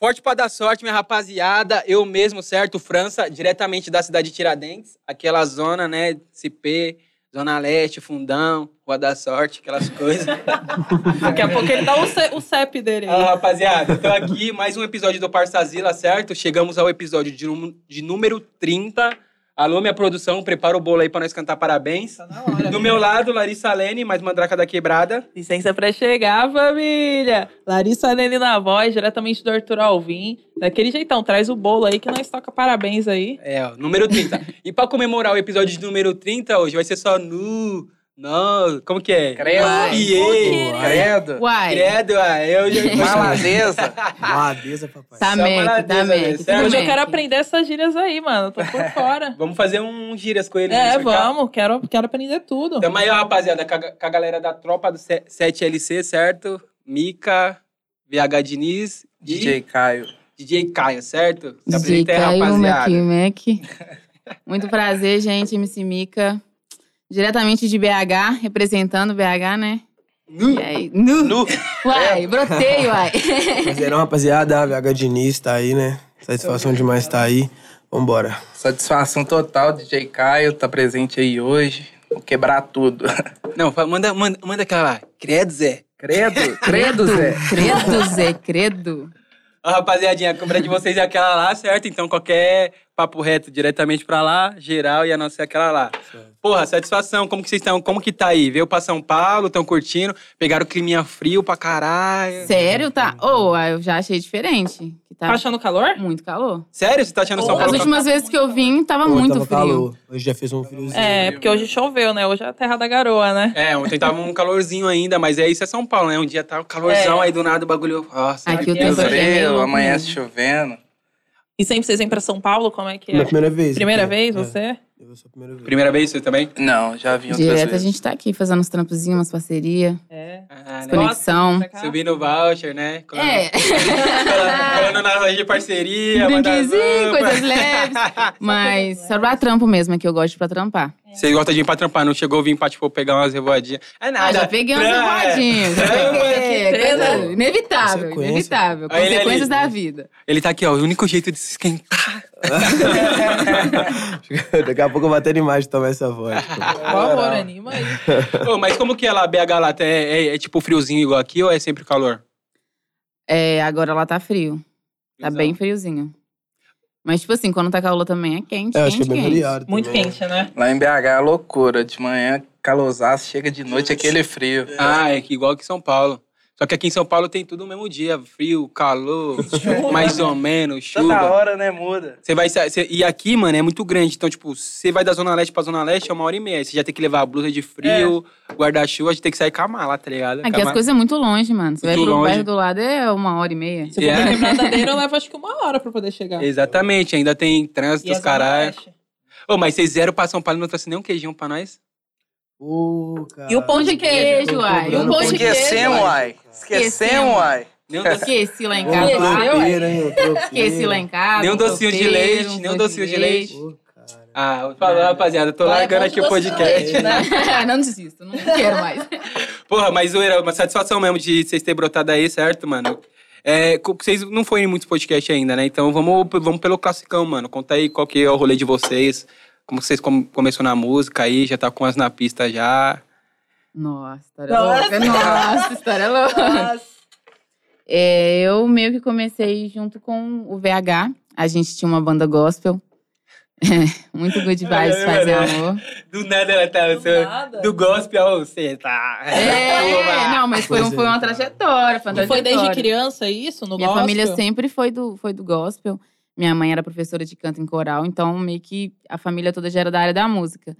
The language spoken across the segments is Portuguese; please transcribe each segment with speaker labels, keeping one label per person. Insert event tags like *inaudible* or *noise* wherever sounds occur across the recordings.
Speaker 1: Forte para dar sorte, minha rapaziada. Eu mesmo, certo? França, diretamente da cidade de Tiradentes. Aquela zona, né? CP, Zona Leste, Fundão, Rua da Sorte, aquelas coisas.
Speaker 2: Daqui a pouco ele dá o, ce- o CEP dele.
Speaker 1: Ah,
Speaker 2: aí.
Speaker 1: rapaziada, tô aqui, mais um episódio do Parçazila, certo? Chegamos ao episódio de, num- de número 30. Alô, minha produção, prepara o bolo aí pra nós cantar parabéns. Do meu lado, Larissa Lene, mais Mandraca da Quebrada.
Speaker 2: Licença pra chegar, família. Larissa Nene na voz, diretamente do Arthur Alvim. Daquele jeitão, traz o bolo aí que nós toca parabéns aí.
Speaker 1: É, ó, número 30. e pra comemorar o episódio de número 30 hoje, vai ser só nu, não, como que é?
Speaker 3: Credo.
Speaker 1: Iê,
Speaker 3: Credo.
Speaker 4: Uai,
Speaker 1: credo, ah, eu já...
Speaker 3: Maladeza.
Speaker 5: Maladeza, papai.
Speaker 4: tá
Speaker 1: Só
Speaker 4: Mac,
Speaker 1: maladeza,
Speaker 4: tá
Speaker 1: velho,
Speaker 4: Mac.
Speaker 1: certo?
Speaker 4: tudo
Speaker 2: Hoje eu
Speaker 4: Mac.
Speaker 2: quero aprender essas gírias aí, mano. Tô *laughs* por fora.
Speaker 1: Vamos fazer um giras com ele.
Speaker 2: é,
Speaker 1: gente, vai cá?
Speaker 2: vamos. Quero, quero aprender tudo.
Speaker 1: Tamo aí, ó, rapaziada, com a, ga- com a galera da tropa do C- 7LC, certo? Mica, VH Diniz e
Speaker 3: DJ Caio.
Speaker 1: DJ Caio, certo? Se
Speaker 4: DJ
Speaker 1: apresenta aí,
Speaker 4: Caio, Mac,
Speaker 1: rapaziada.
Speaker 4: Mac. Muito prazer, gente. MC Mica. Diretamente de BH, representando BH, né? E
Speaker 1: Nu,
Speaker 4: aí, nu.
Speaker 1: nu.
Speaker 4: Uai, brotei, uai.
Speaker 5: Prazerão, rapaziada. VH Diniz tá aí, né? Satisfação demais tá aí. Vambora.
Speaker 3: Satisfação total, DJ Caio, tá presente aí hoje. Vou quebrar tudo.
Speaker 1: Não, fa- manda, manda, manda aquela lá. Credo, Zé.
Speaker 3: Credo, credo, Zé.
Speaker 4: Credo, Zé, credo.
Speaker 1: Ó, rapaziadinha, a câmera de vocês é aquela lá, certo? Então qualquer papo reto diretamente pra lá, geral, e a nossa é aquela lá. Porra, satisfação, como que vocês estão? Como que tá aí? Veio pra São Paulo, tão curtindo, pegaram o climinha frio pra caralho.
Speaker 4: Sério, tá? Ô, uai, eu já achei diferente. Que
Speaker 2: Tá
Speaker 4: tá
Speaker 2: achando calor?
Speaker 6: é.
Speaker 4: muito calor.
Speaker 1: Sério? Você tá achando São
Speaker 2: Porra,
Speaker 4: As
Speaker 1: Paulo...
Speaker 4: últimas vezes que eu vim, tava
Speaker 5: Pô,
Speaker 4: Tá muito
Speaker 5: tava
Speaker 4: frio.
Speaker 5: calor. Hoje já fez um friozinho.
Speaker 2: É, porque hoje choveu, né? Hoje é a terra da garoa, né?
Speaker 1: É, ontem tava um calorzinho ainda, mas é isso, é São Paulo, né? Um dia tá um calorzão,
Speaker 2: É.
Speaker 1: aí do nada o bagulho... Nossa,
Speaker 4: Aqui o
Speaker 1: meu Deus,
Speaker 4: tempo é
Speaker 1: velho.
Speaker 3: Frio,
Speaker 4: meio-
Speaker 3: amanhece chovendo.
Speaker 2: E sempre vocês vêm pra São Paulo, como é que
Speaker 5: Minha
Speaker 2: é?
Speaker 5: primeira vez.
Speaker 2: Primeira
Speaker 5: é.
Speaker 2: vez,
Speaker 5: É,
Speaker 2: você?
Speaker 5: Eu sou a primeira vez.
Speaker 1: Primeira vez você também?
Speaker 3: Não, já vi outras
Speaker 4: Direto, a
Speaker 3: vezes.
Speaker 4: gente tá aqui fazendo uns trampozinhos, umas parcerias,
Speaker 2: É.
Speaker 1: Ah, né?
Speaker 2: Nossa.
Speaker 4: conexão.
Speaker 2: Pra cá?
Speaker 1: Subir no voucher, né? Colando-
Speaker 4: É,
Speaker 1: colando- Colando na loja de parceria, mandar
Speaker 4: brinquezinho,
Speaker 1: roupa.
Speaker 4: coisas leves.
Speaker 1: *laughs*
Speaker 4: Mas só pra trampo mesmo, é que eu gosto de pra trampar.
Speaker 1: Vocês gostam de vir pra trampar, não chegou a vir pra, tipo, pegar umas revoadinhas. É
Speaker 4: Ah,
Speaker 1: nada.
Speaker 4: já peguei uns
Speaker 1: Trampa, é.
Speaker 4: enroladinhos.
Speaker 1: Trampa,
Speaker 4: É,
Speaker 2: que
Speaker 4: coisa
Speaker 2: pena.
Speaker 4: Inevitável,
Speaker 5: Consequência.
Speaker 4: inevitável.
Speaker 1: Aí ele é ali.
Speaker 4: Consequências da vida.
Speaker 1: Ele tá aqui, ó, o único jeito de se esquentar.
Speaker 5: *laughs* Daqui a pouco eu vou até animar de tomar
Speaker 4: *laughs*
Speaker 5: essa voz. pô.
Speaker 2: Por favor, anima aí.
Speaker 1: Ô, mas como que é lá, BH lá? É, é- é, tipo friozinho igual aqui ou é sempre calor?
Speaker 4: É, agora lá tá frio. Tá bem friozinho. Mas, tipo assim, quando tá calor também é quente,
Speaker 5: É, acho que é
Speaker 4: quente,
Speaker 5: bem
Speaker 4: quente.
Speaker 5: variado.
Speaker 2: Muito
Speaker 5: também.
Speaker 2: quente, né?
Speaker 3: Lá em BH é loucura. De manhã, calorzaço, chega de noite aquele frio.
Speaker 1: Ah, é que igual que São Paulo. Só que aqui em São Paulo tem tudo no mesmo dia. Frio, *laughs* calor, mais ou menos,
Speaker 3: Toda
Speaker 1: chuva.
Speaker 3: hora, né, muda.
Speaker 1: Você vai sa- você- e aqui, mano, é muito grande. Então, tipo, você vai da Zona Leste pra Zona Leste, é uma hora e meia. Você já tem que levar a blusa de frio, guarda-chuva, a gente tem que sair com a mala, tá ligado?
Speaker 4: Aqui
Speaker 1: Com a
Speaker 4: as
Speaker 1: mala.
Speaker 4: coisas é muito longe, mano. Você vai
Speaker 1: Muito
Speaker 4: pro
Speaker 1: longe.
Speaker 4: bairro do lado, é uma hora e meia.
Speaker 2: Se
Speaker 1: Yeah.
Speaker 2: for pra *laughs* quebradadeira, eu levo acho que uma hora pra poder chegar.
Speaker 1: Exatamente, ainda tem trânsito,
Speaker 2: E a
Speaker 1: os
Speaker 2: Zona
Speaker 1: caralho.
Speaker 2: Leste?
Speaker 1: Ô, mas vocês vieram pra São Paulo e não trouxe nenhum queijão pra nós?
Speaker 5: Ô, cara. é
Speaker 4: E o pão de queijo,
Speaker 5: Tô
Speaker 4: uai. E o
Speaker 5: cobrando
Speaker 4: pão de queijo.
Speaker 3: Esquecemos, uai. Esquecemos,
Speaker 4: Esquecemos.
Speaker 3: uai.
Speaker 1: *laughs* Nenhum, doce-
Speaker 4: Esqueci lá em
Speaker 5: Ô,
Speaker 4: casa.
Speaker 5: tropeiro,
Speaker 4: *laughs*
Speaker 5: hein? ô, tropeiro.
Speaker 4: Esqueci lá em casa.
Speaker 1: nenhum um docinho de
Speaker 4: tropeiro,
Speaker 1: leite,
Speaker 4: um
Speaker 1: nenhum
Speaker 4: doce
Speaker 1: docinho de leite.
Speaker 5: Ô, cara.
Speaker 1: Ah, falou, rapaziada, tô
Speaker 2: Vai,
Speaker 1: largando
Speaker 2: bom
Speaker 1: aqui o
Speaker 2: doce de
Speaker 1: podcast.
Speaker 2: leite, né?
Speaker 4: *laughs* não desisto, não quero mais.
Speaker 1: *laughs* Porra, mas zoeira, uma satisfação mesmo de vocês terem brotado aí, certo, mano? É, co- vocês não foram em muitos podcasts ainda, né? Então vamos, vamos pelo classicão, mano. Conta aí qual que é o rolê de vocês. Como que vocês com, começou na música aí, já tá com as na pista já.
Speaker 4: Nossa, história louca. Nossa, história louca. É, eu meio que comecei junto com o VH. A gente tinha uma banda gospel. *laughs* Muito good vibes, fazer amor.
Speaker 1: Do nada ela tá.
Speaker 2: Do nada.
Speaker 1: gospel ao você tá.
Speaker 4: É, não, mas foi, um- foi uma trajetória. Foi, uma
Speaker 2: E foi desde
Speaker 4: trajetória.
Speaker 2: criança isso? No
Speaker 4: Minha
Speaker 2: gospel?
Speaker 4: família sempre foi do, foi do gospel. Minha mãe era professora de canto em coral, então meio que a família toda já era da área da música.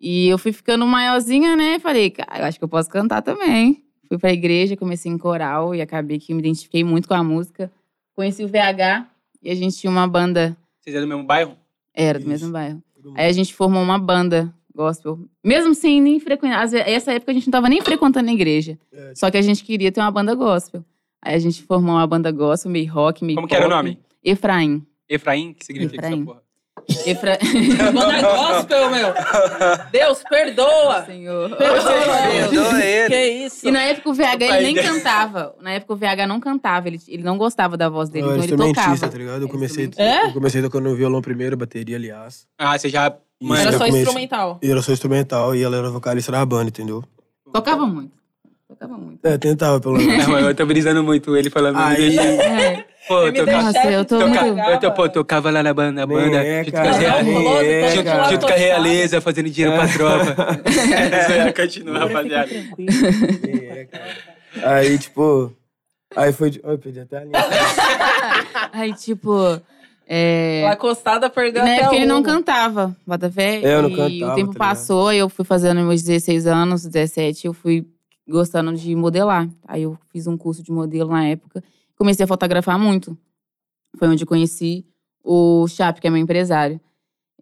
Speaker 4: E eu fui ficando maiorzinha, né? Falei, cara, eu acho que eu posso cantar também. Fui pra igreja, comecei em coral e acabei que me identifiquei muito com a música. Conheci o VH e a gente tinha uma banda,
Speaker 1: Vocês é do mesmo bairro?
Speaker 4: era do
Speaker 5: Isso.
Speaker 4: mesmo bairro.
Speaker 5: Todo mundo.
Speaker 4: Aí a gente formou uma banda gospel, mesmo sem nem frequentar. às ve- Essa época a gente não tava nem frequentando a igreja.
Speaker 5: É,
Speaker 4: Só que a gente queria ter uma banda gospel. Aí a gente formou uma banda gospel, meio rock, meio
Speaker 1: Como que era o
Speaker 4: pop.
Speaker 1: nome?
Speaker 4: *laughs* Efraim.
Speaker 1: Efraim? Que significa
Speaker 4: Efraim.
Speaker 1: essa porra?
Speaker 4: Efra... *laughs*
Speaker 2: *laughs* Manda é gospel, meu. Deus, perdoa.
Speaker 4: Senhor.
Speaker 3: Perdoa ele.
Speaker 2: Que isso?
Speaker 4: E na época o VH
Speaker 1: Pai
Speaker 4: ele nem
Speaker 1: dele.
Speaker 4: cantava. Na época o VH não cantava, ele, ele não gostava da voz dele,
Speaker 5: Eu
Speaker 4: então
Speaker 5: era
Speaker 4: ele
Speaker 5: instrumentista,
Speaker 4: tocava.
Speaker 5: tá ligado? Eu
Speaker 4: É
Speaker 5: comecei,
Speaker 2: instrumentista.
Speaker 5: eu comecei tocando violão primeiro, bateria, aliás.
Speaker 1: Ah, você já. Mano,
Speaker 2: Era
Speaker 5: eu
Speaker 2: só
Speaker 5: comecei-
Speaker 2: instrumental.
Speaker 5: E era só instrumental e ela era vocalista da banda, entendeu?
Speaker 4: Tocava muito. Tocava muito.
Speaker 5: É, tentava pelo menos.
Speaker 1: Não, eu tô brisando muito ele falando.
Speaker 5: Aí-
Speaker 1: dele.
Speaker 4: É.
Speaker 1: Pô,
Speaker 2: Me
Speaker 1: tocava-
Speaker 2: deixa-
Speaker 4: Nossa, eu tô
Speaker 1: toca-
Speaker 4: muito.
Speaker 1: eu
Speaker 6: um
Speaker 1: to- pô, tocava lá na banda, na banda
Speaker 5: é,
Speaker 1: junto,
Speaker 5: cara,
Speaker 1: com, a,
Speaker 5: nem
Speaker 1: rea-
Speaker 5: é,
Speaker 2: Fabuloso,
Speaker 1: junto-
Speaker 2: cara.
Speaker 1: junto com a realeza, fazendo dinheiro pra tropa. Isso aí, continua,
Speaker 2: Agora fica
Speaker 1: rapaziada.
Speaker 2: tranquilo.
Speaker 5: É, cara. Aí, tipo. Aí foi. de- Ai, perdi até a linha.
Speaker 4: Aí, tipo. É...
Speaker 2: Lá acostada perdeu
Speaker 4: Na
Speaker 2: até
Speaker 4: época Né, ele
Speaker 2: o-
Speaker 4: não cantava, Botafé.
Speaker 5: É, eu não
Speaker 4: e
Speaker 5: cantava,
Speaker 4: o tempo
Speaker 5: tá
Speaker 4: passou, aí eu fui fazendo meus 16 anos, 17, eu fui gostando de modelar. Aí eu fiz um curso de modelo na época. Comecei a fotografar muito. Foi onde eu conheci o Chap, que é meu empresário.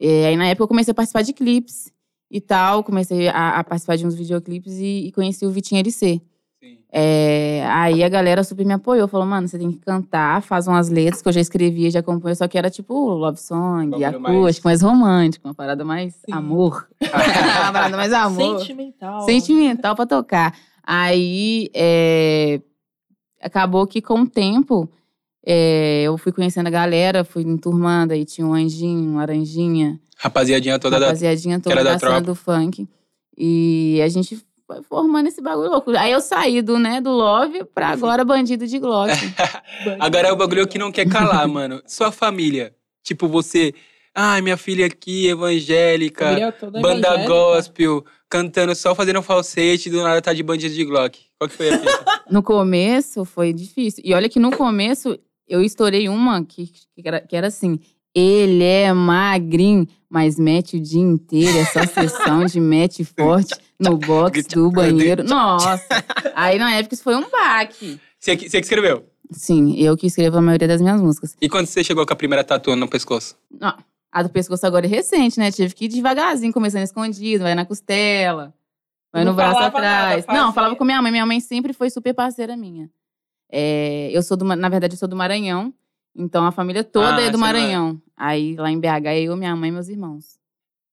Speaker 4: E aí na época eu comecei a participar de clipes e tal. Comecei a, a participar de uns videoclipes e, e conheci o Vitinho LC.
Speaker 1: Sim.
Speaker 4: É, aí a galera super me apoiou, falou, mano, você tem que cantar, faz umas letras que eu já escrevia, já acompanho, só que era tipo love song,
Speaker 1: Bagulho mais-
Speaker 4: acústico, mais... romântico, uma parada mais
Speaker 2: Sim. *laughs*
Speaker 4: amor. uma parada mais amor.
Speaker 2: Sentimental.
Speaker 4: Sentimental pra tocar. Aí é, acabou que com o tempo é, eu fui conhecendo a galera, fui enturmando, aí tinha um anjinho, um laranjinha
Speaker 1: Rapaziadinha toda da.
Speaker 4: rapaziadinha
Speaker 1: que
Speaker 4: toda
Speaker 1: era
Speaker 4: da,
Speaker 1: da
Speaker 4: cena
Speaker 1: tropa.
Speaker 4: do funk. E a gente foi formando esse bagulho louco. Aí eu saí do, né, do Love pra agora Bandido de Glock.
Speaker 1: *laughs* Agora é o bagulho que não quer calar, mano. Sua família. Tipo, você. Ai, minha filha aqui, evangélica,
Speaker 2: Família
Speaker 6: é
Speaker 2: toda
Speaker 1: banda
Speaker 2: evangélica.
Speaker 1: gospel, cantando só fazendo falsete, do nada tá de bandido de Glock. Qual que foi a fita?
Speaker 4: No começo foi difícil. E olha que no começo eu estourei uma que, que, era, que era assim. Ele é magrinho, mas mete o dia inteiro. É
Speaker 1: *laughs*
Speaker 4: só sessão de mete forte no box do banheiro. Nossa! Aí na época isso foi um baque.
Speaker 1: Você que você que escreveu.
Speaker 4: Sim, eu que escrevo a maioria das minhas músicas.
Speaker 1: E quando você chegou com a primeira tatu no pescoço?
Speaker 4: Não, a do pescoço agora é recente, né? Tive que ir devagarzinho, começando escondido, vai na costela, vai
Speaker 2: Não
Speaker 4: no braço
Speaker 2: falava
Speaker 4: atrás.
Speaker 2: nada,
Speaker 4: não,
Speaker 2: fazia.
Speaker 4: falava com minha mãe. Minha mãe sempre foi super parceira minha. É, eu sou do, Ma- na verdade, eu sou do Maranhão, então a família toda
Speaker 1: Ah,
Speaker 4: é
Speaker 1: você
Speaker 4: do
Speaker 1: não é-
Speaker 4: Maranhão. Aí lá em BH é eu, minha mãe e meus irmãos.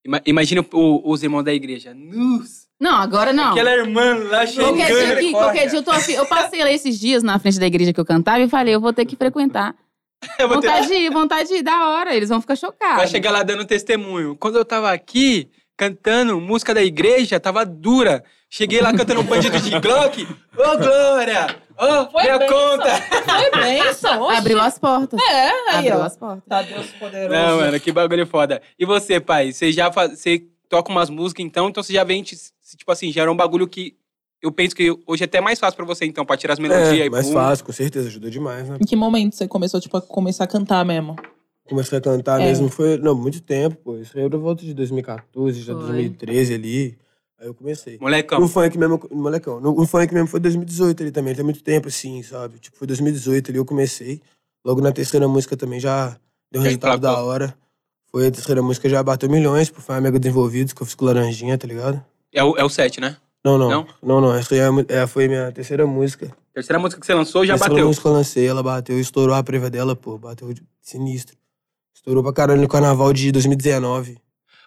Speaker 1: Ima- Imagina o- os irmãos da igreja. Nus!
Speaker 4: Não, agora não.
Speaker 1: Aquela é irmã lá chegando.
Speaker 4: Qualquer dia, aqui, qualquer dia eu tô afim. Eu passei lá esses dias na frente da igreja que eu cantava e falei, eu vou ter que frequentar.
Speaker 1: *laughs* Eu vou ter-
Speaker 4: Vontade de ir, vontade de ir, da hora. Eles vão ficar chocados.
Speaker 1: Vai chegar lá dando testemunho. Quando eu tava aqui cantando música da igreja, tava dura. Cheguei lá cantando um bandido de Glock. *laughs* Ô, Glória! Ô,
Speaker 2: Foi
Speaker 1: minha
Speaker 2: bênção.
Speaker 1: conta!
Speaker 2: Foi bênção. oxe.
Speaker 4: Abriu as portas.
Speaker 2: É, aí,
Speaker 4: Abriu
Speaker 2: ó.
Speaker 4: as portas.
Speaker 2: Tá Deus poderoso.
Speaker 1: Não, mano, que bagulho foda. E você, pai? Você já faz, você toca umas músicas, então? Então você já vem, te- tipo assim, já era um bagulho que eu penso que hoje é até mais fácil pra você, então, pra tirar as melodias
Speaker 5: É,
Speaker 1: e
Speaker 5: mais
Speaker 1: pum.
Speaker 5: fácil, com certeza, ajudou demais, né?
Speaker 2: Em que momento você começou, tipo, a começar a cantar mesmo?
Speaker 5: Comecei a cantar
Speaker 2: É.
Speaker 5: mesmo, foi. Não, muito tempo, pô. Isso aí eu volta de 2014, já
Speaker 4: Foi.
Speaker 5: 2013 ali. Aí eu comecei.
Speaker 1: Molecão.
Speaker 5: No funk mesmo, molecão, no, o funk mesmo foi 2018 ali também, tem muito tempo assim, sabe? Tipo, foi 2018 ali eu comecei. Logo na terceira música também já deu um
Speaker 1: Já
Speaker 5: resultado da
Speaker 1: emplacou.
Speaker 5: hora. Foi a terceira música, já bateu milhões, pô, foi a Mega Desenvolvidos, que eu fiz com o Laranjinha, tá ligado?
Speaker 1: É o, é o set, né?
Speaker 5: Não, não.
Speaker 1: Não?
Speaker 5: Não, não, essa aí é a mu- é, foi a minha terceira música.
Speaker 1: Terceira música que você lançou já
Speaker 5: Essa
Speaker 1: bateu.
Speaker 5: música que eu lancei, ela bateu, estourou a prévia dela, pô, bateu de- sinistro. Estourou pra caralho no carnaval de 2019.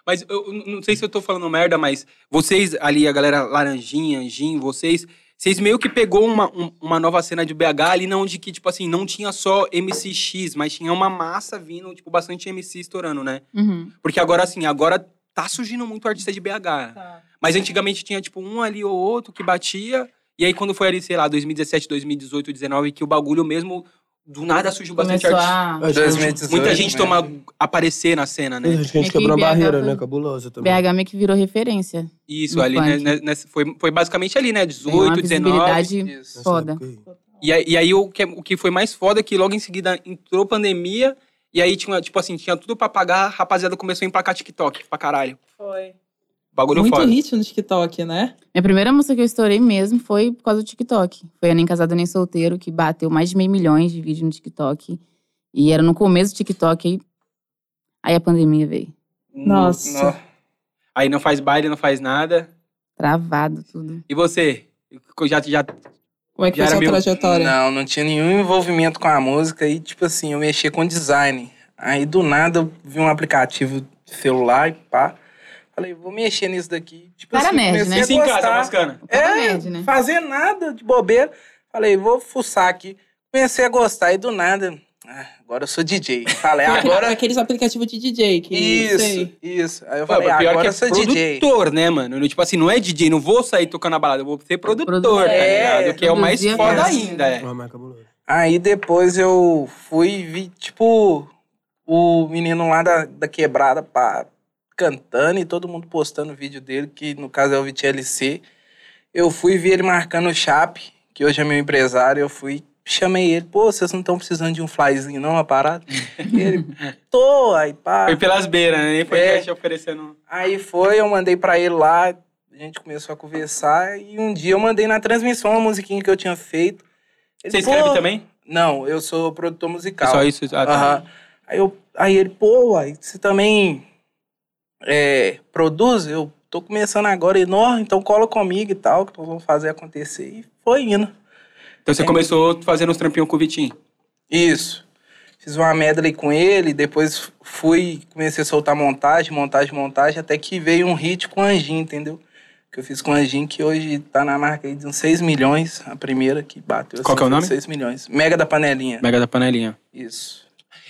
Speaker 1: Mas eu eu não sei se eu tô falando merda, mas vocês ali, a galera Laranjinha, Anjinho, vocês. Vocês meio que pegou uma, um- uma nova cena de BH ali, não de que, tipo assim, não tinha só MCX, mas tinha uma massa vindo, tipo, bastante MC estourando, né?
Speaker 4: Uhum.
Speaker 1: Porque agora, assim, agora tá surgindo muito artista de BH. Mas antigamente tinha, tipo, um ali ou outro que batia. E aí, quando foi ali, sei lá, 2017, 2018, 2019, que o bagulho mesmo, do nada surgiu bastante
Speaker 4: Começou
Speaker 1: artista.
Speaker 4: a...
Speaker 5: Acho que a gente-
Speaker 3: 2018.
Speaker 1: Muita gente
Speaker 3: né?
Speaker 1: tomar, aparecer na cena, né?
Speaker 5: Acho que a
Speaker 4: É
Speaker 5: gente
Speaker 4: que
Speaker 5: quebrou uma
Speaker 4: BH
Speaker 5: barreira,
Speaker 4: foi- é
Speaker 5: né? Cabulosa também.
Speaker 4: BH meio que virou referência.
Speaker 1: Isso,
Speaker 4: No
Speaker 1: ali, né,
Speaker 4: funk.
Speaker 1: né, nessa- foi, foi basicamente ali, né?
Speaker 4: Tem uma
Speaker 1: 18, 19.
Speaker 4: visibilidade
Speaker 3: Isso.
Speaker 5: Nessa
Speaker 4: foda.
Speaker 5: época aí.
Speaker 1: E aí, e aí o, que, o que foi mais foda é que logo em seguida entrou pandemia. E aí tinha, tipo assim, tinha tudo pra pagar, a rapaziada começou a emplacar TikTok pra caralho.
Speaker 2: Foi.
Speaker 1: Bagulho
Speaker 2: Muito
Speaker 1: foda.
Speaker 2: hit no TikTok, né?
Speaker 4: Minha primeira música que eu estourei mesmo foi por causa do TikTok. Foi a Nem Casado Nem Solteiro, que bateu mais de meio milhões de vídeos no TikTok. E era no começo do TikTok, aí, aí a pandemia veio.
Speaker 2: Nossa.
Speaker 1: Aí não faz baile, não faz nada.
Speaker 4: Travado tudo.
Speaker 1: E você? Já, já,
Speaker 2: Como é que
Speaker 1: Já era
Speaker 2: foi sua
Speaker 1: meu-
Speaker 2: trajetória?
Speaker 3: Não, não tinha nenhum envolvimento com a música e, tipo assim, eu mexia com design. Aí do nada eu vi um aplicativo de celular e pá. Falei, vou mexer nisso daqui. Tipo
Speaker 4: Para nerd, né?
Speaker 3: comecei
Speaker 4: Eu
Speaker 1: Isso
Speaker 3: a
Speaker 1: em casa,
Speaker 3: gostar.
Speaker 1: Moscana.
Speaker 4: É, nerd, né?
Speaker 3: fazer nada de bobeira. Falei, vou fuçar aqui. Comecei a gostar e do nada. ah, agora eu sou DJ. Falei, é agora.
Speaker 4: *laughs*
Speaker 2: Aqueles aplicativos de DJ que.
Speaker 3: isso,
Speaker 2: sei.
Speaker 3: isso. Aí eu
Speaker 1: Pô,
Speaker 3: falei, "Ah,
Speaker 1: pior
Speaker 3: agora
Speaker 1: que é
Speaker 3: eu sou DJ.
Speaker 1: produtor, né, mano? Eu, Tipo assim, não é DJ, não vou sair tocando a balada, eu vou ser produtor,
Speaker 4: Produtor,
Speaker 1: tá
Speaker 3: é.
Speaker 1: ligado? Que é o mais
Speaker 4: Produzir é
Speaker 1: foda
Speaker 4: massa.
Speaker 1: ainda, é.
Speaker 5: Uma marca cabulosa.
Speaker 3: Aí depois eu fui e vi, tipo, o menino lá da, da quebrada pá, cantando e todo mundo postando o vídeo dele, que no caso é o VTLC. Eu fui e vi ele marcando o Chape, que hoje é meu empresário. Eu fui chamei ele. Pô, vocês não estão precisando de um flyzinho, não, uma parada? E ele, tô, aí pá.
Speaker 1: Foi pelas beiras, né? Nem Foi
Speaker 3: É.
Speaker 1: é. te oferecendo.
Speaker 3: Aí foi, eu mandei pra ele lá, a gente começou a conversar e um dia eu mandei na transmissão uma musiquinha que eu tinha feito. Ele,
Speaker 1: Você escreve
Speaker 3: pô,
Speaker 1: também?
Speaker 3: Não, eu sou produtor musical.
Speaker 1: É Só isso? Ah, tá.
Speaker 3: Aham. Aí, eu, aí ele, pô, uai, você também é, produz? Eu tô começando agora, ele, "Nó, então cola comigo e tal, que nós vamos fazer acontecer. E foi indo.
Speaker 1: Então
Speaker 3: É.
Speaker 1: você começou fazendo uns trampinhos com o Vitinho.
Speaker 3: Isso. Fiz uma medley com ele, depois fui, comecei a soltar montagem, montagem, montagem, até que veio um hit com o Anjinho, entendeu? Que eu fiz com o Anjinho, que hoje tá na marca aí de uns 6 milhões, a primeira que bateu.
Speaker 1: Qual que é o nome?
Speaker 3: 6 milhões. Mega da Panelinha.
Speaker 1: Mega da panelinha.
Speaker 3: Isso.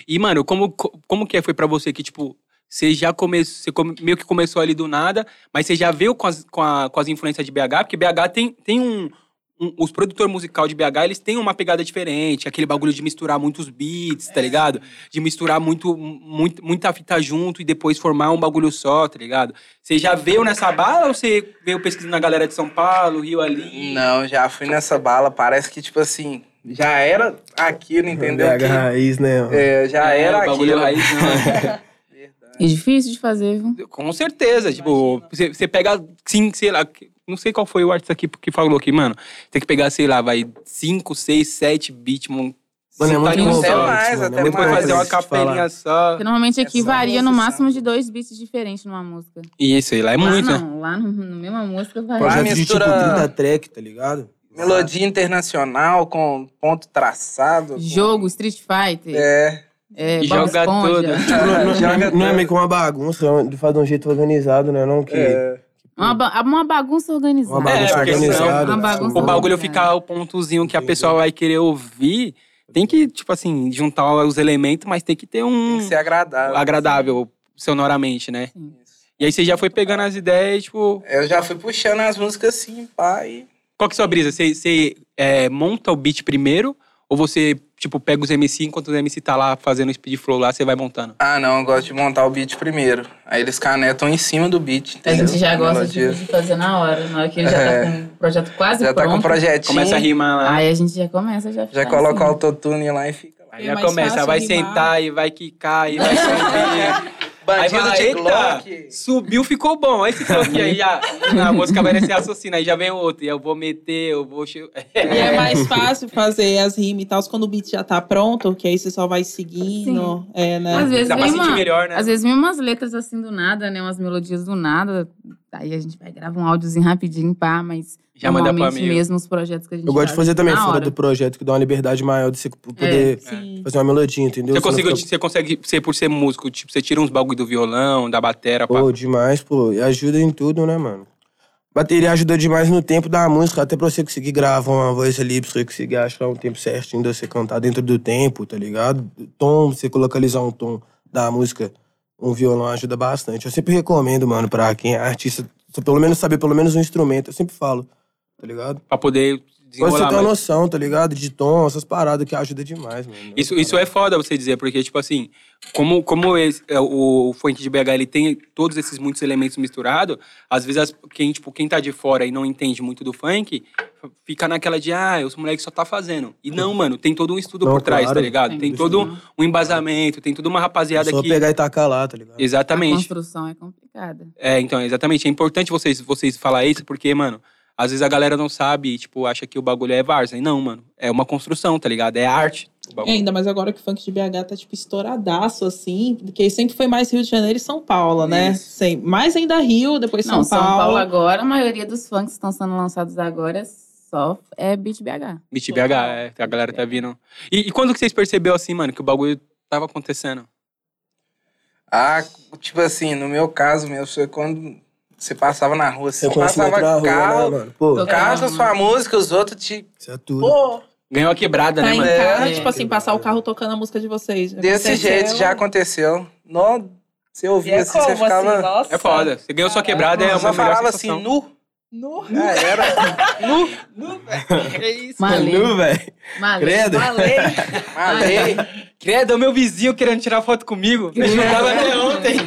Speaker 1: E, mano, como, co- como que foi pra você que, tipo, você já começou, você come- meio que começou ali do nada, mas você já veio com as, com a- com as influências de BH, porque BH tem, tem um, um- Os produtores musical de BH, eles têm uma pegada diferente, aquele bagulho de misturar muitos beats,
Speaker 3: É.
Speaker 1: tá ligado? De misturar muito, muito, muita fita junto e depois formar um bagulho só, tá ligado? Você já veio nessa bala ou você veio pesquisando na galera de São Paulo, Rio ali?
Speaker 3: Não, já fui nessa bala, parece que, tipo assim, já era aquilo, entendeu?
Speaker 5: BH
Speaker 3: Que,
Speaker 5: raiz, né? ó.
Speaker 3: é, já
Speaker 1: É,
Speaker 3: era
Speaker 1: o bagulho
Speaker 3: aquilo.
Speaker 1: raiz,
Speaker 3: *laughs*
Speaker 1: não.
Speaker 4: É difícil de fazer, viu?
Speaker 1: Com certeza. Tipo, você você pega, sim, sei lá. que- Não sei qual foi o artista que, que falou aqui, mano. Tem que pegar, sei lá, vai 5, 6, 7 beats, mano. tá
Speaker 5: Mano, é muito
Speaker 1: Sim,
Speaker 5: bom.
Speaker 1: até
Speaker 5: falar
Speaker 3: mais,
Speaker 5: disso, mano.
Speaker 3: Tá até
Speaker 5: É muito
Speaker 1: Depois
Speaker 5: bom
Speaker 3: mais.
Speaker 1: fazer uma
Speaker 5: isso, falar.
Speaker 3: assim,
Speaker 1: capelinha só.
Speaker 4: Porque normalmente aqui
Speaker 3: Essa
Speaker 4: varia no
Speaker 3: música,
Speaker 4: máximo
Speaker 3: essa
Speaker 4: de dois beats diferentes numa música.
Speaker 1: E sei
Speaker 3: Ah,
Speaker 1: lá, é
Speaker 4: lá
Speaker 1: muito, né?
Speaker 4: não, lá no, no mesma música varia.
Speaker 3: Lá
Speaker 5: Projeto de tipo
Speaker 3: mistura-
Speaker 5: 30 track, tá ligado?
Speaker 3: Melodia internacional com ponto traçado. com-
Speaker 4: Jogo, Street Fighter, é,
Speaker 3: É.
Speaker 1: E
Speaker 4: Bob
Speaker 1: joga
Speaker 4: Esponja. *laughs*
Speaker 1: tudo.
Speaker 5: Tipo, não, não-
Speaker 3: Joga
Speaker 5: não é
Speaker 3: tudo.
Speaker 5: meio que uma bagunça, é um- faz de um jeito organizado, né? Não que
Speaker 3: É.
Speaker 4: Uma, ba- uma bagunça organizada.
Speaker 5: uma bagunça
Speaker 1: É, porque senão-
Speaker 5: organizada.
Speaker 4: Uma bagunça
Speaker 1: O bagulho
Speaker 4: Sim,
Speaker 3: né?
Speaker 1: ficar o pontozinho que a
Speaker 5: Entendi.
Speaker 1: pessoa vai querer ouvir. Tem que, tipo assim, juntar os elementos, mas tem que ter
Speaker 3: Tem
Speaker 1: um
Speaker 3: que ser agradável.
Speaker 1: agradável sonoramente, né?
Speaker 3: Isso.
Speaker 1: E aí você já foi pegando as ideias, tipo,
Speaker 3: Eu já fui puxando as músicas assim, pá, e...
Speaker 1: Qual que é a sua brisa? Você, você, é, monta o beat primeiro? Ou você, tipo, pega os MC enquanto os MC tá lá fazendo speed flow lá, você vai montando?
Speaker 3: Ah, não, eu gosto de montar o beat primeiro. Aí eles canetam em cima do beat,
Speaker 4: A
Speaker 3: entendeu?
Speaker 4: gente já gosta tipo,
Speaker 3: Melodia.
Speaker 4: de fazer na hora, na hora que ele já tá
Speaker 3: É.
Speaker 4: com o projeto quase
Speaker 3: Já tá
Speaker 4: pronto.
Speaker 3: com o projetinho,
Speaker 1: Começa a rimar lá.
Speaker 4: Aí a gente já começa, já
Speaker 3: já
Speaker 4: faz,
Speaker 3: coloca o
Speaker 4: assim.
Speaker 3: autotune lá e fica lá.
Speaker 1: Aí
Speaker 2: É
Speaker 1: já
Speaker 2: mais
Speaker 1: começa,
Speaker 2: fácil
Speaker 1: vai
Speaker 2: rimar.
Speaker 1: sentar e vai quicar e vai subir. aí
Speaker 3: Bandido
Speaker 1: fala,
Speaker 3: de
Speaker 1: eita,
Speaker 3: Glock.
Speaker 1: subiu, ficou bom. Aí ficou aqui, aí já, a música vai ser assassina, aí já vem outro. E eu vou meter, eu vou... che-
Speaker 2: E é mais fácil fazer as rimas e tal quando o beat já tá pronto, que aí você só vai seguindo. É, né?
Speaker 4: Às vezes
Speaker 1: Dá pra
Speaker 4: vem
Speaker 1: sentir
Speaker 4: uma,
Speaker 1: melhor, né?
Speaker 4: Às vezes vem umas letras assim do nada, né? Umas melodias do nada. Aí a gente vai gravar um áudiozinho rapidinho, pá, mas
Speaker 1: Já manda pra
Speaker 4: normalmente
Speaker 1: amigo.
Speaker 4: mesmo os projetos que a gente
Speaker 5: Eu gosto de fazer também
Speaker 4: na
Speaker 5: fora
Speaker 4: hora. É.
Speaker 5: do projeto, que dá uma liberdade maior de você poder
Speaker 2: Sim.
Speaker 5: fazer uma melodia, entendeu?
Speaker 1: Você,
Speaker 5: não
Speaker 1: consegue,
Speaker 5: fica-
Speaker 1: você consegue ser por ser músico, tipo, você tira uns bagulho do violão, da batera, pá.
Speaker 5: Pô, demais, pô. E ajuda em tudo, né, mano? Bateria ajuda demais no tempo da música, até pra você conseguir gravar uma voz ali, pra você conseguir achar um tempo certinho de você cantar dentro do tempo, tá ligado? O Tom, você localizar um tom da música, um violão ajuda bastante. Eu sempre recomendo, mano, pra quem é artista, você pelo menos saber pelo menos um instrumento, eu sempre falo, tá ligado?
Speaker 1: Pra poder
Speaker 5: Pra você
Speaker 1: desenrolar
Speaker 5: ter uma
Speaker 1: mais.
Speaker 5: noção, tá ligado? De tom, essas paradas que ajuda demais, mano.
Speaker 1: Isso, isso é foda você dizer, porque, tipo assim, como, como esse- é, o, o funk de BH ele tem todos esses muitos elementos misturados, às vezes as- quem, tipo, quem tá de fora e não entende muito do funk, fica naquela de, ah, os moleques só tá fazendo. E não, mano, tem todo um estudo
Speaker 5: Não,
Speaker 1: por trás,
Speaker 5: claro.
Speaker 1: tá ligado? Tem,
Speaker 4: Tem que né?
Speaker 1: todo
Speaker 4: estudar.
Speaker 1: um embasamento, tem toda uma
Speaker 5: É
Speaker 1: rapaziada
Speaker 5: só
Speaker 1: que.
Speaker 5: pegar e tacar lá, tá ligado?
Speaker 4: A
Speaker 1: Exatamente.
Speaker 4: construção é complicada.
Speaker 1: É, então, exatamente. É importante vocês, vocês falar isso, porque, mano, às vezes a galera não sabe e, tipo, acha que o bagulho é várzea. E não, mano, é uma construção, tá ligado? É arte. O
Speaker 2: É,
Speaker 1: bagulho.
Speaker 2: ainda mais agora que o funk de BH tá, tipo, estouradaço, assim. Porque sempre foi mais Rio de Janeiro e São Paulo, né?
Speaker 3: Isso.
Speaker 2: Sem, mais ainda Rio, depois
Speaker 4: São,
Speaker 2: São,
Speaker 4: não, São Paulo. agora, a maioria dos funks que estão sendo lançados agora é só é Beat BH.
Speaker 1: Beat BH,
Speaker 2: Total.
Speaker 1: é, a galera tá vindo. E, e quando que vocês perceberam assim, mano, que o bagulho tava acontecendo?
Speaker 3: Ah, tipo assim, no meu caso mesmo, foi quando você passava na rua, assim,
Speaker 5: Você
Speaker 3: você
Speaker 5: conhece
Speaker 3: passava
Speaker 5: outra rua,
Speaker 3: carro,
Speaker 5: né, mano? Pô,
Speaker 4: Tô-
Speaker 3: carro com sua música, os outros te...
Speaker 5: isso é tudo.
Speaker 3: Pô,
Speaker 1: Ganhou a quebrada,
Speaker 2: Tá
Speaker 1: né,
Speaker 2: em
Speaker 1: mano?
Speaker 2: casa,
Speaker 4: É.
Speaker 2: tipo assim, passar o carro tocando a música de vocês.
Speaker 3: desse
Speaker 2: Aconteceu.
Speaker 3: jeito, já aconteceu. Não, você
Speaker 2: E
Speaker 3: ouvia
Speaker 2: é
Speaker 3: assim, você
Speaker 2: como,
Speaker 3: ficava...
Speaker 2: assim, nossa.
Speaker 1: É foda. Você ganhou sua quebrada, é
Speaker 3: eu
Speaker 1: uma
Speaker 3: só
Speaker 1: melhor
Speaker 3: falava assim,
Speaker 1: sensação.
Speaker 3: nu.
Speaker 2: No...
Speaker 3: Já era. nu,
Speaker 1: Nu, *laughs* velho. Que É isso?
Speaker 4: Mas- Valeu.
Speaker 5: Nu, velho.
Speaker 4: Male.
Speaker 5: Credo.
Speaker 2: Valeu.
Speaker 3: malei.
Speaker 1: Credo, é o meu vizinho querendo tirar foto *laughs* comigo. Me julgava até ontem.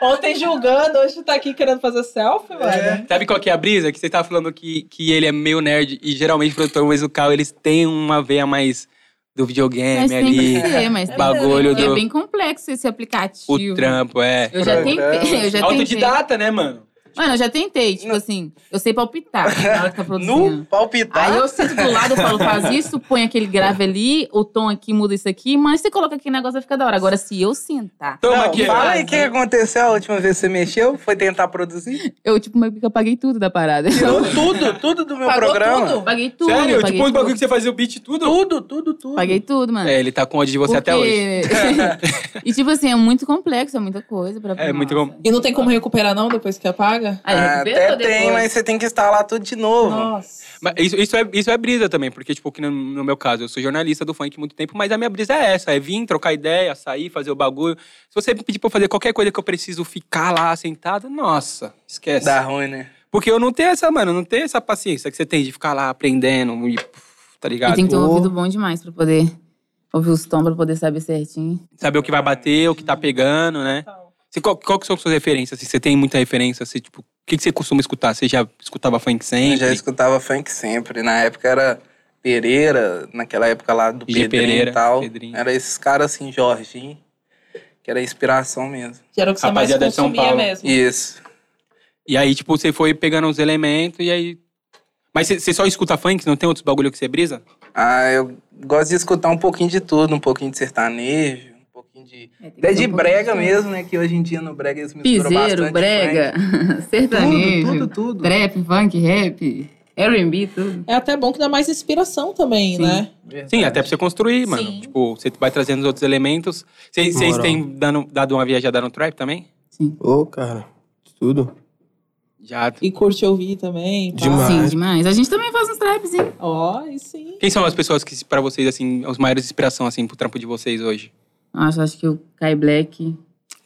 Speaker 2: Ontem julgando, hoje tá aqui querendo fazer selfie, velho.
Speaker 1: *laughs* Sabe qual que é a brisa? Que você tava falando que, que ele é meio nerd e geralmente produtor musical, eles têm uma veia mais do
Speaker 4: Mas
Speaker 1: videogame
Speaker 4: tem
Speaker 1: ali.
Speaker 4: que é, ser, mas tem que
Speaker 1: bagulho
Speaker 4: ser. E
Speaker 1: do-
Speaker 4: É bem complexo esse aplicativo.
Speaker 1: O trampo, é.
Speaker 4: Eu já tentei, *laughs* eu já tentei.
Speaker 1: Autodidata, né, mano?
Speaker 4: Mano, eu já tentei, tipo assim, eu sei palpitar na hora que tá produzindo.
Speaker 3: nu, palpitar.
Speaker 4: Aí eu sinto do lado, eu falo, faz isso, põe aquele grave ali, o tom aqui, muda isso aqui, mas você coloca aqui, o negócio vai ficar da hora. Agora, se eu sentar,
Speaker 1: Toma
Speaker 3: Não,
Speaker 1: aqui.
Speaker 3: fala aí o que aconteceu a última vez que você mexeu, foi tentar produzir.
Speaker 4: eu, tipo, meio que apaguei tudo da parada. *laughs*
Speaker 3: Tirou tudo, tudo do meu
Speaker 2: Pagou
Speaker 3: programa.
Speaker 2: tudo.
Speaker 4: Apaguei tudo,
Speaker 1: um Sério?
Speaker 4: apaguei
Speaker 1: Tipo, um
Speaker 4: tudo.
Speaker 1: bagulho que você fazia o beat e tudo?
Speaker 3: Tudo, tudo, tudo. *laughs*
Speaker 4: Apaguei tudo, mano.
Speaker 1: É, ele tá com ódio de você até hoje.
Speaker 4: hoje. *laughs* e, tipo assim, é muito complexo, é muita coisa pra
Speaker 1: É, muito
Speaker 4: Nossa.
Speaker 1: com-
Speaker 2: E não tem como recuperar, não, depois que apaga?
Speaker 4: Aí,
Speaker 3: Ah,
Speaker 4: recuperou
Speaker 3: até tem,
Speaker 4: depois.
Speaker 3: mas você tem que instalar tudo de novo.
Speaker 2: né, Nossa.
Speaker 1: Mas isso, isso, é, isso é brisa também, porque, tipo, que no, no meu caso, eu sou jornalista do funk há muito tempo, mas a minha brisa é essa: é vir, trocar ideia, sair, fazer o bagulho. Se você me pedir pra eu fazer qualquer coisa que eu preciso ficar lá sentado, nossa, esquece.
Speaker 3: Dá ruim, né?
Speaker 1: Porque eu não tenho essa, mano, eu não tenho essa paciência que você tem de ficar lá aprendendo e. Tá
Speaker 4: E
Speaker 1: ligado?
Speaker 4: tem que ter um
Speaker 5: Pô.
Speaker 4: ouvido bom demais pra poder ouvir os tons, pra poder saber certinho.
Speaker 1: Saber o que vai bater, o que tá pegando, né? Você, qual, qual que são suas referências? assim? você tem muita referência? Assim, tipo, o que, que você costuma escutar? Você já escutava funk
Speaker 3: Eu
Speaker 1: sempre?
Speaker 3: já escutava funk sempre. Na época era Pereira, naquela época lá do
Speaker 1: G.
Speaker 3: Pedrinho
Speaker 1: Pereira,
Speaker 3: e tal.
Speaker 1: Pedrinho.
Speaker 3: Era esses caras assim, Jorginho, que era a inspiração mesmo.
Speaker 2: Que era o que você mais
Speaker 1: Rapaziada um de São
Speaker 2: consumia
Speaker 1: Paulo.
Speaker 2: mesmo.
Speaker 3: Isso.
Speaker 1: E aí, tipo, você foi pegando os elementos e aí. Mas você- você só escuta funk? Não tem outros bagulho que você brisa?
Speaker 3: Ah, eu gosto de escutar um pouquinho de tudo, um pouquinho de sertanejo, um pouquinho de. Até de brega mesmo, né? Que hoje em dia no brega eles misturam
Speaker 4: Piseiro,
Speaker 3: bastante.
Speaker 4: brega, *laughs*
Speaker 3: funk.
Speaker 4: sertanejo,
Speaker 3: Tudo, tudo, tudo.
Speaker 4: trap, funk, rap, R&B, tudo.
Speaker 2: É até bom que dá mais inspiração também,
Speaker 4: Sim.
Speaker 2: né?
Speaker 1: Sim, até pra você construir, mano.
Speaker 2: Sim.
Speaker 1: Tipo, você vai trazendo os outros elementos. Vocês vocês
Speaker 5: Moral.
Speaker 1: têm dando- dado uma viajada no trap também?
Speaker 4: Sim.
Speaker 5: Ô, cara. Tudo.
Speaker 1: Já.
Speaker 2: E curte ouvir também. pá.
Speaker 5: Demais.
Speaker 4: Sim, demais. A gente também faz uns traps, hein?
Speaker 2: Ó, e sim.
Speaker 1: Quem são as pessoas que, pra vocês, assim, as maiores inspirações, assim, pro trampo de vocês hoje?
Speaker 4: Nossa, acho que o Kai Black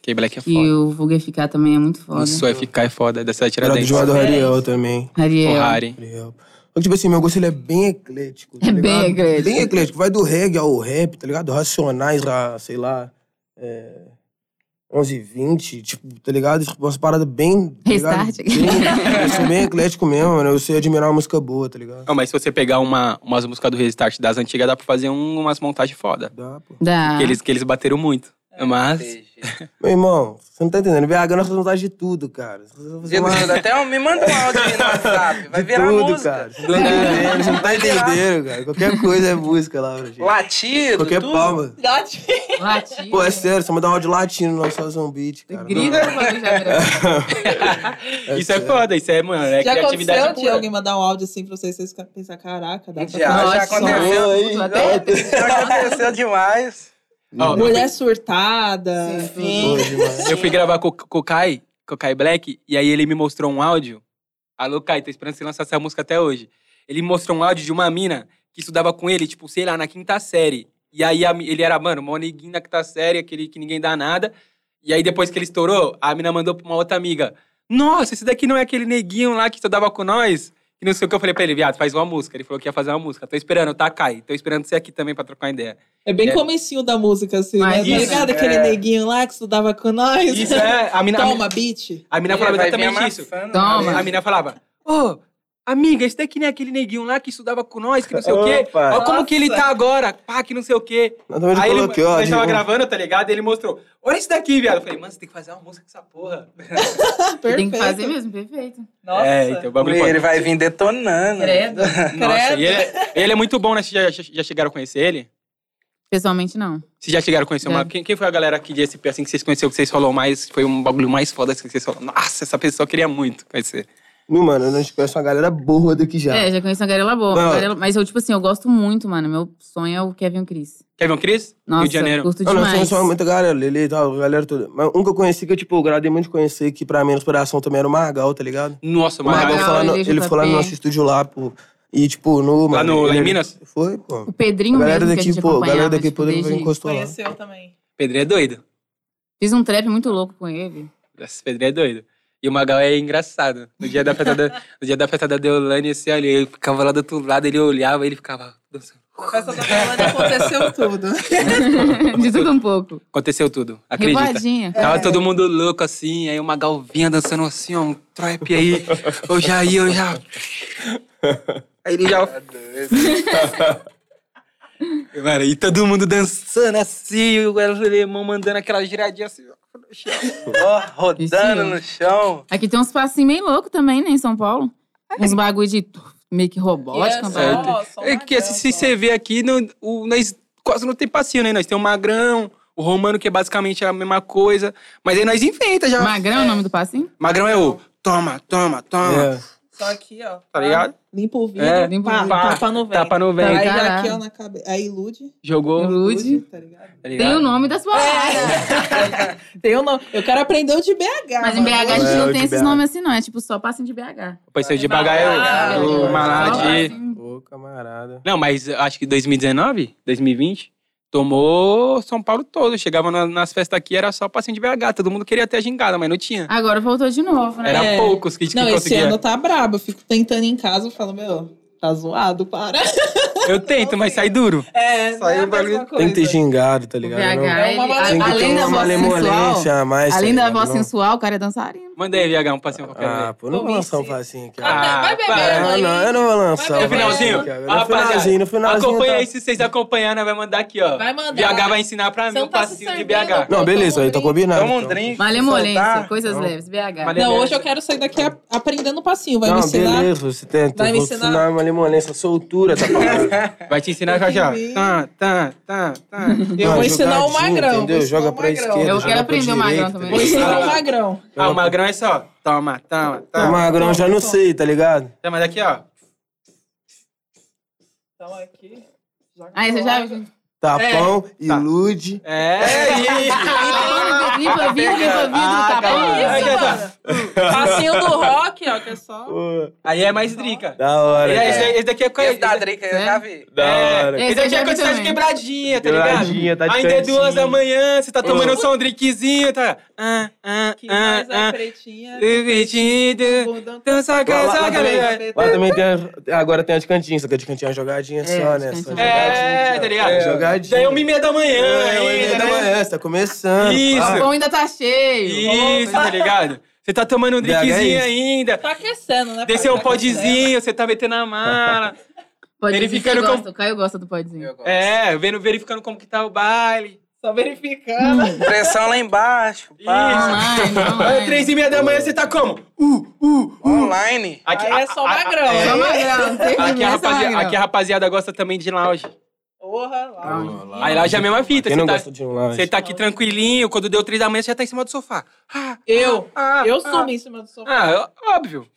Speaker 1: Que Black é
Speaker 4: e
Speaker 1: foda.
Speaker 4: o Vulgar Ficar também é muito foda.
Speaker 1: Isso é ficar é foda, dessa
Speaker 5: Era do
Speaker 1: tiradentes.
Speaker 5: João do
Speaker 2: Diferente.
Speaker 5: Ariel também.
Speaker 1: O
Speaker 4: Ariel.
Speaker 1: Harry.
Speaker 5: Gabriel. Então, Tipo assim, meu gosto ele é bem eclético. tá
Speaker 4: É bem
Speaker 5: ligado?
Speaker 4: eclético.
Speaker 5: Bem eclético. Vai do reggae ao rap, tá ligado? Racionais, a, sei lá. É, 11 20, tipo, tá ligado? Tipo, Umas paradas bem. tá ligado?
Speaker 4: Restart.
Speaker 5: Bem- eu sou bem eclético mesmo, mano. Eu sei admirar uma música boa, tá ligado?
Speaker 1: Não, mas se você pegar uma, umas músicas do Restart das antigas, dá pra fazer um- umas montagens foda.
Speaker 5: Dá, pô.
Speaker 4: Da...
Speaker 2: Ah.
Speaker 4: *laughs*
Speaker 1: Que, eles, que eles bateram muito.
Speaker 2: É.
Speaker 1: Mas.
Speaker 3: Entendi.
Speaker 5: Meu irmão, você não tá entendendo. BH nós fazemos de tudo, cara. Nós fazemos
Speaker 3: Diego
Speaker 5: uma-
Speaker 3: Souza, até um- me manda um áudio aí no WhatsApp. Vai
Speaker 5: de
Speaker 3: virar
Speaker 5: tudo,
Speaker 3: música.
Speaker 5: cara. Você não tá entendendo, você não tá entendendo, cara. Qualquer coisa é música lá pra gente.
Speaker 3: Latido,
Speaker 5: Qualquer
Speaker 3: tudo.
Speaker 5: palma.
Speaker 2: Gati.
Speaker 4: Latino.
Speaker 5: Pô, é sério, você mandar um áudio latino, nós fazemos um beat, cara.
Speaker 4: Grita o bagulho já virou.
Speaker 1: isso é foda, isso é, mano, é
Speaker 2: Já aconteceu
Speaker 1: criatividade
Speaker 2: de
Speaker 1: pura.
Speaker 2: alguém mandar um áudio assim pra vocês, vocês ficarem pensando, caraca, dá pra
Speaker 3: Já,
Speaker 2: fazer
Speaker 3: já
Speaker 4: é
Speaker 2: isso?"
Speaker 3: aconteceu.
Speaker 4: tudo,
Speaker 5: é
Speaker 4: até-
Speaker 3: Já aconteceu demais.
Speaker 1: Ó,
Speaker 2: Mulher surtada.
Speaker 5: Pô, demais.
Speaker 1: Eu fui gravar com, com o Kai, com o Kai Black, e aí ele me mostrou um áudio. Alô, Kai, tô esperando você lançar essa música até hoje. Ele me mostrou um áudio de uma mina que estudava com ele, tipo, sei lá, na quinta série. E aí a mi- ele era, mano, uma neguinha na quinta série, aquele que ninguém dá nada. E aí depois que ele estourou, a mina mandou pra uma outra amiga. Nossa, esse daqui não é aquele neguinho lá que estudava com nós? E não sei o que eu falei pra ele, viado, faz uma música. Ele falou que ia fazer uma música. Tô esperando, tá, Kai? Tô esperando você aqui também pra trocar uma ideia.
Speaker 2: É bem
Speaker 1: É.
Speaker 2: comecinho da música, assim, né?
Speaker 4: Mas
Speaker 2: Tá
Speaker 1: isso,
Speaker 2: ligado?
Speaker 3: é.
Speaker 2: Aquele neguinho lá que estudava com nós.
Speaker 1: Isso é. A mina, a mina,
Speaker 2: *laughs* Toma, beat.
Speaker 1: a mina falava
Speaker 3: Vai vir
Speaker 1: exatamente isso.
Speaker 3: amassando,
Speaker 4: Toma.
Speaker 3: né?
Speaker 1: A mina falava, ô, amiga, esse daqui não é aquele neguinho lá que estudava com nós, que não sei o quê.
Speaker 5: Opa.
Speaker 1: Olha como que ele
Speaker 2: Nossa.
Speaker 1: tá agora, pá, que não sei o quê.
Speaker 5: Nada mais eu
Speaker 1: Aí ele,
Speaker 5: coloquei, ó.
Speaker 1: nós tava
Speaker 5: de-
Speaker 1: gravando, tá ligado? E ele mostrou, olha isso daqui, viado. Eu falei, mano, você tem que fazer uma música com essa porra.
Speaker 2: Perfeito.
Speaker 4: Tem que fazer mesmo, perfeito.
Speaker 2: Nossa.
Speaker 1: É, então o bagulho
Speaker 3: Ele
Speaker 1: pode...
Speaker 3: vai vir detonando.
Speaker 4: Credo.
Speaker 1: Nossa,
Speaker 2: Credo.
Speaker 1: e ele, ele é muito bom, né? Vocês já, já chegaram a conhecer ele?
Speaker 4: Pessoalmente, não.
Speaker 1: Vocês já chegaram a conhecer uma...
Speaker 4: Já.
Speaker 1: Quem, quem foi a galera aqui de SP, assim, que vocês conheceram, que vocês falaram mais... Foi um bagulho mais foda assim, que vocês falaram. Nossa, essa pessoa eu queria muito conhecer.
Speaker 5: Não, mano, eu não te conheço uma galera boa daqui já.
Speaker 4: É, já conheço a Garela Boa.
Speaker 5: Mano.
Speaker 4: Garela- Mas eu, tipo assim, eu gosto muito, mano. Meu sonho é o Kevin Chris.
Speaker 1: Quer ver um Cris?
Speaker 4: Nossa,
Speaker 1: Rio de Janeiro.
Speaker 4: curto
Speaker 5: Não, não, eu
Speaker 4: demais.
Speaker 5: conheço muita galera, Lele e tal, galera toda. Mas um que eu conheci que eu, tipo, eu gradei muito de conhecer, que pra mim a inspiração também era o Margal, tá ligado?
Speaker 1: Nossa,
Speaker 5: O Margal,
Speaker 1: mas
Speaker 4: Margal,
Speaker 5: foi lá no-
Speaker 4: ele
Speaker 5: ele foi lá no
Speaker 4: JP.
Speaker 5: nosso estúdio lá, pô. E, tipo, no.
Speaker 1: lá
Speaker 5: mano,
Speaker 1: no, lá em
Speaker 5: ele-
Speaker 1: Minas,
Speaker 5: Foi, pô.
Speaker 4: O Pedrinho
Speaker 5: A galera
Speaker 4: mesmo, que a
Speaker 5: daqui,
Speaker 4: gente
Speaker 5: pô, a galera
Speaker 4: acompanhava,
Speaker 5: daqui,
Speaker 4: tipo,
Speaker 5: pô,
Speaker 4: desde-
Speaker 1: né?
Speaker 5: encostou lá.
Speaker 2: Conheceu também.
Speaker 1: Pedrinho é doido.
Speaker 4: Fiz um trap muito louco com ele.
Speaker 5: *laughs*
Speaker 4: *laughs*
Speaker 1: Esse Pedrinho é doido. E o Magal é engraçado. No dia da festa da, no dia da, festa da Deolane, assim, olha, ele ficava lá do outro lado, ele olhava, ele ficava dançando.
Speaker 2: Na festa da Melania
Speaker 6: *laughs*
Speaker 2: aconteceu tudo.
Speaker 4: De tudo um pouco.
Speaker 1: Aconteceu tudo, acredita.
Speaker 4: Revoadinha.
Speaker 1: Tava todo mundo louco, assim, aí o Magal vinha dançando assim, ó, um trap aí. Eu já ia, eu já... Aí ele já... *laughs* Mano, e todo mundo dançando assim, o alemão mandando aquela giradinha assim, ó. no chão.
Speaker 3: Ó, rodando no chão.
Speaker 4: Aqui tem uns passinhos meio loucos também, né, em São Paulo. Uns bagulho de meio que robótica.
Speaker 2: Yes,
Speaker 4: parada.
Speaker 2: só- só
Speaker 6: um
Speaker 1: É que se,
Speaker 2: magrão,
Speaker 1: se
Speaker 2: só.
Speaker 1: você vê aqui, não- o- nós quase não tem passinho, né? Nós tem o Magrão, o Romano, que é basicamente a mesma coisa. Mas aí nós inventa já.
Speaker 4: Magrão é o nome do passinho?
Speaker 1: Magrão é o toma, toma, toma.
Speaker 5: É.
Speaker 2: Só aqui, ó.
Speaker 1: Tá ligado?
Speaker 6: Ah, Limpa o vidro,
Speaker 1: É,
Speaker 4: limpa o
Speaker 6: pá,
Speaker 4: vidro.
Speaker 6: tapa no
Speaker 1: Tapa
Speaker 6: vento. Tá
Speaker 1: no vento.
Speaker 6: Aí já
Speaker 4: Caralho.
Speaker 6: aqui, ó, na cabeça. Aí ilude.
Speaker 1: Jogou.
Speaker 4: Lude.
Speaker 6: Tá ligado?
Speaker 1: Tá
Speaker 4: Tem o
Speaker 1: ligado?
Speaker 4: nome das paradas.
Speaker 6: Tem um nome. Eu quero aprender o de BH.
Speaker 4: Mas em
Speaker 6: mano.
Speaker 4: BH a gente
Speaker 5: É, o
Speaker 4: não
Speaker 5: de
Speaker 4: tem esses
Speaker 5: BH.
Speaker 4: nomes assim, não. É tipo só passinho de BH.
Speaker 1: Pois seu de
Speaker 2: Ah,
Speaker 1: bagaio.
Speaker 4: tipo, Só
Speaker 1: O Malade.
Speaker 4: passinho.
Speaker 5: Ô, camarada.
Speaker 1: Não, mas acho que 2019, 2020, tomou São Paulo todo. Chegava na- nas festas aqui, era só passinho de BH. Todo mundo queria ter a gingada, mas não tinha.
Speaker 4: Agora voltou de novo, né?
Speaker 5: Tá
Speaker 1: Era
Speaker 6: É.
Speaker 1: poucos que, que
Speaker 6: Não, esse
Speaker 1: conseguia.
Speaker 6: ano tá brabo. Eu fico tentando em casa, eu falo, meu, tá zoado, para.
Speaker 1: Eu tento, mas sai duro.
Speaker 6: *laughs* É,
Speaker 1: Saiu
Speaker 6: não é a
Speaker 1: o bagulho-
Speaker 6: mesma coisa.
Speaker 5: Tem que ter gingado, tá ligado?
Speaker 4: O
Speaker 6: É
Speaker 4: VH,
Speaker 5: Não-
Speaker 6: uma
Speaker 4: ele-
Speaker 6: male-
Speaker 5: Tem que
Speaker 6: Além
Speaker 5: ter
Speaker 6: da
Speaker 5: uma
Speaker 6: voz
Speaker 5: malemolência a mais. tá
Speaker 4: Além da
Speaker 5: ligado?
Speaker 4: voz
Speaker 5: Não-
Speaker 4: sensual, o cara é dançarino.
Speaker 1: Manda aí, VH, um passinho qualquer.
Speaker 5: Ah, pô, eu não vou lançar um facinho aqui.
Speaker 1: Ah,
Speaker 2: Vai
Speaker 1: para.
Speaker 2: bebendo
Speaker 5: Ah,
Speaker 2: aí.
Speaker 5: não, eu não vou lançar.
Speaker 2: Vai
Speaker 1: No
Speaker 5: um
Speaker 2: bebendo.
Speaker 1: finalzinho?
Speaker 5: facinho aqui,
Speaker 1: Ó,
Speaker 5: No
Speaker 1: rapaziada,
Speaker 5: finalzinho, no finalzinho.
Speaker 1: Acompanha
Speaker 5: tá-
Speaker 1: aí, se vocês acompanhar, nós vai mandar aqui, ó.
Speaker 2: Vai mandar.
Speaker 1: VH vai ensinar pra
Speaker 2: Você
Speaker 1: mim
Speaker 2: não
Speaker 1: um
Speaker 2: tá se
Speaker 1: passinho de
Speaker 2: servindo,
Speaker 1: BH.
Speaker 5: Não, beleza, aí tá combinado.
Speaker 3: Toma um
Speaker 5: então.
Speaker 3: drink.
Speaker 4: Malemolência,
Speaker 3: soltar.
Speaker 4: coisas
Speaker 5: Não.
Speaker 4: leves, BH.
Speaker 1: Male-
Speaker 6: Não, hoje eu quero sair daqui a- aprendendo um passinho. Vai
Speaker 5: não,
Speaker 6: me ensinar?
Speaker 5: beleza, você
Speaker 6: Vai
Speaker 5: tem que
Speaker 6: me ensinar?
Speaker 5: ensinar uma malemolência, soltura, tá parado?
Speaker 1: Vai te ensinar já
Speaker 6: Tem que
Speaker 1: já.
Speaker 6: vir.
Speaker 1: Tá, tá, tá, tá.
Speaker 6: Eu vou
Speaker 5: Não,
Speaker 6: ensinar o
Speaker 5: jogadinho,
Speaker 6: magrão. vou
Speaker 5: Entendeu?
Speaker 6: ensinar
Speaker 5: Joga
Speaker 6: o
Speaker 5: pra
Speaker 6: magrão.
Speaker 5: esquerda.
Speaker 4: Eu
Speaker 5: joga
Speaker 4: quero
Speaker 5: pra
Speaker 4: aprender o
Speaker 5: direita,
Speaker 4: magrão
Speaker 5: tá
Speaker 4: também.
Speaker 5: ligado?
Speaker 6: Vou
Speaker 1: *laughs*
Speaker 6: ensinar o magrão.
Speaker 1: Ah, o magrão é só. Toma, toma,
Speaker 5: Tá. O
Speaker 1: toma.
Speaker 5: magrão eu já não sei, tá ligado?
Speaker 1: Tá, mas aqui, ó.
Speaker 6: Então aqui. joga
Speaker 4: Aí você
Speaker 6: pra lá.
Speaker 4: já.
Speaker 5: Tapão, ilude.
Speaker 1: É,
Speaker 4: Lipa, lipa, vidro, lipa, vidro,
Speaker 1: tá Ah,
Speaker 4: tá bom?
Speaker 1: cara.
Speaker 2: Isso,
Speaker 1: Aí, ó.
Speaker 2: mano. Passinho do rock, ó, que é só.
Speaker 5: Pô,
Speaker 1: Aí é mais drica.
Speaker 5: Da hora.
Speaker 1: Ele é- Esse
Speaker 5: cara.
Speaker 1: esse daqui é
Speaker 3: Esse da
Speaker 1: coisa. É,
Speaker 3: Drica, eu já vi.
Speaker 5: Da hora.
Speaker 1: Esse
Speaker 4: Esse
Speaker 1: daqui
Speaker 4: eu
Speaker 1: é
Speaker 4: já vi
Speaker 1: quantidade de
Speaker 4: também.
Speaker 1: quebradinha, tá ligado?
Speaker 5: Quebradinha, tá de
Speaker 1: Ainda é duas
Speaker 5: cantinho.
Speaker 1: da manhã, você tá tomando só um drinkzinho, tá? Ah, ah,
Speaker 6: Que
Speaker 1: ah,
Speaker 6: mais
Speaker 2: é?
Speaker 6: a
Speaker 1: ah.
Speaker 6: pretinha.
Speaker 1: Divertido.
Speaker 6: bundão,
Speaker 1: Dança,
Speaker 5: Lá, lá,
Speaker 1: dança,
Speaker 5: lá também,
Speaker 1: galera.
Speaker 5: lá também tem as- agora tem as cantinhas, só que as cantinhas é uma jogadinha só, né?
Speaker 4: as
Speaker 5: Só
Speaker 4: cantinhas.
Speaker 1: É, tá ligado?
Speaker 5: É, jogadinha.
Speaker 1: Daí é uma e meia da manhã
Speaker 5: É, é,
Speaker 1: ainda,
Speaker 5: é da
Speaker 1: né?
Speaker 5: manhã, você tá começando.
Speaker 1: Isso.
Speaker 5: pá.
Speaker 4: O pão ainda tá cheio.
Speaker 1: Isso, tá ligado? Você tá tomando um
Speaker 5: BH é
Speaker 1: drinkzinho
Speaker 5: isso.
Speaker 1: ainda.
Speaker 2: Tá aquecendo, né?
Speaker 1: Desceu um
Speaker 2: pai? Tá aquecendo.
Speaker 1: podzinho, você tá metendo a
Speaker 5: *laughs*
Speaker 1: mala.
Speaker 4: Pode
Speaker 1: Ele
Speaker 4: dizer,
Speaker 1: ficando
Speaker 4: você
Speaker 1: com-
Speaker 4: gosta, O Caio gosta do podzinho.
Speaker 3: Eu gosto.
Speaker 1: É, vendo, verificando como que tá o baile.
Speaker 6: Só verificando.
Speaker 3: Hum. Pressão lá embaixo. pá.
Speaker 4: Online,
Speaker 1: Aí,
Speaker 4: online.
Speaker 1: três e meia da manhã, você tá como? uh.
Speaker 3: Online.
Speaker 1: Aqui,
Speaker 6: Aí é só magrão.
Speaker 1: é.
Speaker 4: Só magrão, tem que
Speaker 5: né,
Speaker 1: Aqui
Speaker 4: ver
Speaker 1: a,
Speaker 4: só
Speaker 1: rapaziada,
Speaker 4: magrão.
Speaker 1: aqui a rapaziada gosta também de lounge.
Speaker 6: Porra, lá.
Speaker 5: Ó, lá,
Speaker 1: Aí
Speaker 5: lá.
Speaker 1: lounge é a mesma fita.
Speaker 5: Quem
Speaker 1: você
Speaker 5: não
Speaker 1: tá-
Speaker 5: gosta de um lounge?
Speaker 1: Você tá aqui tranquilinho, quando deu três da manhã, você já tá em cima do sofá. Ah,
Speaker 6: Eu?
Speaker 1: ah,
Speaker 6: Eu
Speaker 1: ah.
Speaker 6: sumo em cima do sofá.
Speaker 1: Ah, ó- óbvio.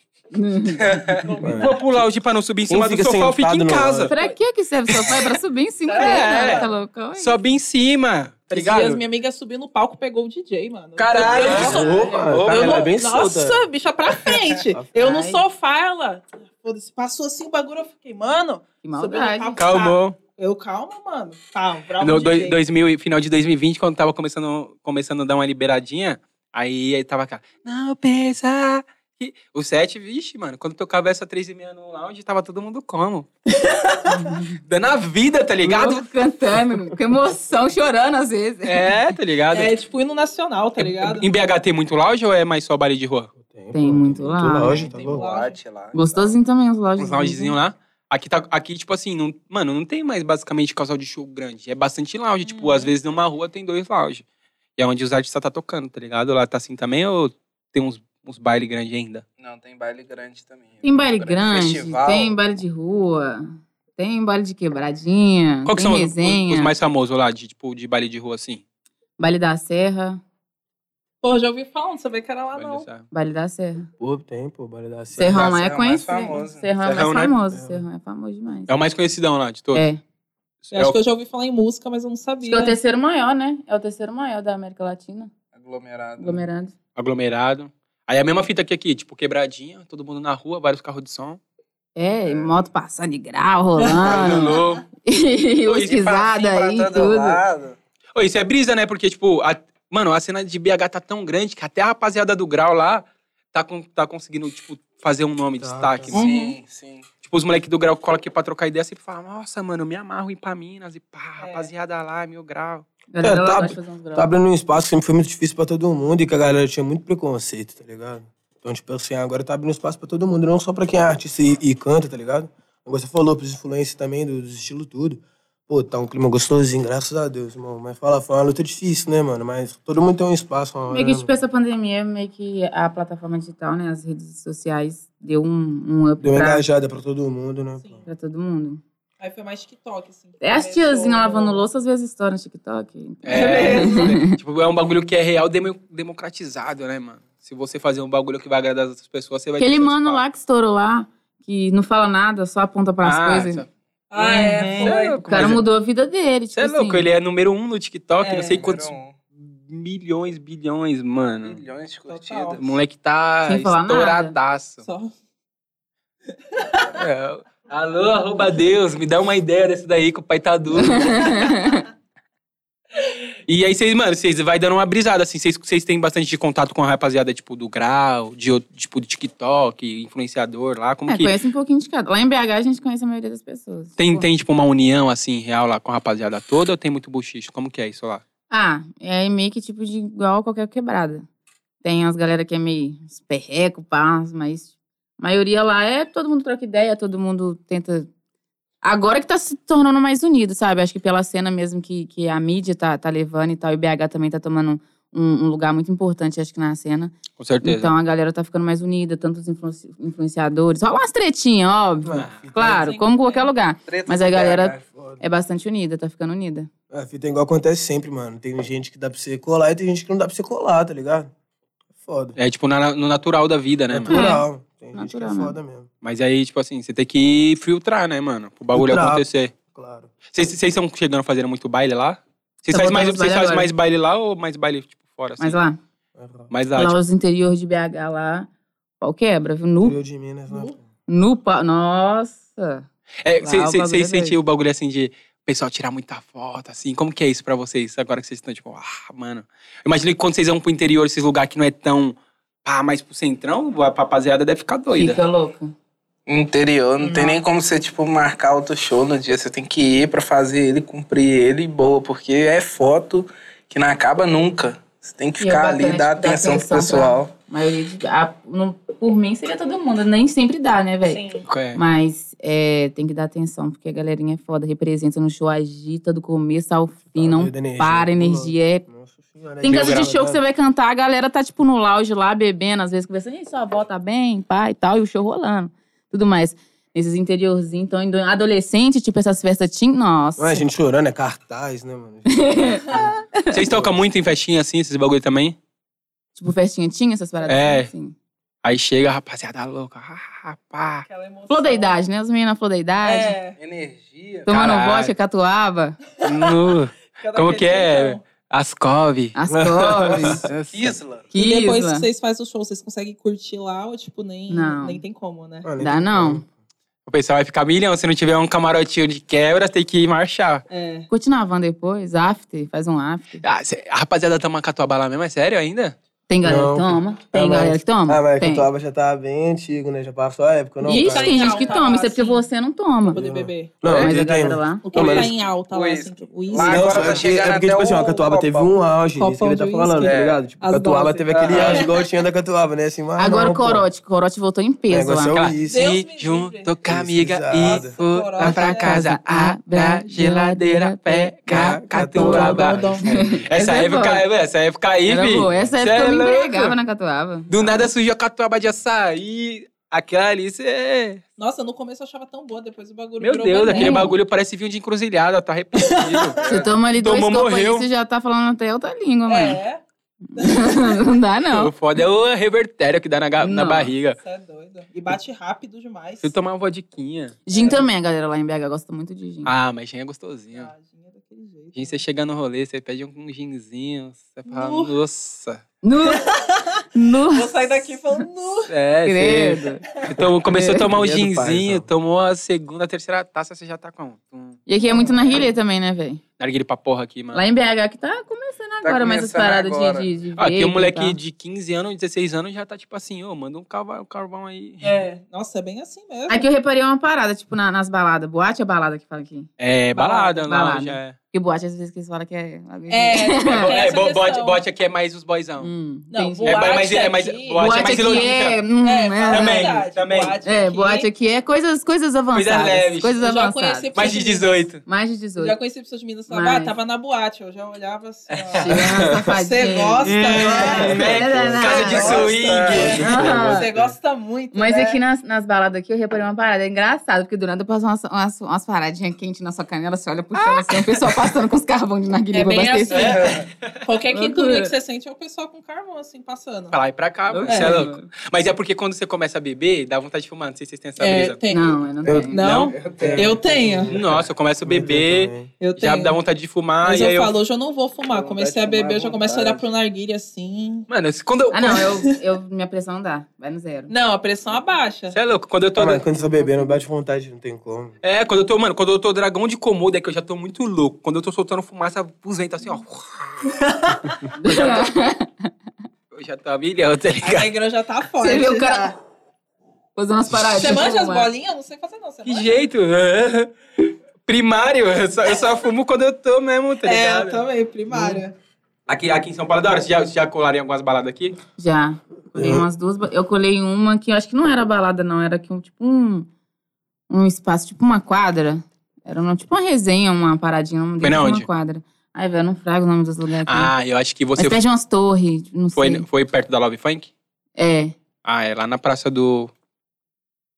Speaker 1: Vou pro lounge pra não subir em
Speaker 5: Quem
Speaker 1: cima do
Speaker 5: Um fica
Speaker 1: só fica
Speaker 5: sentado
Speaker 1: em
Speaker 5: no
Speaker 1: casa.
Speaker 4: *laughs* Pra que que serve o sofá? É pra subir em cima
Speaker 6: É.
Speaker 4: dele, né? Tá loucão? hein?
Speaker 1: Sobe em cima, tá
Speaker 6: Esses dias
Speaker 1: ligado?
Speaker 6: minha amiga subiu no palco pegou o DJ, mano.
Speaker 1: Caralho!
Speaker 6: Eu sou-
Speaker 5: Opa,
Speaker 1: Opa,
Speaker 5: tá,
Speaker 6: Eu
Speaker 5: ela é
Speaker 6: não-
Speaker 5: bem
Speaker 6: Nossa,
Speaker 5: solta.
Speaker 6: bicha, pra frente. eu no
Speaker 4: Ai.
Speaker 6: sofá, ela. Foda-se, passou assim o bagulho, eu fiquei, mano.
Speaker 4: Que
Speaker 6: subiu
Speaker 4: maldade.
Speaker 6: no palco,
Speaker 1: Calmou.
Speaker 6: tá. Eu, calma, mano. Tá, bravo.
Speaker 1: No
Speaker 6: No,
Speaker 1: doi- 2000, e- final de 2020, quando tava começando, começando a dar uma liberadinha, aí, aí tava cá. Não pensa. que-" O set, vixe, mano, quando tocava essa 3 e meia no lounge, tava todo mundo como? *laughs* Dando a vida, tá ligado?
Speaker 4: Louco, Cantando, com emoção, chorando às vezes.
Speaker 1: É, tá ligado?
Speaker 6: É tipo hino nacional, tá ligado?
Speaker 1: Em BH tem muito lounge ou é mais só baile de rua?
Speaker 4: Tem muito lounge.
Speaker 5: lounge, tá
Speaker 6: Tem
Speaker 5: louco?
Speaker 3: Boate lá.
Speaker 4: Gostosinho também, os lounges.
Speaker 1: Uns
Speaker 2: Uhum.
Speaker 1: loungezinhos lá. Aqui, tá, aqui, tipo assim, não, mano, não tem mais basicamente casal de show grande. É bastante lounge. Tipo,
Speaker 2: Uhum.
Speaker 1: às vezes numa rua tem dois lounge. E é onde os artistas tá tocando, tá ligado? Lá tá assim também ou tem uns, uns baile grande ainda?
Speaker 3: Não, tem baile grande também.
Speaker 4: Tem baile
Speaker 1: é
Speaker 4: grande,
Speaker 3: Festival.
Speaker 4: tem baile de rua, tem baile de quebradinha,
Speaker 1: Qual que
Speaker 4: tem
Speaker 1: são os- os,
Speaker 4: resenha,
Speaker 1: os mais famosos lá, de, tipo, de baile de rua, assim?
Speaker 4: baile da serra.
Speaker 2: Pô, já ouvi falar, não sabia que
Speaker 6: Ah,
Speaker 2: era lá,
Speaker 1: Pode
Speaker 2: não.
Speaker 1: deixar.
Speaker 4: Baile da Serra.
Speaker 5: Pô, tem, pô, Baile da Serra.
Speaker 4: Serrão lá é
Speaker 3: Serrão é mais
Speaker 4: conhecido.
Speaker 3: famoso.
Speaker 4: Serrão é mais
Speaker 1: Serrão, né?
Speaker 4: famoso.
Speaker 5: É.
Speaker 4: Serrão é famoso demais.
Speaker 1: É o mais conhecidão lá de todos.
Speaker 4: É.
Speaker 2: Eu acho que eu já ouvi falar em música, mas eu não
Speaker 4: Acho
Speaker 2: sabia.
Speaker 4: que é o terceiro maior, né? É o terceiro maior da América Latina,
Speaker 3: Aglomerado.
Speaker 4: aglomerado.
Speaker 1: aglomerado. Aí é a mesma fita que aqui, tipo, quebradinha, todo mundo na rua, vários carros de som.
Speaker 4: É, e moto passando de grau,
Speaker 2: Ah.
Speaker 1: *laughs*
Speaker 4: rolando.
Speaker 1: Alô.
Speaker 4: e
Speaker 1: Oi, esse
Speaker 4: pesquisada aí e tudo.
Speaker 3: lado.
Speaker 1: Ô, isso é brisa, né? Porque, tipo, a- mano, a cena de BH tá tão grande que até a rapaziada do grau lá tá, con- tá conseguindo, tipo, fazer um nome, de
Speaker 5: Tá,
Speaker 1: destaque.
Speaker 5: tá.
Speaker 1: né?
Speaker 4: Uhum.
Speaker 3: Sim, sim.
Speaker 1: Tipo, os moleques do grau colam aqui pra trocar ideia, sempre falam, nossa, mano, eu me amarro em pra Minas e pá,
Speaker 2: É.
Speaker 1: rapaziada lá, mil grau.
Speaker 4: Galera,
Speaker 5: É,
Speaker 4: ela
Speaker 5: tá-
Speaker 4: gosta de fazer uns graus.
Speaker 5: Tá abrindo um espaço que sempre foi muito difícil pra todo mundo e que a galera tinha muito preconceito, tá ligado? Então, tipo assim, agora tá abrindo espaço pra todo mundo, não só pra quem é artista e, e canta, tá ligado? Agora você falou pros influencers também, do- dos estilos tudo. Pô, tá um clima gostosinho, graças a Deus, irmão. Mas fala, foi uma luta difícil, né, mano? Mas todo mundo tem um espaço, uma hora,
Speaker 4: Meio que,
Speaker 5: né,
Speaker 4: tipo, essa pandemia, meio que a plataforma digital, né? As redes sociais deu um, um up
Speaker 5: Deu uma
Speaker 4: pra,
Speaker 5: engajada pra todo mundo, né?
Speaker 2: Sim.
Speaker 4: pra todo mundo.
Speaker 2: Aí foi mais TikTok, assim.
Speaker 4: É as
Speaker 2: Começou-
Speaker 4: tiazinhas lavando louça, às vezes estouram no TikTok.
Speaker 1: É, né? tipo, *laughs* é um bagulho que é real demo- democratizado, né, mano? Se você fazer um bagulho que vai agradar as outras pessoas, você vai... ter
Speaker 4: Aquele
Speaker 1: seu
Speaker 4: mano
Speaker 1: espaço.
Speaker 4: lá que estourou lá, que não fala nada, só aponta pras
Speaker 1: Ah,
Speaker 4: coisas.
Speaker 1: essa-
Speaker 2: Ah, é,
Speaker 3: Uhum.
Speaker 2: foi.
Speaker 1: Sério?
Speaker 4: O cara
Speaker 1: Mas é-
Speaker 4: mudou a vida dele, tipo
Speaker 1: Você é
Speaker 4: assim.
Speaker 1: louco, ele é número um no TikTok,
Speaker 2: É,
Speaker 1: não sei
Speaker 2: número
Speaker 1: quantos
Speaker 3: um.
Speaker 1: milhões, bilhões, mano.
Speaker 3: Milhões de
Speaker 2: Total.
Speaker 3: curtidas.
Speaker 1: O moleque tá
Speaker 4: Sem falar
Speaker 1: estouradaço.
Speaker 2: Só.
Speaker 1: É. Alô, arroba Deus, me dá uma ideia desse daí que o pai tá
Speaker 4: *laughs*
Speaker 1: duro. e aí vocês, mano, vocês vai dando uma brisada, assim, vocês- vocês têm bastante de contato com a rapaziada, tipo, do Grau, de, outro- tipo, do TikTok, influenciador lá, como
Speaker 4: É,
Speaker 1: que...
Speaker 4: conhece um pouquinho de cada. Lá em BH a gente conhece a maioria das pessoas.
Speaker 1: Tem,
Speaker 4: Tipo,
Speaker 1: tem, tipo, uma união, assim, real lá com a rapaziada toda ou tem muito buchicho? Como que é isso lá?
Speaker 4: Ah, é meio que tipo de igual a qualquer quebrada. Tem as galera que é meio uns perreco, pá, mas a maioria lá é todo mundo troca ideia, todo mundo tenta. Agora que tá se tornando mais unido, sabe? Acho que pela cena mesmo que, que a mídia tá, tá levando e tal, e o BH também tá tomando um, um lugar muito importante, acho que na cena.
Speaker 1: Com certeza.
Speaker 4: Então a galera tá ficando mais unida, tanto os influenci- influenciadores. Ó, umas tretinhas, óbvio.
Speaker 5: mano? Ah,
Speaker 4: Claro,
Speaker 2: Sim,
Speaker 4: como
Speaker 2: sim.
Speaker 4: qualquer lugar.
Speaker 3: Treta
Speaker 4: Mas a
Speaker 3: do
Speaker 4: galera-
Speaker 3: BH.
Speaker 5: foda.
Speaker 4: É bastante unida, tá ficando unida.
Speaker 5: A fita é igual acontece sempre, mano. Tem gente que dá pra você colar e tem gente que não dá pra você colar, tá ligado? Foda.
Speaker 1: É, tipo, na- no natural da vida, né, mano?
Speaker 5: Natural. Tem gente
Speaker 4: Natural
Speaker 5: que é
Speaker 4: mesmo.
Speaker 5: foda mesmo.
Speaker 1: Mas aí, tipo assim, você tem que filtrar, né, mano? Pro bagulho
Speaker 5: Filtrar.
Speaker 1: acontecer.
Speaker 5: Claro.
Speaker 1: Vocês estão chegando a fazer muito baile lá? Vocês
Speaker 4: Tá
Speaker 1: fazem mais,
Speaker 4: voltando
Speaker 1: vocês
Speaker 4: os baile
Speaker 1: fazem
Speaker 4: agora.
Speaker 1: mais baile lá ou mais baile, tipo, fora, assim?
Speaker 4: Mas lá,
Speaker 1: Mais lá,
Speaker 4: lá
Speaker 1: tipo,
Speaker 4: os interiores de BH lá, pau quebra, viu? Nu,
Speaker 5: Interior de Minas, né?
Speaker 4: nu pau. Nossa!
Speaker 1: é, cê-
Speaker 4: lá o
Speaker 1: cê-
Speaker 4: bagulho é
Speaker 1: Vocês sentem
Speaker 4: doido.
Speaker 1: o bagulho, assim, de o pessoal tirar muita foto, assim? Como que é isso pra vocês, agora que vocês estão, tipo, ah, mano... Imagina que quando vocês vão pro interior, esses lugares que não é tão... Ah, mais pro centrão, a rapaziada deve ficar doida.
Speaker 4: Fica louca.
Speaker 3: Interior, não tem nem como você, tipo, marcar outro show no dia. Você tem que ir pra fazer ele, cumprir ele e boa, porque é foto que não acaba nunca. Você tem que
Speaker 4: E é
Speaker 3: ficar ali,
Speaker 4: bacana,
Speaker 3: dar
Speaker 4: tipo, dar
Speaker 3: atenção pro
Speaker 4: atenção pra-
Speaker 3: pessoal.
Speaker 4: A maioria de. a- não- por mim seria todo mundo, nem sempre dá, né, velho?
Speaker 2: Sim.
Speaker 1: É.
Speaker 4: Mas é, tem que dar atenção, porque a galerinha é foda, representa no show, agita do começo ao fim, não
Speaker 5: Doida, Tá, energia,
Speaker 4: para, energia é.
Speaker 5: Nossa senhora.
Speaker 4: Tem
Speaker 1: Mil
Speaker 4: casa de
Speaker 1: graus,
Speaker 5: né?
Speaker 4: show que você vai cantar, a galera tá, tipo, no lounge lá, bebendo, às vezes conversando, e sua avó tá bem, pai e tal, e o show rolando, tudo mais. Nesses interiorzinhos, então, indo- adolescente, tipo, essas festas teen, nossa.
Speaker 5: Não é gente chorando, é cartaz, né, mano?
Speaker 4: *laughs*
Speaker 1: Vocês tocam muito em festinha, assim, esses bagulho também?
Speaker 4: Tipo, festinha teen, essas paradas
Speaker 1: É.
Speaker 4: assim.
Speaker 1: Aí chega a rapaziada louca, ah, pá...
Speaker 2: Aquela emoção.
Speaker 4: Flor da idade, né? As meninas flor da idade.
Speaker 2: É.
Speaker 3: Energia.
Speaker 4: Tomando
Speaker 1: Caralho.
Speaker 4: vodka, catuaba, *laughs*
Speaker 1: nu.
Speaker 2: cada
Speaker 1: Como que é?
Speaker 2: questão.
Speaker 1: Ascove.
Speaker 5: *laughs*
Speaker 4: as cores,
Speaker 3: Isla.
Speaker 6: E depois que
Speaker 4: quisla.
Speaker 6: vocês fazem o show, vocês conseguem curtir lá ou, tipo, nem,
Speaker 4: Não.
Speaker 6: nem tem como, né?
Speaker 5: Mano,
Speaker 4: Dá não.
Speaker 1: O pessoal vai ficar milhão. Se não tiver um camarotinho de quebra, tem que ir marchar.
Speaker 6: É.
Speaker 4: Curte na van depois, after, faz um after.
Speaker 1: Ah, cê- a rapaziada toma catuaba lá mesmo? É sério ainda?
Speaker 4: Tem galera
Speaker 5: Não.
Speaker 4: que toma,
Speaker 5: Ah,
Speaker 4: tem
Speaker 5: mas-
Speaker 4: galera que toma.
Speaker 5: Ah, mas
Speaker 4: tem.
Speaker 5: Catuaba já tá bem antigo, né? Já passou a época, não?
Speaker 4: Ixi,
Speaker 5: cara? Tá,
Speaker 4: tem gente que
Speaker 2: Tá,
Speaker 4: toma, isso é
Speaker 2: assim.
Speaker 4: porque você não toma.
Speaker 6: Poder
Speaker 5: Não.
Speaker 6: beber.
Speaker 5: Não,
Speaker 4: Mas a
Speaker 5: tem, tem,
Speaker 4: galera
Speaker 5: mano.
Speaker 4: lá.
Speaker 6: O que
Speaker 5: Não,
Speaker 6: tá
Speaker 5: mas-
Speaker 6: em alta lá,
Speaker 3: o
Speaker 6: assim,
Speaker 3: uísque.
Speaker 6: tipo, o uísque.
Speaker 3: Lá
Speaker 5: Não,
Speaker 3: agora
Speaker 5: só
Speaker 3: tá
Speaker 5: é porque- É
Speaker 3: chegando
Speaker 5: porque,
Speaker 3: até
Speaker 5: tipo assim, ó,
Speaker 3: o
Speaker 5: a Catuaba teve
Speaker 3: copão.
Speaker 5: um auge, isso que
Speaker 6: Copão
Speaker 5: ele tá
Speaker 6: de
Speaker 5: falando,
Speaker 6: uísque.
Speaker 4: é.
Speaker 5: tá ligado? Tipo,
Speaker 6: As
Speaker 5: a Catuaba
Speaker 6: doses.
Speaker 5: teve aquele
Speaker 3: Aham.
Speaker 5: auge, igual tinha da Catuaba, né? Assim, mas
Speaker 1: Ah,
Speaker 4: Agora
Speaker 5: não,
Speaker 4: o
Speaker 5: pô.
Speaker 4: Corote, o Corote voltou em
Speaker 5: O
Speaker 4: peso
Speaker 5: negócio
Speaker 4: lá.
Speaker 5: é o
Speaker 1: Aquela,
Speaker 5: uísque.
Speaker 2: Deus
Speaker 1: se
Speaker 2: me
Speaker 1: junto
Speaker 2: livre.
Speaker 1: com a amiga e
Speaker 5: Pesquisada.
Speaker 1: for lá pra casa, abra a geladeira, pega a catuaba.
Speaker 6: Dom, dom, dom.
Speaker 1: *laughs* Essa
Speaker 4: Essa é
Speaker 1: época, essa época aí,
Speaker 4: Era
Speaker 1: vi.
Speaker 4: boa. Essa
Speaker 1: Cê
Speaker 4: época
Speaker 1: é
Speaker 4: eu me
Speaker 1: louco.
Speaker 4: embriagava na catuaba.
Speaker 1: Do nada surgiu a catuaba de açaí. Aquela ali, cê... é,
Speaker 6: Nossa, no começo eu achava tão boa, depois o bagulho
Speaker 1: Meu
Speaker 6: virou
Speaker 1: Deus,
Speaker 6: veneno.
Speaker 1: aquele bagulho parece vinho de encruzilhada, tá arrependido.
Speaker 4: *laughs* Você toma ali dois
Speaker 1: Tomou,
Speaker 4: copos aí,
Speaker 1: morreu.
Speaker 4: você já tá falando até outra língua, mano.
Speaker 6: É.
Speaker 4: *laughs* não dá, não.
Speaker 1: O foda é o revertério que dá na, ga- na
Speaker 4: Não.
Speaker 1: barriga.
Speaker 6: Você é doido. E bate rápido demais.
Speaker 1: Se eu tomar uma vodiquinha.
Speaker 4: Gin também, a galera lá em BH gosta muito de gin.
Speaker 1: Ah, mas gin é gostosinho.
Speaker 6: Ah, gin é daquele jeito.
Speaker 1: Gin, você chega no rolê, você pede um ginzinho. Você fala,
Speaker 6: Nu.
Speaker 1: nossa.
Speaker 4: No...
Speaker 1: *laughs*
Speaker 4: no...
Speaker 6: Vou sair daqui falando, nu.
Speaker 1: É, você-
Speaker 4: Credo.
Speaker 1: Então, começou a tomar um
Speaker 5: Credo, pai,
Speaker 1: ginzinho,
Speaker 5: então.
Speaker 1: tomou a segunda, a terceira taça, você já tá com um.
Speaker 4: E aqui é muito na Rilê também, né, velho?
Speaker 1: Narguilha pra porra aqui, mano.
Speaker 4: Lá em BH que tá começando agora mais essas
Speaker 3: começando
Speaker 4: paradas
Speaker 3: agora.
Speaker 4: de, de, de
Speaker 1: Ah, tem um
Speaker 4: vape e
Speaker 1: moleque
Speaker 4: tal.
Speaker 1: de 15 anos, 16 anos, já tá tipo assim, ô, manda um carvão, um carvão aí.
Speaker 6: É, nossa, é bem assim mesmo.
Speaker 4: Aqui eu reparei uma parada, tipo, na- nas baladas. Boate é balada que fala aqui?
Speaker 1: É, balada,
Speaker 4: Balada.
Speaker 1: lá já é.
Speaker 4: Porque boate, às vezes, que eles falam que é... *laughs*
Speaker 2: É,
Speaker 6: Ah,
Speaker 1: É, bo- é,
Speaker 2: essa
Speaker 1: bo-
Speaker 2: questão.
Speaker 1: bote, bote aqui é mais os boyzão.
Speaker 4: Hum,
Speaker 2: Não,
Speaker 4: entendi.
Speaker 1: É,
Speaker 2: boate
Speaker 1: mas- é, mas-
Speaker 2: aqui-
Speaker 1: boate é mais
Speaker 4: aqui é... hum,
Speaker 6: É,
Speaker 4: é,
Speaker 6: fala a
Speaker 1: Também,
Speaker 6: verdade,
Speaker 1: também.
Speaker 6: Boate
Speaker 4: É,
Speaker 6: aqui,
Speaker 4: boate aqui é coisas, coisas avançadas. Coisas
Speaker 1: leves.
Speaker 4: Coisas
Speaker 6: Eu já
Speaker 4: avançadas.
Speaker 6: conheci-
Speaker 1: Mais de 18.
Speaker 4: Mais de
Speaker 6: Eu já
Speaker 4: 18.
Speaker 6: conheci pessoas de Minas que falavam,
Speaker 4: é Mas-
Speaker 6: ah, tava na boate. Eu já olhava assim. ó.
Speaker 4: Tirando a safadinha.
Speaker 6: Você gosta,
Speaker 1: É,
Speaker 6: né?
Speaker 1: né? Casa de
Speaker 6: Nossa.
Speaker 1: swing.
Speaker 4: Aham.
Speaker 6: Você gosta muito.
Speaker 4: Mas
Speaker 6: né?
Speaker 4: é aqui nas, nas baladas aqui, eu reparei uma parada. É engraçado, porque do nada passa umas, umas, umas paradinhas quentes na sua canela, você olha pro chão assim, o pessoal passando com os carvão de narguilé
Speaker 2: É
Speaker 4: pra
Speaker 2: bem assim.
Speaker 4: abastecer.
Speaker 3: É.
Speaker 4: *laughs*
Speaker 6: Qualquer
Speaker 4: Loucura.
Speaker 6: quintura que você sente é o pessoal com carvão, assim, passando.
Speaker 1: Pra lá e pra cá, mano. Você é louco. Mas é porque quando você começa a beber, dá vontade de fumar. Não sei se vocês têm essa
Speaker 6: É,
Speaker 1: brisa.
Speaker 6: tem.
Speaker 4: Não, eu não
Speaker 5: Eu-
Speaker 4: tenho.
Speaker 6: Não? Eu tenho.
Speaker 1: Nossa, eu começo a beber,
Speaker 6: Eu
Speaker 1: já
Speaker 6: tenho.
Speaker 1: dá vontade de fumar.
Speaker 6: Mas
Speaker 1: e
Speaker 6: eu,
Speaker 1: aí eu...
Speaker 6: falo, hoje eu não vou fumar.
Speaker 3: Dá
Speaker 6: Comecei a
Speaker 3: vontade de
Speaker 6: beber, eu já
Speaker 3: fumar à
Speaker 6: começo a olhar
Speaker 3: vontade.
Speaker 6: pro narguile assim.
Speaker 1: Mano, se- quando eu. *laughs*
Speaker 4: Ah, não, eu, eu, minha pressão dá. Vai no zero.
Speaker 6: Não, a pressão abaixa.
Speaker 1: Você é louco? Quando eu tô.
Speaker 5: Ah, mas quando você tá bebendo, bate vontade, não tem como.
Speaker 1: É, quando eu tô, mano, quando eu tô dragão de comodo, é que eu já tô muito louco. Quando eu tô soltando fumaça pros ventos assim, ó. *laughs*
Speaker 4: *laughs*
Speaker 1: Eu já tô a milhão, tá
Speaker 6: A
Speaker 1: ligado?
Speaker 6: negra já tá forte.
Speaker 4: Você viu o tá
Speaker 6: já.
Speaker 4: cara fazendo umas paradinhas.
Speaker 6: Você manja as
Speaker 4: uma-
Speaker 6: bolinhas? Eu não sei fazer, não.
Speaker 1: *laughs*
Speaker 6: Você
Speaker 1: Que
Speaker 6: manja?
Speaker 1: jeito? *laughs* Primário, eu só, eu só fumo quando eu tô mesmo, tá
Speaker 6: É,
Speaker 1: ligado?
Speaker 6: eu também, primária.
Speaker 1: Aqui, aqui em São Paulo, é da hora, vocês já, vocês já colaram em algumas baladas aqui?
Speaker 4: Já. Colei umas duas. ba- Eu colei uma que eu acho que não era balada, não. Era que um, tipo um. Um espaço, tipo uma quadra. Era uma, tipo uma resenha, uma paradinha. Não
Speaker 1: Foi na onde?
Speaker 4: Uma quadra. Ai, velho, eu não frago o nome dos lugares aqui.
Speaker 1: Ah, eu acho que
Speaker 4: Mas
Speaker 1: você
Speaker 4: perto de umas torres, tipo, não sei.
Speaker 1: foi, foi perto da Love Funk?
Speaker 4: É.
Speaker 1: Ah, é lá na praça do.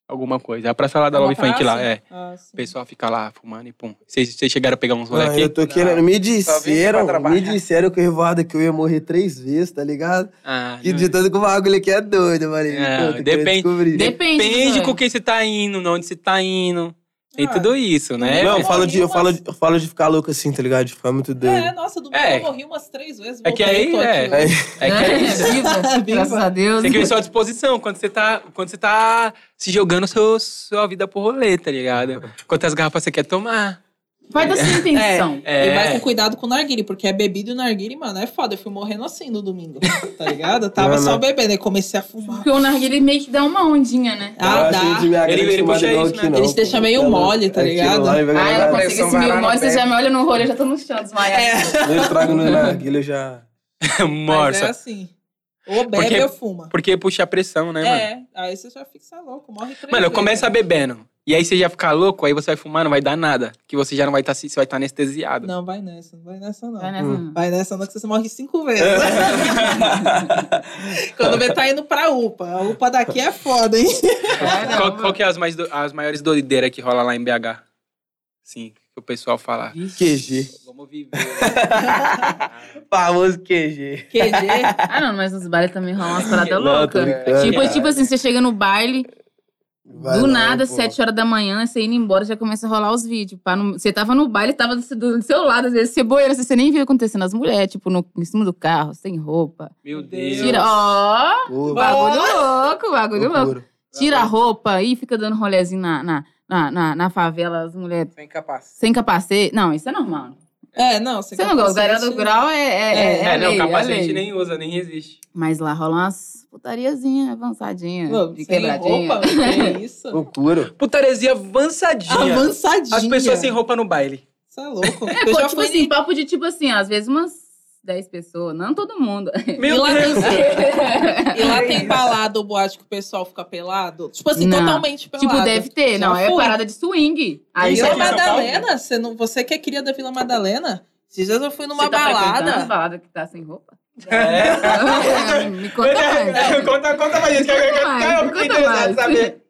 Speaker 1: Alguma coisa. É a praça lá da
Speaker 6: É uma
Speaker 1: Love Funk lá,
Speaker 6: praça?
Speaker 1: é.
Speaker 6: Ah, sim.
Speaker 1: O pessoal fica lá fumando e pum. Vocês vocês chegaram a pegar uns rolê
Speaker 5: Ah,
Speaker 1: aqui?
Speaker 5: eu tô querendo.
Speaker 3: Não.
Speaker 5: Me
Speaker 3: Só vim aqui pra
Speaker 5: disseram,
Speaker 3: trabalhar.
Speaker 5: me disseram que eu revoada que eu ia morrer três vezes, tá ligado?
Speaker 1: Ah,
Speaker 5: E
Speaker 1: não.
Speaker 5: de tanto que o bagulho aqui é doido, mano.
Speaker 1: É,
Speaker 5: Pô, tô querendo
Speaker 1: depende-
Speaker 5: descobrir.
Speaker 4: Depende.
Speaker 1: Depende
Speaker 4: velho.
Speaker 1: com quem você tá indo, não, onde você tá indo. Tem
Speaker 6: Ah,
Speaker 1: tudo isso, né?
Speaker 5: Não,
Speaker 1: velho?
Speaker 5: eu falo, de, eu, falo de, eu falo de ficar louco assim, tá ligado? De ficar muito doido.
Speaker 6: É, nossa, domingo
Speaker 1: É.
Speaker 6: eu morri umas três vezes.
Speaker 1: É que
Speaker 6: voltei,
Speaker 1: aí,
Speaker 6: tô aqui
Speaker 1: é.
Speaker 6: hoje.
Speaker 1: É que é isso. *laughs*
Speaker 4: Viva, graças a Deus.
Speaker 1: Tem que ver sua disposição. Quando você tá, quando você tá se jogando seu, sua vida pro rolê, tá ligado? Quantas garrafas você quer tomar?
Speaker 4: Vai da sua intenção.
Speaker 1: *laughs* É.
Speaker 6: E vai
Speaker 1: *laughs*
Speaker 6: com cuidado com o narguile, porque é bebida e o narguile, mano, é foda. Eu fui morrendo assim no domingo, *laughs* tá ligado? Eu tava
Speaker 5: Não,
Speaker 6: só
Speaker 5: não.
Speaker 6: bebendo, aí comecei a fumar.
Speaker 4: Porque o narguilé meio que dá uma ondinha, né?
Speaker 5: Eu
Speaker 6: Ah,
Speaker 5: acho
Speaker 6: dá.
Speaker 5: que de
Speaker 1: Ele-
Speaker 5: BH não
Speaker 1: ele
Speaker 5: fumado
Speaker 1: puxa
Speaker 5: igual
Speaker 1: isso,
Speaker 5: aqui,
Speaker 1: né?
Speaker 5: não,
Speaker 6: Eles
Speaker 5: pô.
Speaker 6: deixam meio
Speaker 5: Aquilo
Speaker 6: mole, tá
Speaker 5: lá,
Speaker 6: ligado?
Speaker 5: vai
Speaker 4: Ah,
Speaker 5: ganhar
Speaker 4: eu
Speaker 5: nada.
Speaker 4: consigo esse
Speaker 3: pressão
Speaker 4: mil
Speaker 3: varada
Speaker 4: mole, você
Speaker 3: pega.
Speaker 4: já me olha no rolê, eu já tô no chão desmaiado.
Speaker 1: É.
Speaker 5: Dois tragos no narguilha eu já.
Speaker 6: Mas é
Speaker 1: Morsa.
Speaker 6: assim. Ou bebe
Speaker 1: Porque-
Speaker 6: ou fuma.
Speaker 1: Porque puxa a pressão, né, mano?
Speaker 6: é, aí você já fica louco, morre três
Speaker 1: Mano,
Speaker 6: vezes.
Speaker 1: começa bebendo. E aí você já fica louco, aí você vai fumar, não vai dar nada. Que você já não vai estar você vai estar anestesiado.
Speaker 6: Não, vai nessa, não vai nessa não.
Speaker 4: Vai nessa,
Speaker 1: Hum.
Speaker 4: não.
Speaker 6: Vai nessa não que você morre
Speaker 1: *laughs*
Speaker 6: cinco vezes. Quando vê, tá indo pra UPA. A UPA daqui é foda, hein?
Speaker 4: Vai não,
Speaker 1: qual,
Speaker 4: mano.
Speaker 1: qual que é as, mais do- as maiores doideiras que rola lá em BH? Sim, que o pessoal fala.
Speaker 5: QG.
Speaker 1: Vamos viver. né? *laughs*
Speaker 5: Famoso QG.
Speaker 6: QG.
Speaker 4: Ah, não, mas nos bailes também rolam umas paradas
Speaker 5: Não, tô
Speaker 4: loucas.
Speaker 5: brincando,
Speaker 4: Tá Tipo,
Speaker 5: cara.
Speaker 4: tipo assim, você chega no baile,
Speaker 5: É. Vai
Speaker 4: do
Speaker 5: lá,
Speaker 4: nada,
Speaker 5: pô.
Speaker 4: sete horas da manhã, você indo embora, já começa a rolar os vídeos. pá, não- Você tava no baile, tava do seu- do seu lado, às vezes você boeira, você nem viu acontecendo. As mulheres, tipo, no, em cima do carro, sem roupa.
Speaker 1: Meu Deus.
Speaker 6: Deus.
Speaker 4: Tira, ó,
Speaker 5: Pô,
Speaker 4: bagulho louco, bagulho louco.
Speaker 5: loucura.
Speaker 4: Tira a roupa e fica dando rolezinho na, na, na, na, na favela, as mulheres
Speaker 3: Sem capacete.
Speaker 4: sem capacete. Não, isso é normal.
Speaker 6: *laughs* É, não, você
Speaker 4: Você não gosta, galera do grau é. É, é, é
Speaker 1: É, não,
Speaker 4: lei, é
Speaker 1: capacete
Speaker 4: lei.
Speaker 1: nem usa, nem resiste.
Speaker 4: Mas lá rolam umas putariazinhas avançadinhas,
Speaker 6: Mano,
Speaker 4: de
Speaker 6: sem
Speaker 4: quebradinha.
Speaker 6: roupa, que é
Speaker 4: *laughs*
Speaker 6: isso?
Speaker 5: Loucura.
Speaker 1: Putaresia avançadinha.
Speaker 6: Avançadinha.
Speaker 1: As pessoas sem roupa no baile.
Speaker 6: Você é
Speaker 1: *laughs*
Speaker 6: louco.
Speaker 4: É,
Speaker 6: eu
Speaker 4: pô,
Speaker 6: já
Speaker 4: tipo
Speaker 6: fui
Speaker 4: assim, papo de tipo assim, às vezes umas 10 pessoas, não todo mundo. *laughs*
Speaker 1: Meu
Speaker 6: lá
Speaker 1: Deus.
Speaker 6: E lá tem balada ou boate que o pessoal fica pelado? Tipo assim,
Speaker 4: Não.
Speaker 6: totalmente pelado.
Speaker 4: tipo, deve ter,
Speaker 6: Já
Speaker 4: não, é
Speaker 6: fui.
Speaker 4: parada de swing. Aí
Speaker 1: Isso
Speaker 6: Vila
Speaker 4: já
Speaker 1: aqui em São Paulo?
Speaker 6: Madalena, você, não, você que é cria da Vila Madalena, esses dias eu fui numa
Speaker 4: Você tá frequentando as
Speaker 6: balada.
Speaker 4: baladas que tá sem roupa?
Speaker 1: É.
Speaker 4: *laughs* Me conta mais.
Speaker 1: *laughs* conta, conta pra gente. que eu- que eu-
Speaker 4: Conta mais,
Speaker 1: que eu fiquei
Speaker 4: conta
Speaker 1: interessado em
Speaker 4: mais.
Speaker 1: saber.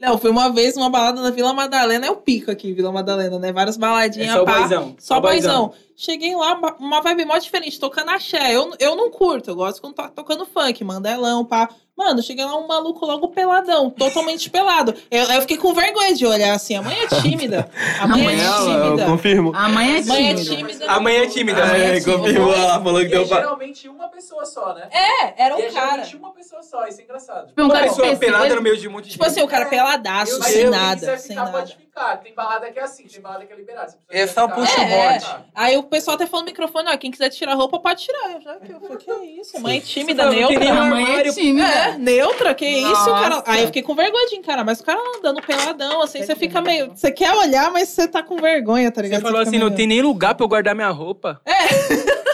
Speaker 6: Não, eu fui uma vez numa balada na Vila Madalena, é o pico aqui, Vila Madalena, né? Várias baladinhas,
Speaker 1: É só o
Speaker 6: pá.
Speaker 1: boizão,
Speaker 6: Só
Speaker 1: só o
Speaker 6: boizão. Cheguei lá, uma- uma vibe mó diferente, tocando axé. Eu, eu não curto, eu gosto quando tá tocando funk, mandelão, pá. Mano, cheguei lá um maluco logo peladão, totalmente pelado. Eu, eu fiquei com vergonha de olhar assim. A mãe é tímida. A mãe é
Speaker 1: Amanhã ela-
Speaker 6: tímida.
Speaker 5: confirmo.
Speaker 4: A mãe é
Speaker 6: A mãe é
Speaker 4: tímida.
Speaker 6: tímida.
Speaker 1: Amanhã é tímida.
Speaker 5: Ah,
Speaker 1: amanhã é
Speaker 5: é,
Speaker 1: tímida.
Speaker 5: confirmou lá, falou
Speaker 7: E
Speaker 5: que
Speaker 7: é
Speaker 5: deu pra...
Speaker 7: geralmente uma pessoa só, né?
Speaker 6: É, era
Speaker 7: E
Speaker 6: um
Speaker 7: é
Speaker 6: cara.
Speaker 7: geralmente uma pessoa só, isso é engraçado.
Speaker 4: Tipo, um
Speaker 1: Uma
Speaker 4: cara
Speaker 1: pessoa
Speaker 4: específico,
Speaker 1: pelada
Speaker 4: ele-
Speaker 1: no meio de um monte de
Speaker 6: Tipo assim, o cara peladaço,
Speaker 7: Mas
Speaker 6: sem
Speaker 7: eu-
Speaker 6: nada,
Speaker 7: quiser
Speaker 6: sem
Speaker 7: ficar, pode
Speaker 6: nada.
Speaker 7: ficar. Tem balada que é assim, tem balada que é liberada. Se a pessoa
Speaker 3: Ele
Speaker 7: quiser
Speaker 3: só
Speaker 7: ficar,
Speaker 4: É.
Speaker 3: puxa
Speaker 6: o
Speaker 7: ela
Speaker 4: Ah,
Speaker 6: bote.
Speaker 7: tá.
Speaker 6: Aí o pessoal até falando no microfone, ó, quem quiser tirar roupa pode tirar. Eu já que eu falei, que isso? Mãe é tímida,
Speaker 1: Não, não tem
Speaker 6: neutra. né?
Speaker 1: nenhuma-
Speaker 4: A mãe é
Speaker 1: armário-
Speaker 4: tímida.
Speaker 6: É, neutra, que isso, cara.
Speaker 4: Nossa.
Speaker 6: Aí eu fiquei com vergonha de encarar, mas o cara andando peladão, assim, você fica meio. Você quer olhar, mas você tá com vergonha, tá ligado?
Speaker 1: Você falou
Speaker 6: fica
Speaker 1: assim, não
Speaker 6: meio-
Speaker 1: tem nem lugar pra eu guardar minha roupa.
Speaker 6: *laughs*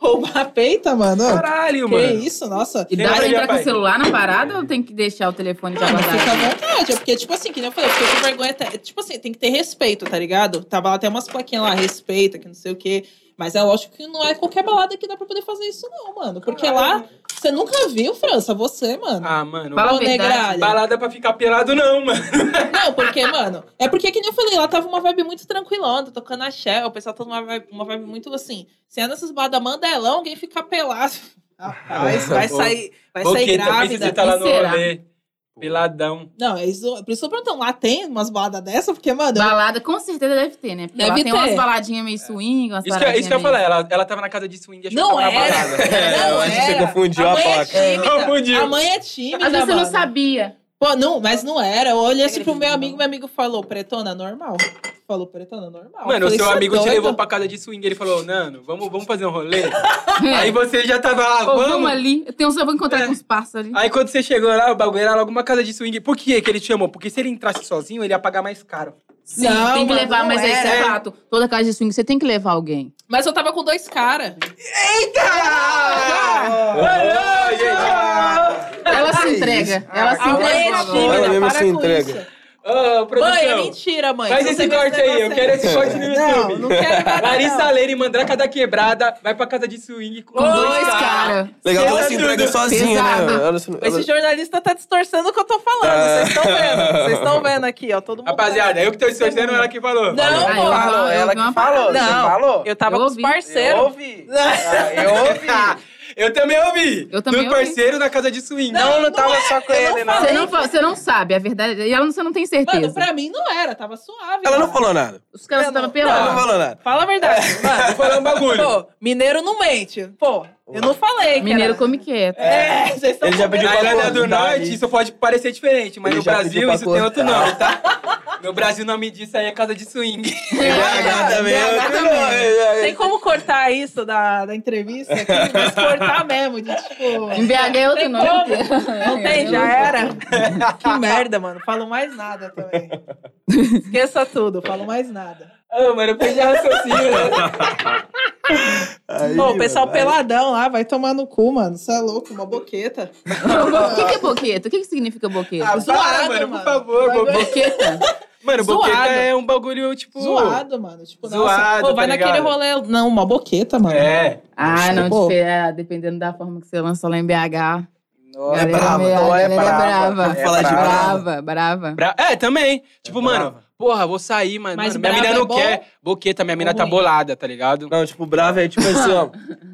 Speaker 6: Roubar a peita, mano.
Speaker 1: Caralho,
Speaker 6: É. que
Speaker 1: mano.
Speaker 6: isso, nossa.
Speaker 4: E
Speaker 1: Tem
Speaker 4: dá pra
Speaker 1: maioria,
Speaker 4: entrar com o
Speaker 1: pai.
Speaker 4: celular na parada ou tem que deixar o telefone de
Speaker 6: Mano, fica à
Speaker 4: abordagem?
Speaker 6: vontade. é Porque, tipo assim, que nem eu falei, eu fiquei com vergonha até. Tipo assim, tem que ter respeito, tá ligado? Tava lá até umas plaquinhas lá, respeita, que não sei o quê. Mas é lógico que não é qualquer balada que dá pra poder fazer isso, não, mano. Porque lá, você nunca viu, França, você, mano.
Speaker 1: Ah, mano.
Speaker 4: Fala a
Speaker 6: Ô,
Speaker 4: verdade.
Speaker 6: negralha.
Speaker 1: Balada pra ficar pelado, não, mano.
Speaker 6: Não, porque, mano, é porque, que nem eu falei, lá tava uma vibe muito tranquilona, tocando axé, o pessoal tava numa vibe, uma vibe muito assim. Se é nessas baladas mandelão, alguém fica pelado. *laughs* Rapaz, vai sair, vai sair
Speaker 1: Boqueta, pensa que
Speaker 6: grávida.
Speaker 1: você tá lá no
Speaker 4: quem será?
Speaker 1: rolê. Peladão.
Speaker 6: Não, é isso, por isso que eu tô perguntando, lá tem umas baladas dessa? Porque, mano,
Speaker 4: Balada, com certeza deve ter, né? Porque
Speaker 6: Deve
Speaker 4: lá tem umas
Speaker 6: ter.
Speaker 4: baladinhas meio swing, umas
Speaker 1: Isso que, é, isso que eu
Speaker 4: paradinhas
Speaker 1: falei, ela, ela tava na casa de swing e achou que
Speaker 6: Não
Speaker 1: tava na *laughs*
Speaker 6: era. *laughs*
Speaker 1: balada.
Speaker 5: É, eu
Speaker 6: Não
Speaker 5: acho que você
Speaker 6: era.
Speaker 5: confundiu a,
Speaker 6: mãe é
Speaker 5: placa.
Speaker 6: tímida.
Speaker 1: Confundiu.
Speaker 6: A mãe é tímida.
Speaker 4: meio- Às vezes você não
Speaker 6: mano.
Speaker 4: sabia.
Speaker 6: Pô, não, mas não era. Eu olhei assim pro meu amigo, meu amigo falou, pretona, normal. Falou, pretona, normal.
Speaker 1: Mano, o
Speaker 6: Falei,
Speaker 1: seu
Speaker 6: "Cê é
Speaker 1: amigo te
Speaker 6: doido?"
Speaker 1: levou pra casa de swing. Ele falou, Nano, vamos, vamos fazer um rolê? Aí você já tava lá,
Speaker 4: Pô,
Speaker 1: vamos.
Speaker 4: vamos ali. Eu tenho, eu vou encontrar
Speaker 1: É.
Speaker 4: com os pássaros. ali.
Speaker 1: Aí quando você chegou lá, o bagulho era logo uma casa de swing. Por que que ele te chamou? Porque se ele entrasse sozinho, ele ia pagar mais caro.
Speaker 4: Sim,
Speaker 6: Não,
Speaker 4: tem que
Speaker 6: mas
Speaker 4: levar,
Speaker 6: não
Speaker 4: mas esse é
Speaker 6: era.
Speaker 4: fato. Toda casa de swing você tem que levar alguém.
Speaker 6: Mas eu tava com dois caras.
Speaker 1: Ah, gente.
Speaker 4: Ela se entrega. Ela se
Speaker 6: A mãe é
Speaker 4: entrega. por favor.
Speaker 5: Ela
Speaker 6: tímida,
Speaker 5: mesmo
Speaker 6: para
Speaker 5: se
Speaker 6: com
Speaker 5: entrega.
Speaker 6: isso.
Speaker 1: Ô,
Speaker 6: Mãe, é
Speaker 1: produção.
Speaker 6: mentira, mãe.
Speaker 1: Faz
Speaker 6: Não
Speaker 1: esse
Speaker 6: sei
Speaker 1: corte
Speaker 6: esse
Speaker 1: aí, eu
Speaker 6: negócio
Speaker 1: quero esse corte no
Speaker 6: Não,
Speaker 1: YouTube.
Speaker 6: não quero nada,
Speaker 1: Larissa
Speaker 6: não.
Speaker 1: Leira em Mandraca da Quebrada vai pra casa de swing com,
Speaker 4: Com dois caras.
Speaker 5: Legal que ela se
Speaker 1: Pesado.
Speaker 5: entrega sozinha, né?
Speaker 4: Pesado.
Speaker 5: Ela se- ela-
Speaker 6: Esse jornalista tá distorcendo o que eu tô falando.
Speaker 5: Tá.
Speaker 6: Vocês estão vendo. Vocês estão vendo aqui, ó. Todo mundo.
Speaker 1: Rapaziada, eu que tô estorcendo, ela que falou.
Speaker 6: Não,
Speaker 4: Aí,
Speaker 6: pô.
Speaker 4: ó.
Speaker 3: Falou,
Speaker 4: eu
Speaker 3: ela
Speaker 4: vi uma
Speaker 3: que falou. Você
Speaker 6: parada. Não.
Speaker 3: falou?
Speaker 6: Eu tava
Speaker 4: Eu
Speaker 6: com os
Speaker 4: ouvi.
Speaker 3: Eu
Speaker 6: parceiros.
Speaker 3: ouvi. Ah, Eu
Speaker 4: *laughs*
Speaker 3: ouvi.
Speaker 1: Eu também ouvi.
Speaker 4: Eu também
Speaker 1: Do
Speaker 4: ouvi.
Speaker 1: parceiro na casa de swing.
Speaker 3: Não, eu não
Speaker 6: é.
Speaker 3: tava só com ele, não.
Speaker 4: Você não, fa- você não sabe, a verdade. E ela não, você não tem
Speaker 6: Mano,
Speaker 4: certeza.
Speaker 6: pra mim não era, tava suave.
Speaker 5: Ela não
Speaker 6: cara.
Speaker 5: falou É. nada.
Speaker 4: Os caras estavam
Speaker 5: Ela não
Speaker 4: pelados.
Speaker 5: falou nada.
Speaker 6: Fala a verdade, mano.
Speaker 1: Vou falar um bagulho.
Speaker 6: Pô, mineiro não mente. Pô, eu não falei, cara.
Speaker 4: Mineiro come quieto.
Speaker 6: É, vocês estão
Speaker 5: Ele já pediu
Speaker 1: Na
Speaker 5: pra
Speaker 1: Irlanda do
Speaker 5: cortar
Speaker 1: Norte,
Speaker 5: ali.
Speaker 1: isso pode parecer diferente, mas
Speaker 5: Ele
Speaker 1: no
Speaker 5: já pediu
Speaker 1: Brasil isso
Speaker 5: pra
Speaker 1: tem outro
Speaker 5: cortar.
Speaker 1: nome, tá? No Brasil o nome disso aí é casa de
Speaker 6: *laughs*
Speaker 1: swing.
Speaker 5: BH também. eu-
Speaker 6: Tem como cortar isso da, da entrevista aqui, mas cortar mesmo, de tipo.
Speaker 4: Em BH é outro
Speaker 6: Tem
Speaker 4: nome.
Speaker 6: como? Não tem, já era. Que merda, mano. Falo mais nada também. Esqueça tudo, falo mais nada.
Speaker 1: Ah, mano, eu perdi a raciocínio.
Speaker 5: Aí,
Speaker 6: Ô, o pessoal
Speaker 5: mano, aí-
Speaker 6: peladão lá, vai tomar no cu, mano. Você é louco, uma boqueta.
Speaker 4: *laughs* O que, que é boqueta? O que, que significa boqueta?
Speaker 1: Ah, para,
Speaker 6: Zoado,
Speaker 1: mano, por
Speaker 6: mano.
Speaker 1: favor.
Speaker 6: Bagulho-
Speaker 1: bo-
Speaker 4: Boqueta?
Speaker 1: Mano,
Speaker 6: Zoado.
Speaker 1: boqueta é um bagulho, tipo...
Speaker 6: Zoado, mano. Tipo, nossa,
Speaker 1: Zoado,
Speaker 6: pô, vai
Speaker 1: tá
Speaker 6: naquele
Speaker 1: ligado?
Speaker 6: rolê. Não, uma boqueta, mano.
Speaker 1: É.
Speaker 4: Ah, não,
Speaker 6: Pô.
Speaker 4: tipo, é, dependendo da forma que você lançou lá em BH.
Speaker 5: É
Speaker 3: Nossa,
Speaker 4: Galera meia-
Speaker 3: não,
Speaker 4: galera é brava.
Speaker 5: Então Vamos falar de brava.
Speaker 4: Brava, brava.
Speaker 1: Bra- É, também. Tipo, mano,
Speaker 5: brava.
Speaker 1: porra, vou sair, mano.
Speaker 6: Mas
Speaker 1: mano, minha
Speaker 6: brava
Speaker 1: mina
Speaker 6: é
Speaker 1: não
Speaker 6: bom
Speaker 1: quer. Boqueta, minha mina tá
Speaker 6: ruim?
Speaker 1: bolada, tá ligado?
Speaker 5: Não, tipo, brava é tipo assim, ó.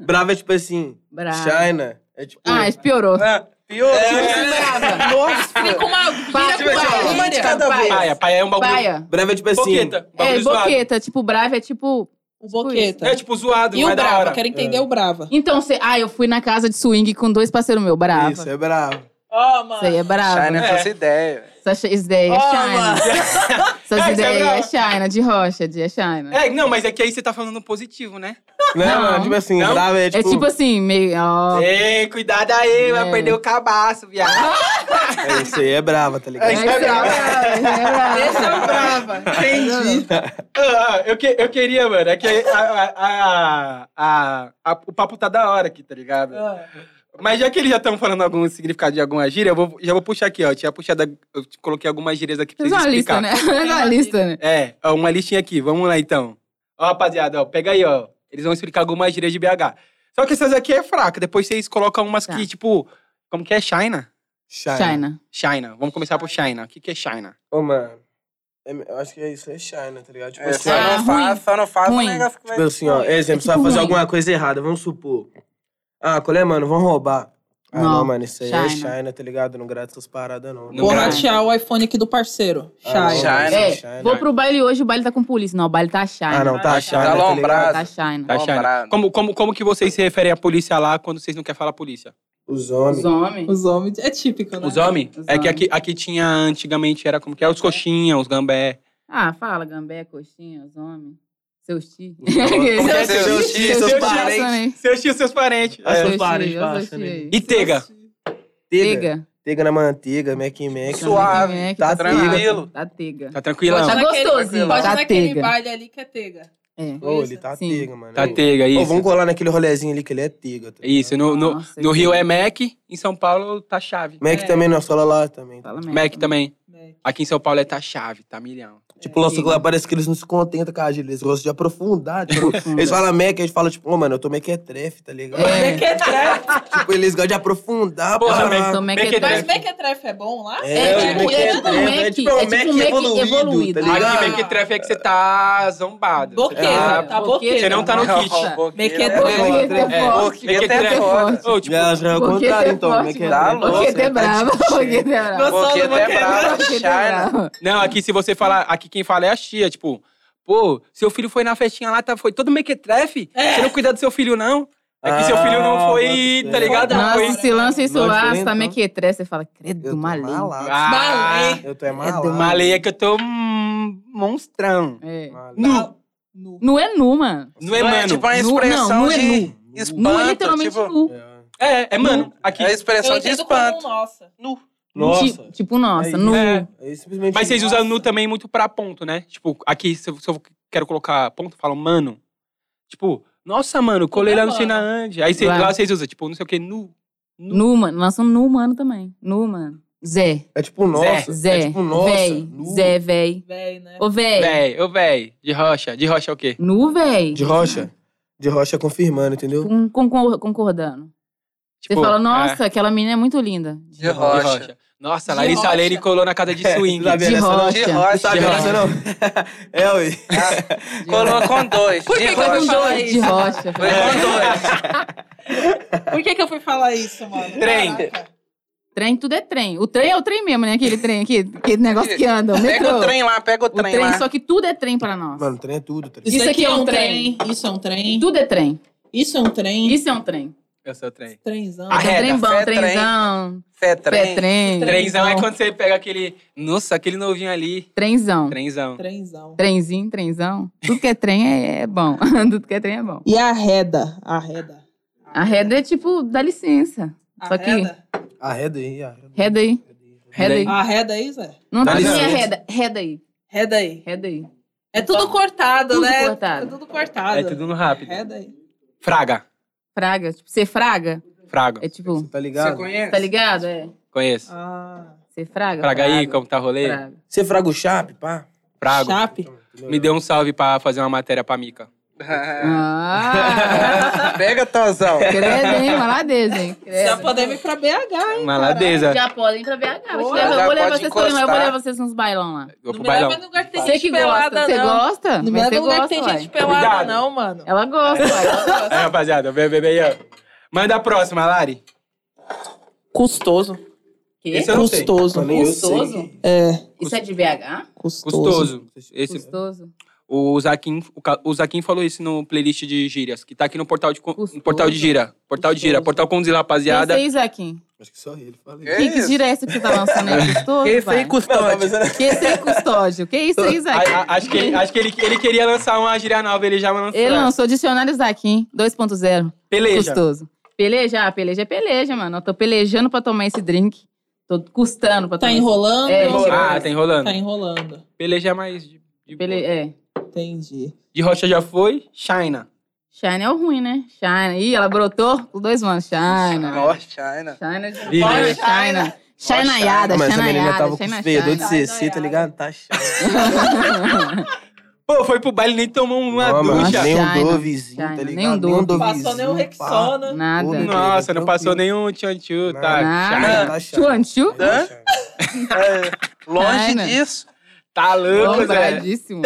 Speaker 5: Brava é tipo assim.
Speaker 4: Brava.
Speaker 5: China. É tipo.
Speaker 4: Ah, piorou.
Speaker 3: Pior.
Speaker 4: brava.
Speaker 5: *laughs*
Speaker 3: Nossa.
Speaker 4: com uma. Vira
Speaker 5: tipo assim, ó, uma de cada vez.
Speaker 1: Paia, paia é um bagulho...
Speaker 4: Paia.
Speaker 5: Brava é tipo assim.
Speaker 1: Boqueta. Bagulho
Speaker 4: É,
Speaker 1: zoado.
Speaker 4: boqueta. Tipo, brava é tipo.
Speaker 6: O boqueta.
Speaker 1: É, tipo, zoado,
Speaker 6: E
Speaker 1: não
Speaker 6: o
Speaker 1: é da
Speaker 6: brava,
Speaker 1: hora.
Speaker 6: quero entender o brava.
Speaker 4: Então, você. Ah, eu fui na casa de swing com dois parceiros meus, brava.
Speaker 5: Isso, é brava.
Speaker 6: Ó,
Speaker 4: Isso aí é brava.
Speaker 3: China é essa ideia.
Speaker 4: Essas ideias é China.
Speaker 1: É, isso é
Speaker 4: Essas ideias
Speaker 1: brava.
Speaker 4: é China, de rocha, de é China.
Speaker 1: É, não, mas é que aí você tá falando no positivo, né?
Speaker 5: Não,
Speaker 4: Não.
Speaker 5: mano, tipo assim,
Speaker 1: Não?
Speaker 5: brava é
Speaker 4: É
Speaker 5: tipo.
Speaker 4: tipo assim, meio. ó,
Speaker 1: Ei, cuidado aí, vai
Speaker 4: É.
Speaker 1: perder o cabaço,
Speaker 6: Ah.
Speaker 1: viado.
Speaker 5: É isso aí, é brava, tá ligado?
Speaker 4: é isso aí, brava, isso aí é
Speaker 6: *laughs*
Speaker 4: brava.
Speaker 6: Esse é o brava. Entendi.
Speaker 1: Ah, eu, que- eu queria, mano, é que a, a- a- a- a- o papo tá da hora aqui, tá ligado?
Speaker 6: É.
Speaker 1: Mas já que eles já estão falando algum significado de alguma gíria, eu vou- já vou puxar aqui, ó. Eu tinha puxado, eu coloquei algumas gírias aqui pra
Speaker 4: Fez
Speaker 1: vocês
Speaker 4: uma lista,
Speaker 1: explicar.
Speaker 4: né? Fez uma lista, né?
Speaker 1: É, ó, uma listinha aqui, vamos lá então. Ó, rapaziada, ó, pega aí, ó. Eles vão explicar algumas gírias de BH. Só que essas aqui é fraca, depois vocês colocam umas
Speaker 4: Tá.
Speaker 1: que, tipo, como que é China?
Speaker 5: China.
Speaker 4: China.
Speaker 1: China, vamos começar por China. O que que é China?
Speaker 5: Ô, mano. é, eu acho que é isso é China, tá ligado? Tipo
Speaker 3: É, só,
Speaker 5: assim, ó,
Speaker 4: Ah,
Speaker 3: não faz,
Speaker 4: ruim.
Speaker 3: só não faz,
Speaker 4: Ruim.
Speaker 3: o nega fica-
Speaker 5: tipo assim, ó, exemplo, você vai
Speaker 4: tipo
Speaker 5: fazer
Speaker 4: ruim.
Speaker 5: alguma coisa errada, vamos supor. Ah, qual é, mano? Vão roubar. Ah, não,
Speaker 4: Não,
Speaker 5: mano, isso aí é
Speaker 4: China.
Speaker 5: China, tá ligado? Não grata essas paradas, não.
Speaker 1: Não
Speaker 6: Vou
Speaker 1: grava.
Speaker 6: ratear o iPhone aqui do parceiro.
Speaker 5: Ah,
Speaker 6: Shai.
Speaker 3: Shai.
Speaker 5: não,
Speaker 4: É,
Speaker 5: isso China.
Speaker 4: vou pro baile hoje, o baile tá com polícia. Não, o baile tá shine.
Speaker 5: Ah, não, tá China, tá ligado?
Speaker 3: alombrado.
Speaker 4: Tá shine.
Speaker 1: Tá achando?
Speaker 3: Lembrado.
Speaker 1: Como, como, como que vocês se referem à polícia lá quando vocês não querem falar polícia?
Speaker 5: Os homens.
Speaker 4: Os homens.
Speaker 6: Os homens. É típico, né?
Speaker 1: Os homens?
Speaker 4: Os
Speaker 1: É que
Speaker 4: homens.
Speaker 1: aqui, aqui tinha, antigamente, era como que é? Os coxinha, os gambé.
Speaker 4: Ah, fala, gambé, coxinha, os homens. Seus ti. *laughs*
Speaker 1: *laughs*
Speaker 3: que é
Speaker 5: Como
Speaker 3: seus ti,
Speaker 1: seus
Speaker 4: parentes?
Speaker 1: parentes? Seus tios, seus parentes.
Speaker 5: Ah,
Speaker 4: Seus
Speaker 5: seus
Speaker 4: ti,
Speaker 5: parentes,
Speaker 4: ó, seus
Speaker 5: passa,
Speaker 4: ti
Speaker 5: né?
Speaker 4: aí.
Speaker 1: E tega.
Speaker 5: Tega.
Speaker 4: Tega.
Speaker 5: Tega na manteiga, Mac and Mac.
Speaker 3: Suave,
Speaker 4: Mac,
Speaker 5: tá
Speaker 3: tranquilo.
Speaker 4: Tá tega.
Speaker 1: Tá tranquilão?
Speaker 4: Tá
Speaker 6: Pode naquele-
Speaker 4: gostosinho,
Speaker 6: Pode
Speaker 4: tá
Speaker 6: naquele
Speaker 4: tega.
Speaker 6: baile ali que é tega.
Speaker 4: É.
Speaker 5: Ô, ele tá
Speaker 4: Sim.
Speaker 5: tega, mano.
Speaker 1: Tá
Speaker 5: Ô,
Speaker 1: tega,
Speaker 5: Ô,
Speaker 1: isso.
Speaker 5: vamos colar naquele rolezinho ali que ele é tega. tá
Speaker 1: Isso,
Speaker 5: ligado?
Speaker 1: no, no,
Speaker 4: Nossa,
Speaker 1: no
Speaker 4: Ah, que
Speaker 1: Rio
Speaker 4: bom.
Speaker 1: é Mac, em São Paulo tá chave.
Speaker 5: Mac
Speaker 6: É.
Speaker 5: também, nós cola lá também. tá
Speaker 4: Fala merda.
Speaker 1: Mac também.
Speaker 6: né?
Speaker 1: Aqui em São Paulo é tá chave, tá milhão.
Speaker 5: Tipo, o nosso
Speaker 4: Sim.
Speaker 5: lá parece que eles não se contentam com a gíria, eles gostam de aprofundar. Tipo,
Speaker 4: *laughs*
Speaker 5: eles falam Mac, eles falam, tipo, ô, mano, eu tô mequetrefe, tá ligado?
Speaker 4: É.
Speaker 6: Que é trap.
Speaker 5: Tipo, eles gostam de aprofundar,
Speaker 1: Porra,
Speaker 5: parar.
Speaker 1: Mac,
Speaker 4: Sou
Speaker 6: Mas
Speaker 4: mequetrefe.
Speaker 1: Mequetrefe.
Speaker 6: como é que a trap é bom lá?
Speaker 5: É,
Speaker 4: É,
Speaker 5: o
Speaker 4: tipo,
Speaker 5: Mac
Speaker 4: é
Speaker 5: é
Speaker 4: tipo
Speaker 5: trap,
Speaker 4: Mac,
Speaker 5: é tipo, é
Speaker 4: é
Speaker 5: um
Speaker 4: tipo
Speaker 5: Mac
Speaker 4: Mac
Speaker 5: evoluído,
Speaker 4: evoluído.
Speaker 5: tá ligado?
Speaker 1: Aqui, Mequetrefe é que você tá zombado. Você
Speaker 6: Boqueiro,
Speaker 4: Ah,
Speaker 1: tá-
Speaker 6: tá boqueiro.
Speaker 1: Você não tá no kit.
Speaker 4: Boquete é forte.
Speaker 3: Boquete
Speaker 1: Mequetrefe.
Speaker 3: é forte.
Speaker 1: Ô, tipo,
Speaker 5: Já, já é o
Speaker 4: Boquete
Speaker 5: contrário,
Speaker 4: é
Speaker 5: então.
Speaker 4: forte,
Speaker 5: Mac é
Speaker 4: mano.
Speaker 5: trap,
Speaker 4: Boquete
Speaker 5: você
Speaker 4: é bravo.
Speaker 5: tá de
Speaker 4: Boquete é bravo.
Speaker 3: Boquete é bravo.
Speaker 4: Boquete é
Speaker 3: China.
Speaker 4: bravo.
Speaker 1: Não, aqui se você falar, aqui quem fala é a tia, tipo, pô, seu filho foi na festinha lá, tá, foi todo mequetrefe, você não cuida do seu filho não? É que seu
Speaker 5: Ah,
Speaker 1: filho não foi,
Speaker 5: bota
Speaker 1: tá
Speaker 5: fé.
Speaker 1: ligado? Não
Speaker 4: Nossa,
Speaker 1: foi.
Speaker 4: esse lance, isso
Speaker 5: Nós
Speaker 4: lá,
Speaker 5: diferente,
Speaker 4: tá
Speaker 5: então.
Speaker 4: mequetrefe. Você fala, credo,
Speaker 5: Eu tô
Speaker 4: malê.
Speaker 5: malado.
Speaker 1: Ah,
Speaker 6: Malê.
Speaker 5: Eu tô é
Speaker 1: do
Speaker 5: malado.
Speaker 1: malê é que eu tô hum, monstrão.
Speaker 4: É.
Speaker 5: Malado.
Speaker 1: Nu,
Speaker 6: Nu.
Speaker 4: Nu é nu, mano.
Speaker 1: não é
Speaker 3: Não
Speaker 1: mano.
Speaker 3: É tipo uma
Speaker 4: Nu- não,
Speaker 3: expressão
Speaker 4: nu é
Speaker 3: de
Speaker 4: Nu é
Speaker 3: espanto.
Speaker 4: literalmente
Speaker 3: tipo,
Speaker 4: nu.
Speaker 5: É.
Speaker 1: É, é mano. Aqui.
Speaker 3: É uma
Speaker 6: Eu
Speaker 3: expressão de
Speaker 6: entendo como um
Speaker 3: espanto.
Speaker 6: nossa.
Speaker 5: Nossa.
Speaker 4: Ti- Tipo, nossa,
Speaker 5: É
Speaker 4: nu.
Speaker 1: É.
Speaker 5: Aí simplesmente.
Speaker 1: Mas vocês usam nu
Speaker 5: Nossa.
Speaker 1: também muito pra ponto, né? Tipo, aqui, se eu, se eu quero colocar ponto, eu falo mano. Tipo, nossa, mano, colei lá no
Speaker 6: mano.
Speaker 1: Sinaande. Aí cê-
Speaker 4: Vai.
Speaker 1: lá vocês usam, tipo, não sei o que, nu.
Speaker 4: Nu, mano. Lança um nu, mano, também. Nu, mano. Zé.
Speaker 5: É tipo nossa.
Speaker 4: Zé.
Speaker 5: É tipo nossa.
Speaker 4: Véi.
Speaker 5: nu.
Speaker 4: Zé, véi.
Speaker 6: Véi, né?
Speaker 4: Ô, véi.
Speaker 1: Véi, ô véi, de rocha. De rocha é o quê?
Speaker 4: Nu, véi.
Speaker 5: De rocha. De rocha confirmando, entendeu?
Speaker 4: Com- concor- concordando. Você
Speaker 1: Tipo,
Speaker 4: fala,
Speaker 1: é.
Speaker 4: nossa, aquela menina é muito linda.
Speaker 3: De
Speaker 1: De
Speaker 3: rocha.
Speaker 1: rocha. Nossa,
Speaker 6: De
Speaker 1: Larissa
Speaker 6: rocha.
Speaker 1: Lene colou na casa de
Speaker 5: É,
Speaker 1: swing.
Speaker 5: Sabe
Speaker 4: De
Speaker 5: essa não?
Speaker 4: rocha.
Speaker 3: De
Speaker 5: Não
Speaker 3: rocha.
Speaker 5: sabe
Speaker 1: De
Speaker 5: essa não? É, *laughs* ui.
Speaker 4: De
Speaker 3: Colou com dois.
Speaker 6: Por que
Speaker 3: De
Speaker 6: que eu não
Speaker 4: rocha.
Speaker 3: rocha.
Speaker 6: dou?
Speaker 4: De rocha.
Speaker 3: Foi
Speaker 4: *laughs*
Speaker 3: com dois.
Speaker 6: Por que que eu fui falar isso, mano?
Speaker 1: Trem.
Speaker 6: Caraca.
Speaker 4: Trem, tudo é trem. O trem é o trem mesmo, né? Aquele trem aqui, aquele negócio que anda. O
Speaker 3: Pega
Speaker 4: metrô.
Speaker 3: o trem lá, pega o
Speaker 4: O
Speaker 3: trem
Speaker 4: trem,
Speaker 3: lá.
Speaker 4: só que tudo é trem pra nós.
Speaker 5: Mano, trem é tudo. Trem.
Speaker 4: Isso aqui é um trem.
Speaker 6: Isso é um trem.
Speaker 4: Tudo é trem.
Speaker 6: Isso é um trem.
Speaker 4: Isso é um trem.
Speaker 1: Eu sou trem.
Speaker 6: Trenzão.
Speaker 1: Ah,
Speaker 4: É
Speaker 1: Arreda,
Speaker 4: um trem bom,
Speaker 3: fé,
Speaker 4: trenzão,
Speaker 3: Fé
Speaker 4: pé
Speaker 3: trem.
Speaker 4: trem.
Speaker 1: Trenzão é quando você pega aquele. Nossa, aquele novinho ali.
Speaker 4: Trenzão.
Speaker 1: Trenzão.
Speaker 6: Trenzão.
Speaker 4: Trenzinho, trenzão. Tudo que é trem é, é bom. *laughs* tudo que é trem é bom.
Speaker 6: E arreda. Arreda.
Speaker 4: A reda é tipo, dá licença. Só que-
Speaker 6: Arreda?
Speaker 5: Arreda aí, arreda.
Speaker 4: Reda aí. Reda aí.
Speaker 6: Arreda aí, Zé.
Speaker 4: Não
Speaker 1: Dá
Speaker 4: tá minha
Speaker 1: licença.
Speaker 4: reda. Reda aí.
Speaker 6: Reda aí.
Speaker 4: Reda aí.
Speaker 6: É tudo cortado,
Speaker 4: Tudo
Speaker 6: né?
Speaker 4: cortado.
Speaker 6: É tudo cortado.
Speaker 1: É tudo no rápido.
Speaker 6: Arreda aí.
Speaker 1: Fraga.
Speaker 4: Fraga. Tipo, ser fraga
Speaker 1: Fraga.
Speaker 4: é tipo,
Speaker 5: Você tá
Speaker 3: Você
Speaker 5: ligado?
Speaker 4: tá
Speaker 3: conhece?
Speaker 4: ligado? É.
Speaker 1: Conheço.
Speaker 6: Ah.
Speaker 4: Ser fraga.
Speaker 1: Fraga aí, como tá o rolê?
Speaker 4: fraga.
Speaker 5: Você fraga o chape, pá?
Speaker 1: Frago.
Speaker 6: Chape.
Speaker 1: Me deu um salve pra fazer uma matéria pra Mica. *laughs*
Speaker 4: Ah,
Speaker 3: *laughs* Pega, Tozão.
Speaker 4: credo, hein? Maladeza, hein?
Speaker 6: Já
Speaker 4: Credo.
Speaker 6: podemos ir pra BH, hein?
Speaker 1: Maladeza.
Speaker 4: Já podem ir pra BH. Vou, te
Speaker 6: Boa.
Speaker 4: levar,
Speaker 3: Já
Speaker 4: eu vou levar vocês
Speaker 3: pode
Speaker 4: pra- eu vou
Speaker 3: encostar.
Speaker 4: levar vocês nos bailão lá.
Speaker 1: Eu pro
Speaker 6: me leva
Speaker 1: bailão.
Speaker 6: em lugar que tem
Speaker 4: Você que
Speaker 6: gente
Speaker 4: gosta.
Speaker 6: pelada,
Speaker 4: Você
Speaker 6: não.
Speaker 4: gosta?
Speaker 6: Não me
Speaker 4: Mas
Speaker 6: leva
Speaker 4: você
Speaker 6: em lugar que tem
Speaker 4: gosta,
Speaker 6: gente
Speaker 4: uai.
Speaker 6: pelada,
Speaker 1: Cuidado.
Speaker 6: não, mano.
Speaker 4: Ela gosta, *laughs* uai.
Speaker 1: É, rapaziada, vem, vem, vem aí, ó. Manda a próxima, Lari.
Speaker 6: Custoso.
Speaker 4: Quê?
Speaker 1: Esse eu não sei.
Speaker 6: Custoso.
Speaker 4: Gostoso?
Speaker 6: É,
Speaker 4: Isso é de BH?
Speaker 6: custoso.
Speaker 1: Custoso. Esse,
Speaker 4: Gostoso.
Speaker 1: o, Zaquim, o, Ca- o Zaquim falou isso no playlist de gírias, que tá aqui no portal de, co-
Speaker 4: Custoso.
Speaker 1: no portal de gira. Portal de gira,
Speaker 4: Custoso.
Speaker 1: portal conduzir,
Speaker 4: Eu
Speaker 1: rapaziada.
Speaker 4: sei, Zaquim.
Speaker 5: Acho que só ele, falei.
Speaker 3: É
Speaker 4: Que, que
Speaker 3: isso.
Speaker 4: gira é essa que você tá lançando aí? Custoso,
Speaker 3: Esse
Speaker 4: pai?
Speaker 3: aí custódio.
Speaker 4: Que esse aí, custódio. Que isso aí,
Speaker 1: *laughs*
Speaker 4: Zaquim?
Speaker 1: A- a- acho que, ele- acho que ele, ele queria lançar uma gíria nova, ele já lançou.
Speaker 4: Ele lançou Dicionário Zaquim 2.0.
Speaker 1: Peleja.
Speaker 4: Custoso. Peleja? Ah, peleja é peleja, mano. Eu tô pelejando pra tomar esse drink. Tô custando pra
Speaker 6: Tá
Speaker 4: tomar
Speaker 6: enrolando?
Speaker 4: É,
Speaker 1: Ah, tá enrolando.
Speaker 6: Tá enrolando.
Speaker 1: Peleja é mais de, de,
Speaker 4: esse pele... É.
Speaker 6: Entendi.
Speaker 1: de rocha já foi, China.
Speaker 4: Shine é o ruim, né? Shine. Ih, ela brotou com dois mãos. Shine.
Speaker 3: Nossa, China.
Speaker 4: Shine é de
Speaker 1: Ih,
Speaker 4: Olha, Shine. Shinaiada,
Speaker 5: Mas a menina
Speaker 4: Shinaiada,
Speaker 5: tava com os fedor de
Speaker 4: Shinaiada.
Speaker 5: CC, tá ligado? Tá chato.
Speaker 1: Pô, foi pro baile e nem tomou uma
Speaker 5: Não, mano,
Speaker 1: ducha.
Speaker 5: Nem um
Speaker 4: China.
Speaker 5: dovezinho, tá
Speaker 4: China,
Speaker 5: ligado?
Speaker 4: nem um Dove.
Speaker 6: Passou nem o
Speaker 5: Dovezinho, pá.
Speaker 6: Rexona.
Speaker 4: *laughs*
Speaker 5: Tudo.
Speaker 4: Nada.
Speaker 1: Nossa, não passou
Speaker 5: Tranquilo.
Speaker 1: nenhum tchan-tchu,
Speaker 5: Nada.
Speaker 1: tá?
Speaker 4: Nada.
Speaker 5: Tá chato.
Speaker 4: Chuanchu?
Speaker 5: Tá chato.
Speaker 3: É, longe
Speaker 4: China.
Speaker 3: disso.
Speaker 1: Tá louco, Zé.
Speaker 4: Lombradíssimo.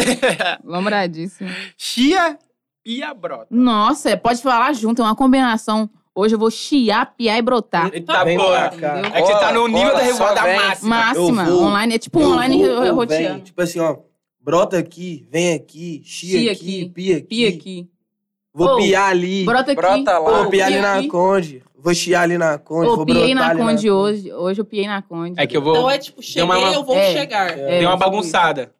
Speaker 4: Lombradíssimo.
Speaker 1: Chia e a brota.
Speaker 4: Nossa, é, pode falar junto, é uma combinação. Hoje eu vou chiar, piar e brotar.
Speaker 5: tá
Speaker 1: Eita porra.
Speaker 5: pra cá.
Speaker 4: Entendeu?
Speaker 1: É que você tá no
Speaker 3: Cola,
Speaker 1: nível
Speaker 3: cola,
Speaker 1: da
Speaker 3: só
Speaker 1: revolta
Speaker 3: vem.
Speaker 1: máxima.
Speaker 4: Máxima.
Speaker 5: Eu vou,
Speaker 4: online, é tipo
Speaker 5: Eu
Speaker 4: online
Speaker 5: vou, eu venho.
Speaker 4: roteando.
Speaker 5: Tipo assim, ó. Brota aqui, vem aqui, chia,
Speaker 4: Chia
Speaker 5: aqui,
Speaker 4: aqui,
Speaker 5: pia aqui.
Speaker 4: Pia aqui.
Speaker 5: Vou
Speaker 4: Ô,
Speaker 5: piar ali.
Speaker 4: Brota aqui.
Speaker 3: brota lá.
Speaker 5: Vou
Speaker 4: Ô,
Speaker 5: piar ali
Speaker 4: pia
Speaker 5: na
Speaker 4: aqui.
Speaker 5: Conde. Vou chiar ali na Conde.
Speaker 4: Ô,
Speaker 5: vou
Speaker 4: piei
Speaker 5: brotar
Speaker 4: na
Speaker 5: ali
Speaker 4: Conde
Speaker 5: na...
Speaker 4: hoje. Hoje eu piei na Conde.
Speaker 1: É que eu vou.
Speaker 6: Então é tipo, cheguei,
Speaker 1: uma-
Speaker 6: eu vou
Speaker 4: é.
Speaker 6: chegar.
Speaker 5: É.
Speaker 1: Dei
Speaker 4: tipo
Speaker 1: uma
Speaker 4: isso.
Speaker 1: bagunçada.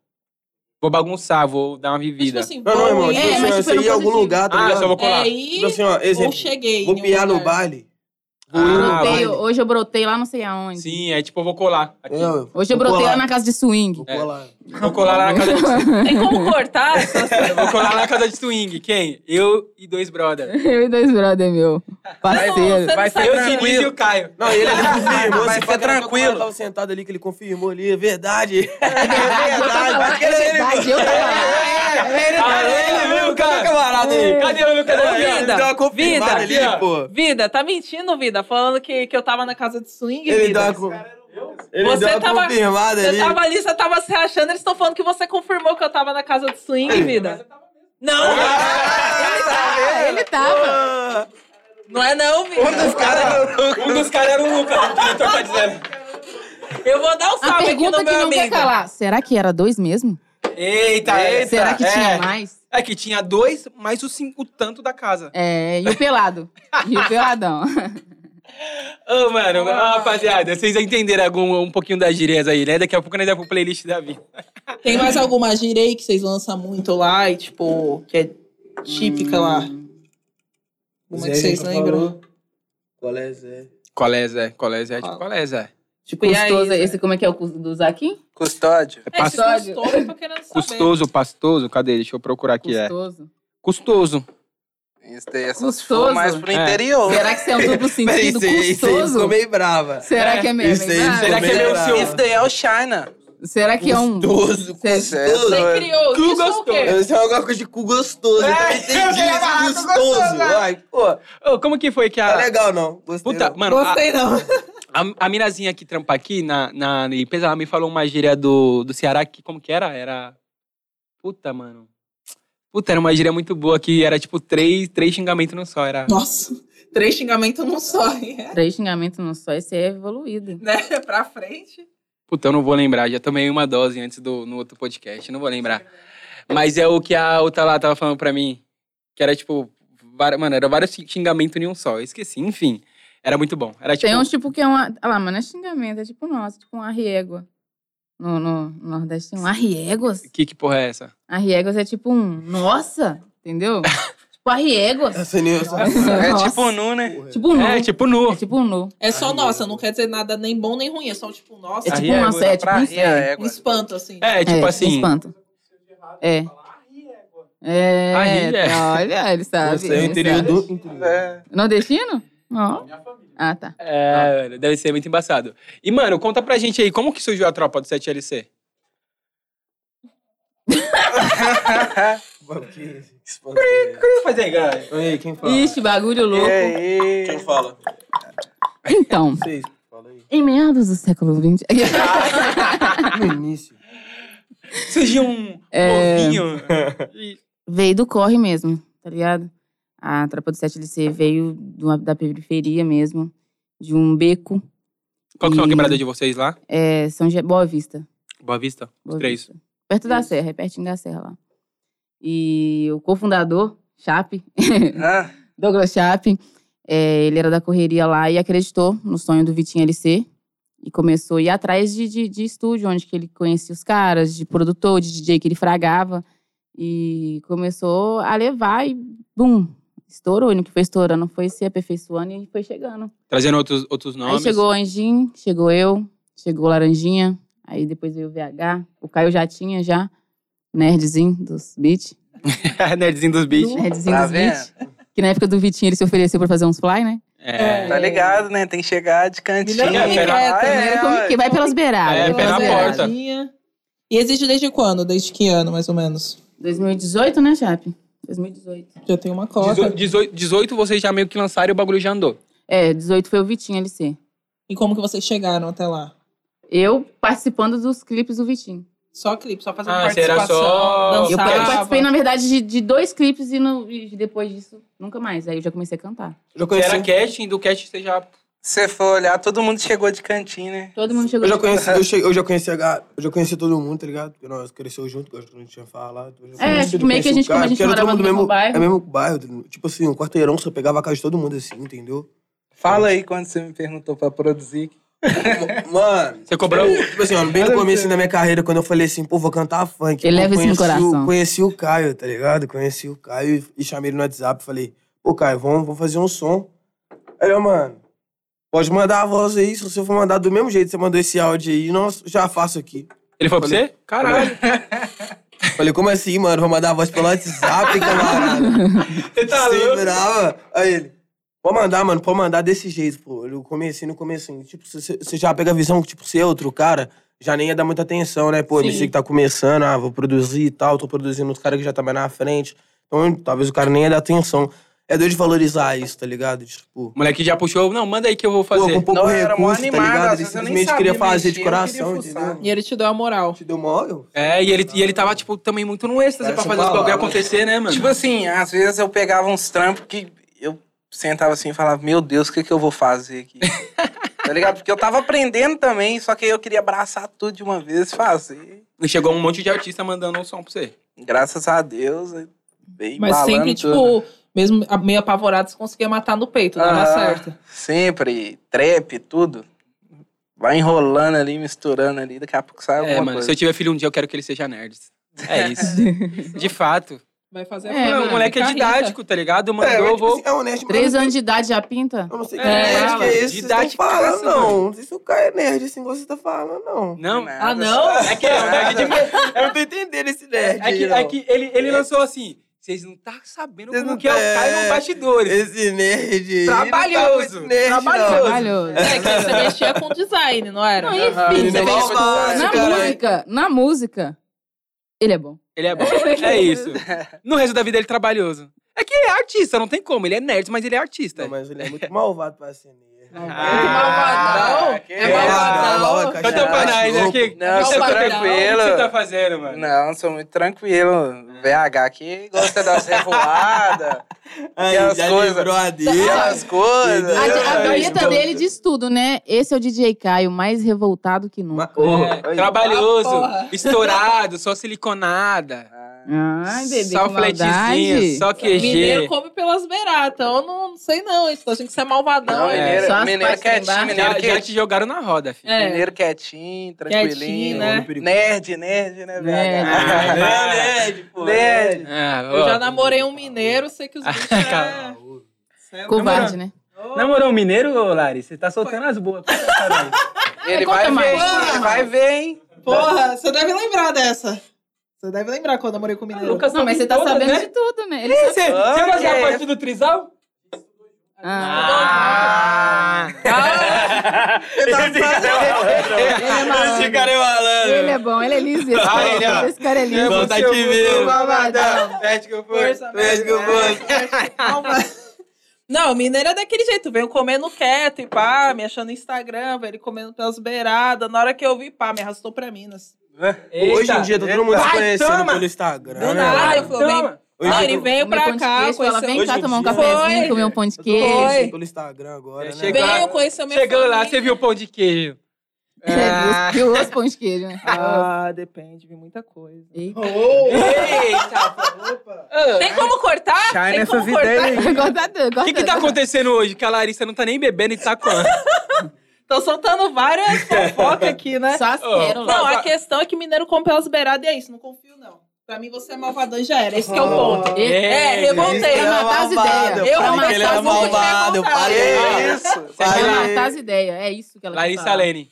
Speaker 1: Vou bagunçar, vou dar uma
Speaker 6: Mas, tipo
Speaker 1: vivida.
Speaker 6: assim,
Speaker 5: Não, não, irmão.
Speaker 6: vou
Speaker 5: Tipo
Speaker 4: É,
Speaker 5: assim,
Speaker 4: mas
Speaker 5: ó,
Speaker 4: tipo,
Speaker 5: você
Speaker 4: eu
Speaker 5: ir em
Speaker 4: não
Speaker 5: algum
Speaker 4: consigo.
Speaker 5: lugar, tá
Speaker 1: ah, eu
Speaker 5: ligado?
Speaker 1: só vou colar.
Speaker 6: é ir
Speaker 5: Tipo assim, ó,
Speaker 6: ou
Speaker 5: exemplo.
Speaker 6: cheguei. em
Speaker 5: Vou
Speaker 6: um
Speaker 5: piar no
Speaker 6: lugar.
Speaker 5: baile.
Speaker 1: Vou
Speaker 4: Eu
Speaker 1: ir no
Speaker 4: brotei,
Speaker 5: né?
Speaker 1: baile.
Speaker 4: hoje eu brotei lá não sei aonde.
Speaker 1: Sim, é tipo, eu vou colar. aqui.
Speaker 5: entendeu?
Speaker 4: Hoje eu
Speaker 5: Vou
Speaker 4: brotei lá
Speaker 5: colar.
Speaker 4: na casa de swing. *laughs*
Speaker 5: Vou colar.
Speaker 1: Vou colar lá na casa de
Speaker 2: Tem
Speaker 5: *laughs*
Speaker 2: como cortar essas
Speaker 1: Eu vou colar lá na casa de swing. Quem? Eu e dois brothers.
Speaker 4: Eu e dois brother meu. Parceiro.
Speaker 2: Você não
Speaker 3: Vai
Speaker 2: sabe
Speaker 1: Eu,
Speaker 3: ser
Speaker 1: o Diniz e
Speaker 3: tranquilo.
Speaker 1: o Caio.
Speaker 5: Não, ele, ele confirmou.
Speaker 3: Mas
Speaker 5: se
Speaker 3: fica
Speaker 5: pá, caramba,
Speaker 3: tranquilo.
Speaker 5: Eu tava sentado ali que ele confirmou ali. É verdade.
Speaker 4: *laughs* É verdade, eu tava lá. É verdade, eu tava lá.
Speaker 5: tá
Speaker 1: Ah, Aê, Lucas!
Speaker 5: camarada
Speaker 4: É.
Speaker 5: aí.
Speaker 1: Cadê o Lucas?
Speaker 2: Ô,
Speaker 1: Cadê o Lucas?
Speaker 2: vida,
Speaker 5: Ele deu uma confirmada
Speaker 1: vida,
Speaker 5: ali,
Speaker 1: aqui, ó.
Speaker 5: pô.
Speaker 2: Vida, tá mentindo, Vida, falando que, que eu tava na casa de swing,
Speaker 5: Ele deu
Speaker 2: Vida.
Speaker 5: uma, co-
Speaker 4: é
Speaker 5: ele
Speaker 2: Você
Speaker 5: deu uma
Speaker 2: tava-
Speaker 5: confirmada
Speaker 2: Você
Speaker 5: ali.
Speaker 2: tava ali, você tava se achando, eles estão falando que você confirmou que eu tava na casa de swing, Vida. Não,
Speaker 5: Ah, tá vendo?
Speaker 4: Ele tava.
Speaker 5: Ah,
Speaker 2: não é
Speaker 5: Um
Speaker 2: não,
Speaker 5: dos
Speaker 2: Vida.
Speaker 5: caras...
Speaker 1: Um dos caras era o Lucas, o diretor tá dizendo.
Speaker 2: Eu vou dar um
Speaker 4: A
Speaker 2: salve aqui
Speaker 4: pergunta
Speaker 2: no
Speaker 4: que
Speaker 2: meu
Speaker 4: não quer
Speaker 2: amigo.
Speaker 4: calar. Será que era dois mesmo?
Speaker 1: Eita, eita.
Speaker 4: Será que
Speaker 1: é.
Speaker 4: tinha mais?
Speaker 1: É que tinha dois, mais o, cin- o tanto da casa.
Speaker 4: É, e o pelado. E o peladão.
Speaker 1: Ô, mano, ó, rapaziada, vocês entenderam algum, um pouquinho das gírias aí, né? Daqui a pouco nós vamos pro playlist da vida.
Speaker 6: Tem mais alguma gíria aí que vocês lançam muito lá e, tipo, que é típica lá? Alguma que vocês lembram?
Speaker 5: Qual é, Zé?
Speaker 1: Colé, Zé. Colé, Zé. Tipo, colé, Zé.
Speaker 6: Tipo,
Speaker 4: Custoso, esse como é que é o custo do Zaquim?
Speaker 3: Custódio.
Speaker 1: É
Speaker 6: É,
Speaker 1: pas-
Speaker 6: esse custoso, eu tô querendo saber.
Speaker 1: Custoso, pastoso? Cadê? Deixa eu procurar aqui. É.
Speaker 4: Custoso.
Speaker 1: Custoso.
Speaker 3: Isso daí é só se
Speaker 4: Custoso.
Speaker 3: for mais pro
Speaker 1: É.
Speaker 3: interior.
Speaker 4: Será que isso é um duplo
Speaker 5: Peraí,
Speaker 4: sentido?
Speaker 5: isso aí isso aí ficou
Speaker 4: Custoso?
Speaker 5: meio brava.
Speaker 4: Será que é mesmo?
Speaker 5: Isso aí, isso
Speaker 1: Será que é
Speaker 5: meio
Speaker 1: meu
Speaker 5: brava.
Speaker 1: ciúme?
Speaker 3: Isso daí é o China. É
Speaker 4: Será que é um...
Speaker 5: Gostoso,
Speaker 4: Você-
Speaker 5: gostoso.
Speaker 1: é.
Speaker 2: Você criou
Speaker 1: Tu
Speaker 2: isso ou o quê?
Speaker 5: Isso é alguma coisa de cu gostoso. Eu
Speaker 1: É,
Speaker 5: também entendi
Speaker 1: eu ia falar,
Speaker 5: isso,
Speaker 1: tô
Speaker 5: gostoso.
Speaker 1: gostoso, né?
Speaker 5: Ai, pô,
Speaker 1: Ô, como que foi que
Speaker 5: tá
Speaker 4: é
Speaker 1: a...
Speaker 5: legal não. Gostei.
Speaker 1: Puta,
Speaker 5: não.
Speaker 1: mano, a,
Speaker 6: não.
Speaker 1: Ah. a, a minazinha que trampa aqui na, na limpeza, ela me falou uma gíria do, do Ceará que... Como que era? Era... Puta, mano. Puta, era uma gíria muito boa que era tipo três, três xingamentos num só. Era...
Speaker 6: Nossa, três xingamentos não só, *laughs* é?
Speaker 4: Três xingamentos não só, esse é evoluído.
Speaker 6: né? Pra frente.
Speaker 1: Puta, eu não vou lembrar. Já tomei uma dose antes do no outro podcast. Não vou lembrar. Mas é o que a outra lá tava falando pra mim. Que era tipo. vari- Mano, era vários xingamentos em um só. Eu esqueci. Enfim. Era muito bom. Era tipo.
Speaker 4: Tem uns tipo que é uma... Ah lá, mas não é xingamento, é tipo nosso, tipo um arriégua. No, no Nordeste tem um arriéguas.
Speaker 1: Que, que porra é essa?
Speaker 4: Arriégos é tipo um, nossa, entendeu? tipo arriégos.
Speaker 5: Essa nem eu só-
Speaker 1: um
Speaker 3: É
Speaker 4: Nossa.
Speaker 3: tipo nu, né?
Speaker 4: Tipo nu.
Speaker 1: É,
Speaker 4: É tipo,
Speaker 1: tipo nu.
Speaker 4: nu.
Speaker 6: É só nossa, não quer dizer nada nem bom nem ruim, é só tipo, nossa,
Speaker 4: É tipo
Speaker 1: Arriégua.
Speaker 4: nossa, é tipo
Speaker 3: Pra
Speaker 4: um
Speaker 3: rir a
Speaker 4: inferno.
Speaker 6: um
Speaker 3: égua.
Speaker 6: espanto, assim.
Speaker 1: É, tipo assim.
Speaker 4: Espanto. É. É,
Speaker 1: Arriégua.
Speaker 4: olha, ele sabe.
Speaker 5: Você é o
Speaker 4: ele
Speaker 5: interior
Speaker 4: sabe.
Speaker 5: do... interior.
Speaker 3: É.
Speaker 4: Nordestino? Não. Ah, tá.
Speaker 1: É, mano, deve ser muito embaçado. E, mano, conta pra gente aí, como que surgiu a tropa do 7LC?
Speaker 5: Mano, que espanto, velho. Ei, quem fala?
Speaker 4: Ixi, bagulho louco.
Speaker 3: E
Speaker 5: Quem
Speaker 3: aí?
Speaker 5: fala?
Speaker 4: Então,
Speaker 5: Vocês. Fala aí.
Speaker 4: em meados do século
Speaker 1: *laughs*
Speaker 4: XX.
Speaker 5: No início.
Speaker 1: Surgiu um
Speaker 4: É.
Speaker 1: novinho. E-
Speaker 4: veio do corre mesmo, tá ligado? A Tropa do 7LC veio de uma- da periferia mesmo, de um beco,
Speaker 1: Qual que foi a
Speaker 4: E-
Speaker 1: quebrada de vocês lá?
Speaker 4: é, São Ge... Boa Vista.
Speaker 1: Boa Vista? Os
Speaker 4: Boa
Speaker 1: três.
Speaker 4: Vista. Perto da Serra, é pertinho da Serra lá. E o cofundador, Chape,
Speaker 3: Ah,
Speaker 4: Douglas Chape, é, ele era da correria lá e acreditou no sonho do Vitinho LC. E começou a ir atrás de, de, de estúdio, onde que ele conhecia os caras, de produtor, de DJ que ele fragava. E começou a levar e, bum, estourou. E no que foi estourando, foi se aperfeiçoando e foi chegando.
Speaker 1: Trazendo outros, outros
Speaker 4: Aí
Speaker 1: nomes. *laughs*
Speaker 4: chegou o Anjinho, chegou eu, chegou o Laranjinha, aí depois veio o VH, o Caio já tinha já, nerdzinho dos beats,
Speaker 1: É, Nerdzinho dos bichos.
Speaker 4: nerdzinho
Speaker 3: Tá
Speaker 4: dos beats, que na época do Vitinho ele se ofereceu pra fazer uns fly, né?
Speaker 1: É.
Speaker 3: tá ligado, né? Tem que chegar de cantinho.
Speaker 1: Milhão de
Speaker 3: Ah,
Speaker 6: bicicleta,
Speaker 3: é,
Speaker 4: Primeiro como
Speaker 3: ué.
Speaker 4: que vai pelas beiradas,
Speaker 1: É,
Speaker 4: vai
Speaker 1: pé
Speaker 4: pelas
Speaker 1: na
Speaker 4: beiradas.
Speaker 1: porta.
Speaker 6: E existe desde quando? Desde que ano, mais ou menos?
Speaker 4: 2018, né, Chape? 2018.
Speaker 6: Já tem uma cota.
Speaker 1: 18, 18, 18 vocês já meio que lançaram e o bagulho já andou.
Speaker 4: É, 18 foi o Vitinho LC.
Speaker 6: E como que vocês chegaram até lá?
Speaker 4: Eu participando dos clipes do Vitinho.
Speaker 6: Só clipe, só fazendo
Speaker 1: Ah, você era
Speaker 6: participação.
Speaker 1: só-
Speaker 4: Eu,
Speaker 6: dançava.
Speaker 4: eu participei, na verdade, de, de dois clipes e, no- e depois disso, nunca mais. Aí eu já comecei a cantar.
Speaker 5: Eu já
Speaker 1: Você
Speaker 5: um conheci,
Speaker 1: era casting, do casting você já.
Speaker 3: você for olhar, todo mundo chegou de cantinho, né?
Speaker 4: Todo mundo chegou.
Speaker 5: eu já conheci, eu, che- eu já conheci, a ga- eu já conheci todo mundo, tá ligado? Porque nós cresceu junto, que eu acho que não tinha falado. Eu já
Speaker 4: É,
Speaker 5: conheci,
Speaker 4: tipo,
Speaker 5: eu
Speaker 4: meio que a
Speaker 5: conheci
Speaker 4: gente-
Speaker 5: o cara,
Speaker 4: como a gente
Speaker 5: porque era
Speaker 4: morava
Speaker 5: todo mundo
Speaker 4: no mesmo bairro.
Speaker 5: É mesmo bairro, tipo assim, um quarteirão, só pegava a casa de todo mundo assim, entendeu? *laughs*
Speaker 3: Fala aí quando você me perguntou pra produzir.
Speaker 5: Mano,
Speaker 1: Você cobrou.
Speaker 5: Tipo assim, ó, bem no começo da minha carreira, quando eu falei assim, pô, vou cantar funk.
Speaker 4: Ele
Speaker 5: pô,
Speaker 4: leva isso no
Speaker 5: conheci o-
Speaker 4: coração.
Speaker 5: Conheci o Caio, tá ligado? Conheci o Caio e- e chamei ele no WhatsApp. Falei, pô, Caio, vamos, vamos fazer um som. Aí eu, mano, pode mandar a voz aí. Se você for mandar do mesmo jeito, que você mandou esse áudio aí, nós já faço aqui.
Speaker 1: Ele falou pra
Speaker 5: Falei.
Speaker 1: você? Caralho.
Speaker 5: Falei, como assim, mano? Vou mandar a voz pelo
Speaker 3: *laughs*
Speaker 5: WhatsApp, camarada.
Speaker 1: Você tá
Speaker 5: né?
Speaker 1: louco?
Speaker 5: Segurava. Aí ele, pode mandar, mano, pode mandar desse jeito, pô. Eu comecei no comecinho. Tipo, você já pega a visão que, tipo, você é outro cara, já nem ia dar muita atenção, né? Pô,
Speaker 4: Sim.
Speaker 5: MC que tá começando, ah, vou produzir e tal, tô produzindo uns caras que já tá mais na frente. Então, talvez o cara nem ia dar atenção. É doido de valorizar isso, tá ligado? Tipo,
Speaker 1: O moleque já puxou. Não, manda aí que eu vou
Speaker 5: pô,
Speaker 1: fazer.
Speaker 5: com pouco
Speaker 3: Não, eu era mó
Speaker 5: recurso, tá
Speaker 3: animado, às
Speaker 5: ligado? Ele
Speaker 3: vezes eu nem
Speaker 5: simplesmente queria
Speaker 3: sabia
Speaker 5: fazer
Speaker 3: mexer,
Speaker 5: de
Speaker 3: eu queria
Speaker 5: coração,
Speaker 3: fuçar.
Speaker 5: entendeu?
Speaker 6: E ele te deu a moral.
Speaker 5: Te deu mole?
Speaker 1: É, e ele, e ele tava, tipo, também muito no êxtase pra
Speaker 5: Parece um
Speaker 1: fazer os
Speaker 5: uma
Speaker 1: bagulho
Speaker 5: balada.
Speaker 1: acontecer, né, mano?
Speaker 3: Tipo assim, às vezes eu pegava uns trampos que eu sentava assim e falava, meu Deus, o que, que eu vou fazer
Speaker 6: *laughs*
Speaker 3: aqui? tá ligado? Porque eu tava aprendendo também, só que aí eu queria abraçar tudo de uma vez e fazer.
Speaker 1: E chegou um monte de artista mandando um som pra você.
Speaker 3: Graças a Deus, bem
Speaker 6: Mas sempre, tipo, mesmo a- meio apavorado, você conseguia matar no peito, dava
Speaker 3: Ah.
Speaker 6: certo.
Speaker 3: Sempre, trap, tudo. Vai enrolando ali, misturando ali, daqui a pouco sai
Speaker 1: É,
Speaker 3: alguma
Speaker 1: mano, se
Speaker 3: coisa.
Speaker 1: eu tiver filho um dia, eu quero que ele seja nerd. É
Speaker 5: *laughs*
Speaker 1: isso. de fato.
Speaker 6: Vai fazer a
Speaker 4: É,
Speaker 1: Não,
Speaker 6: forma,
Speaker 1: o moleque é
Speaker 6: fica rica.
Speaker 1: didático, tá ligado? Mandou,
Speaker 5: mas,
Speaker 1: eu
Speaker 5: tipo
Speaker 1: vou.
Speaker 5: assim, é honesto.
Speaker 4: Três anos de idade já pinta?
Speaker 5: Eu não sei
Speaker 1: É,
Speaker 5: que nerd que
Speaker 1: fala.
Speaker 5: é esse, vocês estão
Speaker 1: Didáticaça,
Speaker 5: falando,
Speaker 1: mano.
Speaker 5: não. Não sei se o cara é nerd, assim, igual vocês estão falando, não.
Speaker 1: Não,
Speaker 3: Nada,
Speaker 6: Ah, não?
Speaker 3: só-
Speaker 1: é que é um nerd de
Speaker 5: Eu não tô entendendo esse nerd.
Speaker 1: É que,
Speaker 5: não.
Speaker 1: é que ele, ele lançou assim: vocês não tá sabendo
Speaker 5: Vocês
Speaker 1: como
Speaker 5: não
Speaker 1: que é o
Speaker 5: tá-
Speaker 1: Caio nos bastidores.
Speaker 5: Esse nerd aí.
Speaker 1: Trabalhoso,
Speaker 5: não tá muito nerd,
Speaker 1: trabalhoso.
Speaker 5: não.
Speaker 4: Trabalhoso.
Speaker 6: É, que você *laughs* mexia com design, não era?
Speaker 4: Não, e
Speaker 5: Ele
Speaker 4: filho,
Speaker 5: é
Speaker 4: na
Speaker 5: malvado, caralho.
Speaker 4: música, na música, ele é bom.
Speaker 1: Ele é bom. É isso. No resto da vida ele é trabalhoso. É que é artista, não tem como. Ele é nerd, mas ele é artista.
Speaker 5: Não, mas ele é muito malvado pra ser nerd.
Speaker 1: Ah,
Speaker 6: malvadão. É malvadão.
Speaker 5: Malvadão.
Speaker 1: Canta pra nós aqui.
Speaker 3: Não, eu
Speaker 6: Não,
Speaker 5: tá
Speaker 3: sou
Speaker 6: vai dar.
Speaker 1: é O que você tá
Speaker 3: tranquilo.
Speaker 1: fazendo, mano?
Speaker 3: Não, sou muito tranquilo. VH aqui gosta das revoadas,
Speaker 5: Aí,
Speaker 3: Aquelas
Speaker 5: já
Speaker 3: coisas. Ah,
Speaker 5: livrou a dele.
Speaker 3: aquelas coisas.
Speaker 4: A, a
Speaker 5: É,
Speaker 4: vinheta
Speaker 5: então.
Speaker 4: dele diz tudo, né? Esse é o DJ Caio, mais revoltado que nunca.
Speaker 1: É, trabalhoso,
Speaker 6: Ah, porra.
Speaker 1: estourado, só siliconada.
Speaker 4: Ai, bebê,
Speaker 1: só
Speaker 4: que maldade.
Speaker 1: fletezinho, só
Speaker 6: Mineiro
Speaker 1: QG.
Speaker 6: come pelas beiradas, então eu não sei não. Isso, tô achando que você é malvadão.
Speaker 3: Não,
Speaker 6: hein?
Speaker 3: mineiro,
Speaker 4: só as
Speaker 3: mineiro
Speaker 4: partes que
Speaker 3: quietinho,
Speaker 4: embaixo.
Speaker 3: mineiro
Speaker 1: Já, já
Speaker 3: quietinho.
Speaker 1: te jogaram na roda,
Speaker 5: *laughs*
Speaker 1: filho.
Speaker 6: É.
Speaker 3: Mineiro quietinho,
Speaker 6: Quietinho,
Speaker 3: tranquilinho.
Speaker 6: né?
Speaker 3: Nerd, nerd, né,
Speaker 4: Nerd.
Speaker 3: VH?
Speaker 1: Ah,
Speaker 5: nerd, pô.
Speaker 3: Nerd.
Speaker 1: Ah,
Speaker 6: Eu
Speaker 1: ó.
Speaker 6: já namorei um mineiro, sei que os bichos...
Speaker 1: Ah, Calma.
Speaker 6: é...
Speaker 4: Covarde, né?
Speaker 1: Namorou um mineiro, ô, Lari? Você tá soltando as boas. Caralho.
Speaker 3: Ele
Speaker 4: Conta
Speaker 3: vai ver,
Speaker 4: mais.
Speaker 3: hein? ele vai ver, hein?
Speaker 6: Porra, você deve lembrar dessa. Você deve lembrar quando eu namorei com o mineiro.
Speaker 1: Ah, Lucas
Speaker 4: Não, mas você tá
Speaker 1: todas,
Speaker 4: sabendo
Speaker 1: né?
Speaker 4: de tudo, né? Ele
Speaker 1: Ih, *laughs* Você você vai fazer a
Speaker 3: Ok.
Speaker 1: parte do trisal?
Speaker 4: Ah.
Speaker 3: *laughs* tá
Speaker 5: Esse cara é
Speaker 4: Ele
Speaker 5: malandro.
Speaker 4: é bom, ele é liso. Esse
Speaker 5: Ah,
Speaker 4: cara,
Speaker 5: ele, ó.
Speaker 4: esse cara é lindo.
Speaker 5: Vou tá te
Speaker 1: um
Speaker 5: vendo. Pede que eu
Speaker 6: Força, né? É,
Speaker 5: fosse. Pede que eu fosse.
Speaker 6: *laughs* Não, mineiro é daquele jeito, veio comendo quieto e pá, me achando no Instagram, velho, ele comendo pelas beiradas. Na hora que eu vi, pá, me arrastou pra Minas.
Speaker 5: Hoje em dia, tá todo mundo
Speaker 1: Vai,
Speaker 5: se conhecendo
Speaker 1: toma.
Speaker 5: pelo
Speaker 4: É,
Speaker 5: Instagram.
Speaker 6: Do
Speaker 5: né,
Speaker 6: nada,
Speaker 5: mano?
Speaker 6: eu fui-
Speaker 5: Hoje
Speaker 6: Não,
Speaker 5: em
Speaker 6: ele
Speaker 5: dia,
Speaker 6: veio
Speaker 4: Comeu pão
Speaker 6: pra
Speaker 4: de
Speaker 6: cá,
Speaker 4: queijo, ela
Speaker 6: conheceu...
Speaker 4: vem cá
Speaker 5: Hoje em
Speaker 4: tomar um
Speaker 5: dia-
Speaker 4: cafezinho,
Speaker 6: Foi.
Speaker 4: comer um pão de
Speaker 5: todo mundo se
Speaker 6: Foi.
Speaker 4: queijo.
Speaker 5: conhece pelo Instagram agora, né?
Speaker 1: Chega-
Speaker 6: Veio, conheceu minha
Speaker 1: Chegando lá, você
Speaker 6: família.
Speaker 1: viu o pão de queijo.
Speaker 5: Ah.
Speaker 4: É, duas, duas pão de
Speaker 6: *laughs*
Speaker 4: queijo, né?
Speaker 6: Ah, depende, vi muita coisa.
Speaker 4: Eita.
Speaker 6: Tem como cortar? Tem como cortar?
Speaker 4: Gosta tudo,
Speaker 1: Ah. O
Speaker 4: gosta
Speaker 1: que, que tá
Speaker 4: tudo.
Speaker 1: acontecendo hoje? Que a Larissa não tá nem bebendo e tá com a...
Speaker 6: Tô soltando
Speaker 4: *laughs*
Speaker 6: várias fofocas aqui, né?
Speaker 4: Só as
Speaker 5: Oh.
Speaker 4: pérolas.
Speaker 6: Não, a questão é que mineiro come pelas beiradas e é isso. Não confio, não. Pra mim, você é malvadão e já era. Esse que é
Speaker 4: Ah.
Speaker 6: o ponto. É, revoltei.
Speaker 5: Ele é
Speaker 4: Pra matar as
Speaker 5: malvado,
Speaker 4: ideias.
Speaker 5: eu
Speaker 6: Eu
Speaker 5: falei
Speaker 6: vou
Speaker 5: que ele
Speaker 6: matar
Speaker 5: era
Speaker 6: as mulheres
Speaker 5: malvado, eu
Speaker 6: revoltadas.
Speaker 5: falei.
Speaker 3: Que isso?
Speaker 1: Vai
Speaker 4: Pra
Speaker 1: lá.
Speaker 4: matar as ideias. É isso que ela quer
Speaker 1: Larissa
Speaker 4: falar.
Speaker 1: Lene.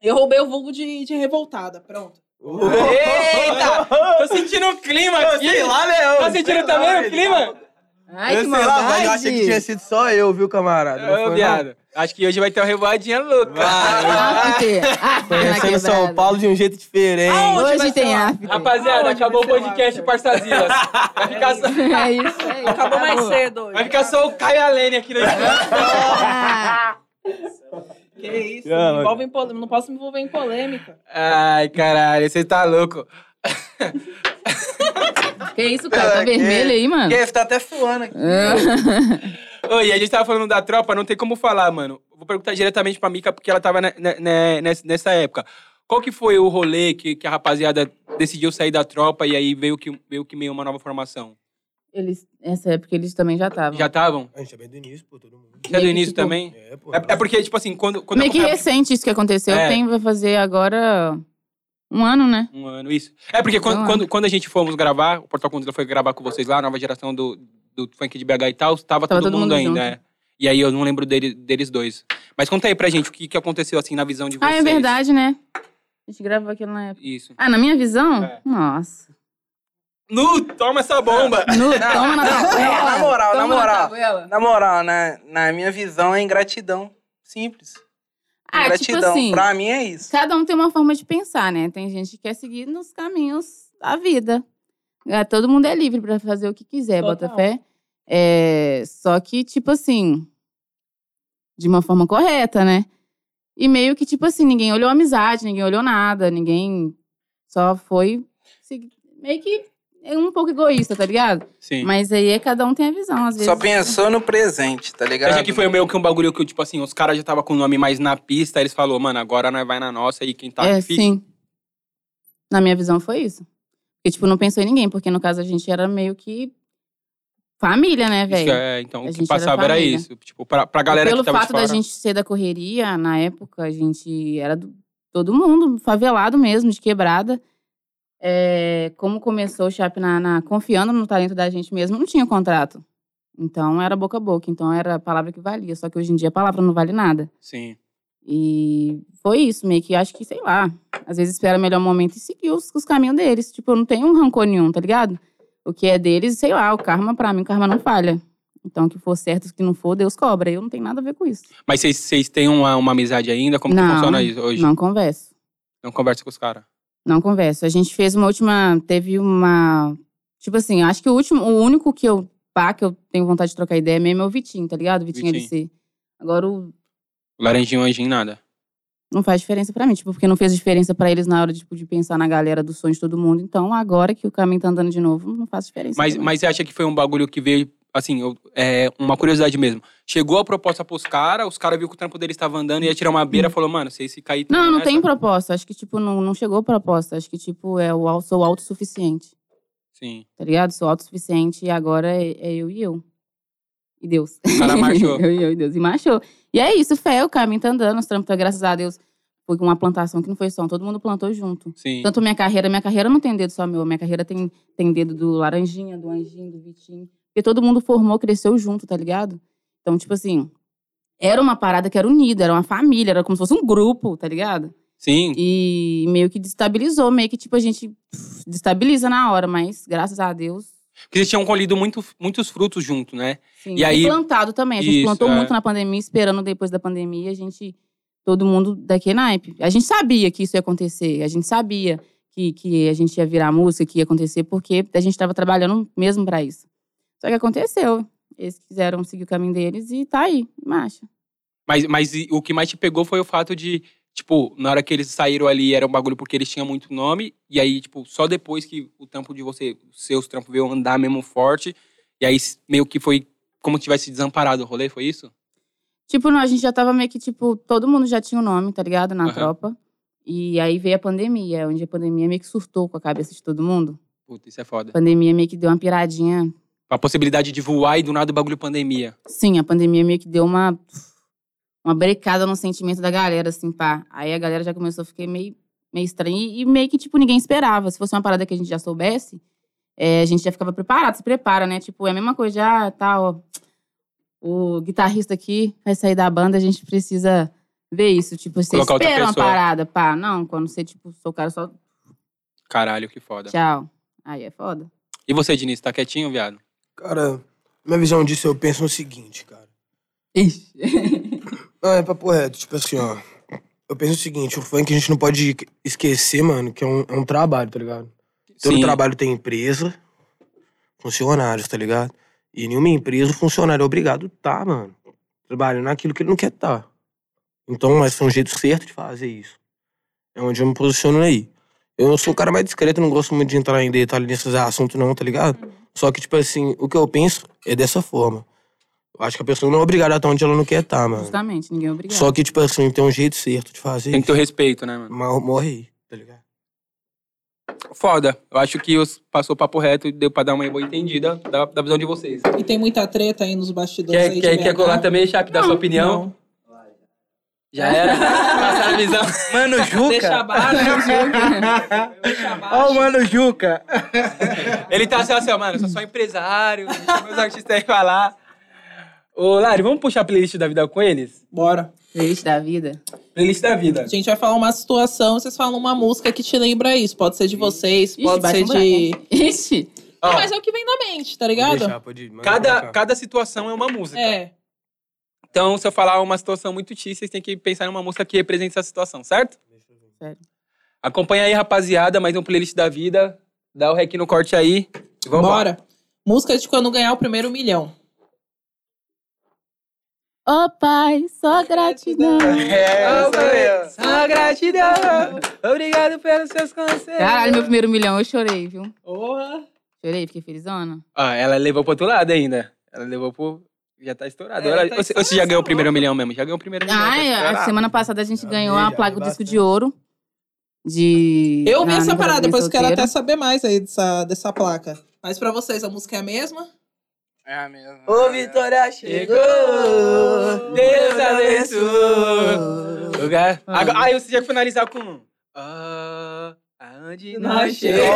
Speaker 6: Eu roubei o vulgo de, de revoltada. Pronto.
Speaker 1: Eita! Tô sentindo o clima aqui.
Speaker 5: Sei lá, tá Leão.
Speaker 1: Tá sentindo também o clima?
Speaker 4: Ai,
Speaker 5: Eu
Speaker 4: que
Speaker 5: sei lá, mas eu achei que tinha
Speaker 4: maldade.
Speaker 5: sido só eu, viu, camarada? Não
Speaker 1: Ô,
Speaker 5: foi,
Speaker 1: viado. Acho que hoje vai ter uma revoadinha louca.
Speaker 4: Ah, Fê. Ah, Fê, na
Speaker 5: Conhecendo São
Speaker 4: quebrada.
Speaker 5: Paulo de um jeito diferente.
Speaker 4: Hoje tem after.
Speaker 1: Rapaziada,
Speaker 6: Aonde
Speaker 1: acabou o
Speaker 6: vai ser o
Speaker 1: podcast
Speaker 6: after?
Speaker 1: Parçazilas. Vai ficar só...
Speaker 4: *laughs* É isso aí.
Speaker 6: Acabou mais cedo
Speaker 1: Vai
Speaker 6: hoje.
Speaker 1: ficar só o Caio e a Lene aqui no
Speaker 4: Ah,
Speaker 2: Que isso,
Speaker 1: Não,
Speaker 2: me envolve em polêmica. Não posso me envolver em polêmica.
Speaker 1: Ai, caralho, você tá louco.
Speaker 4: Que isso, cara? Tá vermelho aí, mano?
Speaker 3: Porque tá até suando aqui.
Speaker 1: Oi, e a gente tava falando da tropa, não tem como falar, mano. Vou perguntar diretamente pra Mica, porque ela tava ne- ne- ne- nessa- nessa época. Qual que foi o rolê que, que a rapaziada decidiu sair da tropa e aí veio que, veio que meio uma nova formação?
Speaker 4: Eles, nessa época eles também já estavam.
Speaker 1: Já estavam?
Speaker 5: A gente é bem do início, pô, todo mundo.
Speaker 1: Já do
Speaker 4: Meio que,
Speaker 1: início
Speaker 4: tipo,
Speaker 1: também?
Speaker 5: É, pô.
Speaker 1: É, é porque, tipo assim, quando... quando
Speaker 4: Meio que
Speaker 1: acontece-
Speaker 4: recente isso que aconteceu.
Speaker 1: É.
Speaker 4: Tem, vai fazer agora um ano, né?
Speaker 1: Um ano, isso. É porque
Speaker 4: Um
Speaker 1: quando,
Speaker 4: ano.
Speaker 1: quando, quando a gente fomos gravar, o Portal Conduzila foi gravar com vocês lá, a nova geração do, do funk de BH e tal, tava, todo, mundo, ainda,
Speaker 4: junto.
Speaker 1: é. E aí eu não lembro dele- deles dois. Mas conta aí pra gente o que, que aconteceu, assim, na visão de vocês.
Speaker 4: Ah, é verdade, né? A gente gravou aquilo na época.
Speaker 1: Isso.
Speaker 4: Ah, na minha visão?
Speaker 1: É.
Speaker 3: *laughs*
Speaker 4: Nossa.
Speaker 1: Nu, toma essa bomba!
Speaker 4: Nu, toma na
Speaker 3: não,
Speaker 4: tabela.
Speaker 3: na moral, na
Speaker 4: Toma
Speaker 3: moral.
Speaker 4: tabela.
Speaker 3: Na moral, na, na minha visão, é ingratidão. Simples.
Speaker 4: Ah, tipo
Speaker 3: ingratidão.
Speaker 4: assim,
Speaker 3: pra mim é isso.
Speaker 4: cada um tem uma forma de pensar, né? Tem gente que quer seguir nos caminhos da vida. Ah, Todo mundo é livre pra fazer o que quiser,
Speaker 2: Total.
Speaker 4: Botafé. É, só que, tipo assim, de uma forma correta, né? E meio que, tipo assim, ninguém olhou amizade, ninguém olhou nada, ninguém só foi. se- Meio que é um pouco egoísta, tá ligado?
Speaker 1: Sim.
Speaker 4: Mas aí é cada um tem a visão, às vezes.
Speaker 3: Só pensou no presente, tá
Speaker 1: Você
Speaker 3: ligado?
Speaker 1: acha que foi meio que um bagulho que, tipo assim, os caras já tava com o nome mais na pista, eles falaram, mano, agora nós vai na nossa e quem tá
Speaker 4: é,
Speaker 1: que fica.
Speaker 4: sim. Na minha visão, foi isso. Porque, tipo, não pensou em ninguém, porque no caso a gente era meio que família, né,
Speaker 1: Isso que
Speaker 4: velho?
Speaker 1: é, então,
Speaker 4: A
Speaker 1: o que
Speaker 4: gente era
Speaker 1: passava era,
Speaker 4: família.
Speaker 1: isso. Tipo, pra, pra galera
Speaker 4: Pelo
Speaker 1: que tava
Speaker 4: fato
Speaker 1: de fora.
Speaker 4: da gente ser da correria, na época, a gente era do- todo mundo, favelado mesmo, de quebrada. É, como começou o Chap na, na- confiando no talento da gente mesmo, não tinha contrato. Então era boca a boca, então era a palavra que valia. Só que hoje em dia a palavra não vale nada.
Speaker 1: Sim.
Speaker 4: E foi isso, meio que acho que, sei lá, às vezes espera o melhor momento e seguir os, os caminhos deles. Tipo, eu não tenho um rancor nenhum, tá ligado? O que é deles, sei lá, o karma, pra mim, o karma não falha. Então, o que for certo, o que não for, Deus cobra. Eu não tenho nada a ver com isso.
Speaker 1: Mas vocês- vocês têm uma, uma amizade ainda? Como que
Speaker 4: Não,
Speaker 1: funciona isso hoje?
Speaker 4: Não converso.
Speaker 1: não conversa com os caras.
Speaker 4: Não converso. A gente fez uma última. Teve uma. Tipo assim, acho que o último, o único que eu. Pá, que eu tenho vontade de trocar ideia mesmo é o Vitinho, tá ligado? O Vitinho,
Speaker 1: Vitinho.
Speaker 4: LC. Agora o.
Speaker 1: Laranjinho, anjinho, nada.
Speaker 4: não faz diferença pra mim, tipo, porque não fez diferença pra eles na hora tipo, de pensar na galera do sonho de todo mundo. Então, agora que o caminho tá andando de novo, não faz diferença.
Speaker 1: Mas,
Speaker 4: pra mim.
Speaker 1: mas você acha que foi um bagulho que veio, assim, eu- é, uma curiosidade mesmo. Chegou a proposta pros caras, os caras viu que o trampo deles estava andando, ia tirar uma beira, falou, mano, vocês se cair... tá
Speaker 4: Não, não
Speaker 1: nessa-
Speaker 4: tem proposta. Acho que, tipo, não, não chegou proposta. Acho que, tipo, é o au- sou autossuficiente,
Speaker 1: Sim.
Speaker 4: tá ligado? Sou autossuficiente e agora é, é eu e eu. E Deus.
Speaker 1: O cara Tá,
Speaker 4: *laughs*
Speaker 1: marchou.
Speaker 4: eu e eu e Deus. E marchou. E é isso, fé, o caminho tá andando, os trampos, tá, graças a Deus. Foi uma plantação que não foi só, um, todo mundo plantou junto.
Speaker 1: Sim.
Speaker 4: Tanto minha carreira, minha carreira não tem dedo só meu, minha carreira tem, tem dedo do Laranjinha, do Anjinho, do Vitinho. Porque todo mundo formou, cresceu junto, tá ligado? Então, tipo assim, era uma parada que era unida, era uma família, era como se fosse um grupo, tá ligado?
Speaker 1: Sim.
Speaker 4: E meio que destabilizou, meio que tipo a gente pff, destabiliza na hora, mas graças a Deus.
Speaker 1: Porque eles tinham colhido muito, muitos frutos junto, né?
Speaker 4: Sim.
Speaker 1: E aí-
Speaker 4: plantado também, a gente
Speaker 1: Isso,
Speaker 4: plantou
Speaker 1: é.
Speaker 4: muito na pandemia, esperando depois da pandemia, a gente todo mundo daquele naipe. A gente sabia que isso ia acontecer, a gente sabia que, que a gente ia virar música, que ia acontecer, porque a gente estava trabalhando mesmo pra isso. Só que aconteceu. Eles quiseram seguir o caminho deles e tá aí, marcha.
Speaker 1: Mas, mas e- o que mais te pegou foi o fato de, tipo, na hora que eles saíram ali, era um bagulho porque eles tinham muito nome, e aí, tipo, só depois que o trampo de você, os seus trampos veio andar mesmo forte, e aí s- meio que foi como se tivesse desamparado o rolê, foi isso?
Speaker 4: Tipo, não, a gente já tava meio que, tipo, todo mundo já tinha o nome, tá ligado? Na
Speaker 1: Aham.
Speaker 4: tropa. E aí veio a pandemia, onde a pandemia meio que surtou com a cabeça de todo mundo.
Speaker 1: Puta, isso é
Speaker 4: A
Speaker 1: foda.
Speaker 4: pandemia meio que deu uma piradinha
Speaker 1: A possibilidade de voar e do nada o bagulho pandemia.
Speaker 4: Sim, a pandemia meio que deu uma uma brecada no sentimento da galera, assim, pá. Aí a galera já começou a ficar meio, meio estranha e, e meio que, tipo, ninguém esperava. Se fosse uma parada que a gente já soubesse, eh, a gente já ficava preparado, se prepara, né? Tipo, é a mesma coisa, já tá, ó, o guitarrista aqui vai sair da banda, a gente precisa ver isso. Tipo, você
Speaker 1: Colocar outra
Speaker 4: espera uma
Speaker 1: pessoa.
Speaker 4: parada, pá. Não, quando você, tipo, sou o cara só,
Speaker 1: Caralho, que foda.
Speaker 4: tchau. Aí é foda.
Speaker 1: E você, Diniz, tá quietinho, viado?
Speaker 5: Cara, minha visão disso, eu penso no seguinte, cara.
Speaker 4: Ixi.
Speaker 5: Não, é papo reto, tipo assim, ó. Eu penso o seguinte, o funk a gente não pode esquecer, mano, que é um, é um trabalho, tá ligado? Todo
Speaker 1: Sim.
Speaker 5: trabalho tem empresa, funcionários, tá ligado? E nenhuma empresa, o funcionário é obrigado tá, mano, trabalhando naquilo que ele não quer tá. Então, mas são jeitos certos de fazer isso. É onde eu me posiciono aí. Eu sou o cara mais discreto, não gosto muito de entrar em detalhe nesses assuntos, não, tá ligado? Só que, tipo assim, o que eu penso é dessa forma. Eu acho que a pessoa não é obrigada a estar onde ela não quer estar, mano.
Speaker 4: *laughs* Justamente, ninguém é obrigado.
Speaker 5: Só que, tipo assim, tem um jeito certo de fazer
Speaker 1: Tem
Speaker 3: Então
Speaker 1: que ter o
Speaker 5: isso.
Speaker 1: respeito, né, mano?
Speaker 5: Mas morre aí, tá ligado?
Speaker 1: Foda. Eu acho que os passou o papo reto e deu pra dar uma boa entendida da, da visão de vocês.
Speaker 6: E tem muita treta aí nos bastidores.
Speaker 1: Quer,
Speaker 6: aí
Speaker 1: quer,
Speaker 6: de
Speaker 1: quer
Speaker 6: BH?
Speaker 5: né?
Speaker 1: colar também, Chape, dar sua opinião?
Speaker 6: Não.
Speaker 1: Já
Speaker 5: *laughs*
Speaker 1: era. Passaram a visão.
Speaker 3: Mano
Speaker 6: Deixa
Speaker 3: Juca.
Speaker 6: abaixo. Deixa
Speaker 3: Ó,
Speaker 6: abaixo.
Speaker 3: o Mano Juca.
Speaker 1: Ele tá assim, assim, ó, mano, eu sou só empresário, deixa meus artistas aí falar. Ô, Lari, vamos puxar a playlist da vida com eles?
Speaker 6: Bora.
Speaker 4: Feliz da vida.
Speaker 1: Playlist da vida.
Speaker 6: A gente vai falar uma situação, vocês falam uma música que te lembra isso. Pode ser de vocês,
Speaker 4: Ixi,
Speaker 6: pode
Speaker 4: vai
Speaker 6: ser
Speaker 4: com
Speaker 6: de.
Speaker 4: Ixi,
Speaker 1: Ó,
Speaker 6: Não, mas é o que vem na mente, tá
Speaker 5: Pode
Speaker 6: ligado?
Speaker 5: deixar, pode ir, manda
Speaker 1: cada,
Speaker 5: pra cá.
Speaker 1: cada situação é uma música.
Speaker 6: É.
Speaker 1: Então, se eu falar uma situação muito X, vocês têm que pensar em uma música que represente essa situação, certo?
Speaker 4: Certo.
Speaker 1: Acompanha aí, rapaziada, mais um playlist da vida. Dá o rec no corte aí. E vamos
Speaker 6: Bora. Música de quando ganhar o primeiro milhão.
Speaker 4: Ô pai, só gratidão.
Speaker 1: É, Só gratidão. Obrigado pelos seus conselhos.
Speaker 4: Caralho, meu primeiro milhão, eu chorei, viu?
Speaker 6: Porra.
Speaker 4: Chorei, fiquei felizona.
Speaker 1: Ah, ela levou pro outro lado ainda. Ela levou pro. Já tá estourada.
Speaker 6: É,
Speaker 1: Ela-
Speaker 6: tá
Speaker 1: ou você ou você já
Speaker 6: estourada,
Speaker 1: ganhou o
Speaker 6: tá
Speaker 1: primeiro
Speaker 6: louca.
Speaker 1: milhão mesmo? Já ganhou o primeiro milhão.
Speaker 4: Ah,
Speaker 1: tá
Speaker 4: é, a
Speaker 1: estourada.
Speaker 4: semana passada a gente
Speaker 5: Já
Speaker 4: ganhou
Speaker 5: vi,
Speaker 4: a
Speaker 5: já
Speaker 4: placa,
Speaker 5: vi
Speaker 4: o disco
Speaker 5: bastante.
Speaker 4: de ouro. De.
Speaker 6: Eu vi
Speaker 4: na-
Speaker 6: essa
Speaker 4: no
Speaker 6: parada,
Speaker 4: Brasil
Speaker 6: depois eu quero
Speaker 4: Solteiro.
Speaker 6: até saber mais aí dessa, dessa placa. Mas pra vocês, a música é a mesma?
Speaker 3: É a mesma.
Speaker 1: Tá Chegou! Deus abençoe! Lugar.
Speaker 4: Ah.
Speaker 1: Agora, ah, eu já finalizar com. um. Ah, aonde nós
Speaker 6: Nós
Speaker 1: chegamos. Ah,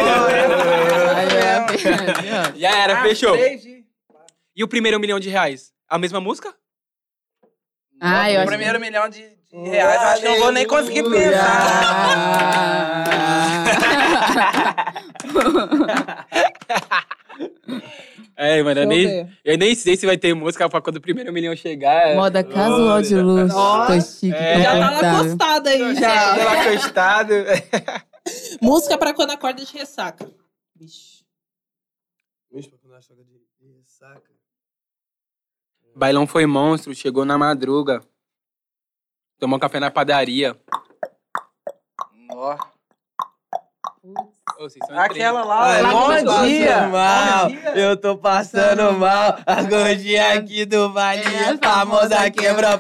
Speaker 3: chegamos.
Speaker 6: *laughs*
Speaker 4: Aí é a pena.
Speaker 1: *laughs* Já era, fechou.
Speaker 3: Desde...
Speaker 1: E o primeiro milhão de reais? A mesma música?
Speaker 4: Ah, eu
Speaker 3: o
Speaker 4: acho
Speaker 3: primeiro milhão de, de reais, eu acho que eu não vou nem conseguir
Speaker 4: é,
Speaker 3: pensar.
Speaker 1: É, mano, eu
Speaker 6: Deixa eu
Speaker 1: nem,
Speaker 6: ver.
Speaker 1: eu nem sei se vai ter música pra quando o primeiro milhão chegar.
Speaker 4: Moda casual de luxo. Tô chique,
Speaker 1: É.
Speaker 6: Já tá lá
Speaker 4: confortável.
Speaker 6: postada aí, já.
Speaker 1: Ela costado.
Speaker 6: Música pra quando acorda de ressaca. Vixe.
Speaker 5: Vixe, pra quando a sogra de- de saca.
Speaker 1: *laughs* Bailão foi monstro, chegou na madruga. Tomou um café na padaria.
Speaker 3: Ó,
Speaker 1: Ô, vocês são
Speaker 3: Aquela
Speaker 5: Ah,
Speaker 3: lá,
Speaker 5: é
Speaker 3: é longe.
Speaker 5: bom dia.
Speaker 3: Bom dia.
Speaker 5: eu tô passando mal. A gordinha aqui do vale
Speaker 4: É, a famosa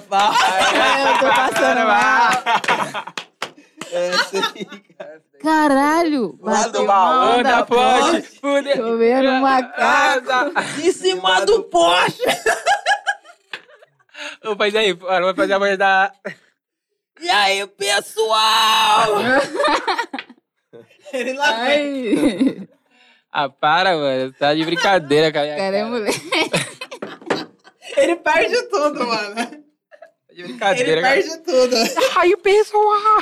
Speaker 5: pau.
Speaker 4: Eu tô passando mal. Caralho! bateu uma
Speaker 1: Onda,
Speaker 4: onda
Speaker 1: ponte, fudeu.
Speaker 4: Chover no
Speaker 6: *laughs* Ah,
Speaker 4: macaco.
Speaker 6: Em cima do poste!
Speaker 1: Ô, faz aí, bora, vai fazer a voz da.
Speaker 6: E aí, pessoal? Ele lá vem.
Speaker 4: Ai,
Speaker 1: Ah, para, mano. Tá de brincadeira, cara.
Speaker 4: cara é moleque. *laughs*
Speaker 6: Ele perde tudo, mano.
Speaker 1: Tá de
Speaker 6: Ele
Speaker 1: brincadeira, cara.
Speaker 6: perde
Speaker 1: *laughs*
Speaker 6: tudo.
Speaker 1: Aí o pessoal.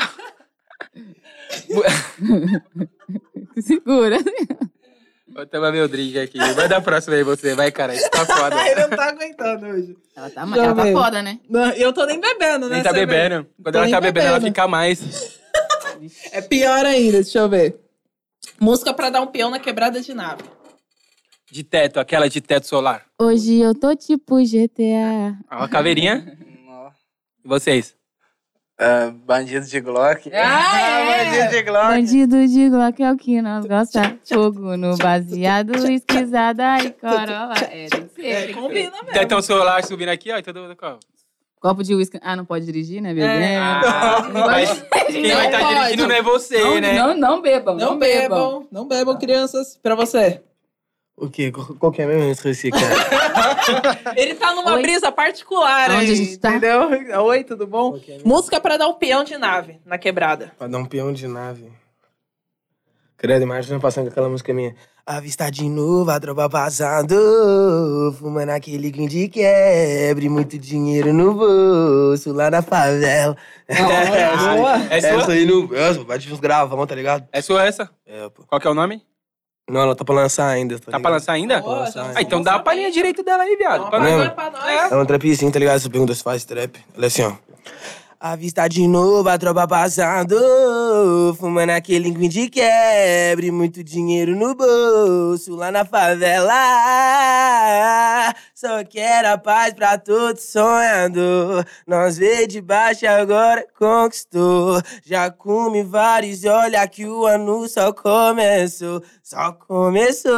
Speaker 4: Segura.
Speaker 1: Vou tomar meu drink aqui. Vai dar próxima aí você, vai, cara. Isso tá foda.
Speaker 6: Ele não tá aguentando hoje.
Speaker 4: Ela tá, ela tá
Speaker 6: Jovem.
Speaker 4: foda, né?
Speaker 6: Não, e eu tô nem bebendo, né?
Speaker 1: Nem tá
Speaker 6: você vê?
Speaker 1: bebendo. Quando
Speaker 6: Tô
Speaker 1: ela
Speaker 6: nem
Speaker 1: tá bebendo, ela
Speaker 6: bebendo.
Speaker 1: fica mais.
Speaker 6: É pior ainda, deixa eu ver. Música pra dar um peão na quebrada de nave.
Speaker 1: De teto, aquela de teto solar.
Speaker 4: Hoje eu tô tipo GTA.
Speaker 1: Ó, Uma caveirinha.
Speaker 3: Ó.
Speaker 1: E vocês?
Speaker 3: Ah, bandido de Glock.
Speaker 4: Ah, é.
Speaker 3: bandido de Glock.
Speaker 4: Bandido de Glock é o que nós gosta. Fogo no baseado, esquisada e corola. É, tem que ser. tem que ser.
Speaker 6: Combina mesmo.
Speaker 1: Tetão solar subindo aqui, ó. E todo mundo. ó.
Speaker 4: Copo de uísque. Ah, não pode dirigir, né, bebê?
Speaker 1: Ah, *laughs* mas quem vai estar
Speaker 6: Não pode.
Speaker 1: dirigindo não é você, *laughs*
Speaker 4: não,
Speaker 1: né?
Speaker 4: não, não bebam.
Speaker 6: Não Tá. bebam, não bebam, crianças. Pra você.
Speaker 5: O quê? Qual qual que é mesmo? Eu *laughs* Esqueci, cara.
Speaker 6: Ele tá numa
Speaker 4: Oi.
Speaker 6: brisa particular
Speaker 4: Onde
Speaker 6: aí,
Speaker 4: a gente tá?
Speaker 6: entendeu? Oi, tudo bom?
Speaker 5: Qual que é mesmo?
Speaker 6: Música pra dar um peão de nave na quebrada.
Speaker 5: pra dar um peão de nave. Credo, imagina passando com aquela música minha. Avista de novo, a tropa passando. Fumando aquele guinho de quebre. Muito dinheiro no bolso, lá na favela.
Speaker 1: É
Speaker 5: Essa,
Speaker 1: sua?
Speaker 5: aí não. Essa, vai de uns gravão, tá ligado?
Speaker 1: É sua essa?
Speaker 5: É, pô.
Speaker 1: Qual que é o nome?
Speaker 5: Não, ela tá pra lançar ainda. Tá,
Speaker 1: Tá
Speaker 5: ligado?
Speaker 1: pra lançar ainda?
Speaker 5: Boa.
Speaker 1: Ah, então dá a palhinha direito tá dela aí, viado.
Speaker 6: né? Uma
Speaker 1: Pra
Speaker 5: palhinha.
Speaker 1: nós.
Speaker 6: palavra pra nós.
Speaker 5: É um trapzinho, tá ligado? Você pergunta se faz trap. Ela é assim, ó. Avista de novo a tropa passando, fumando aquele linguim de quebre, muito dinheiro no bolso, lá na favela. Só quero a paz pra todo sonhador. Nós vê de baixo e agora conquistou. Já come vários e olha que o ano só começou. Só começou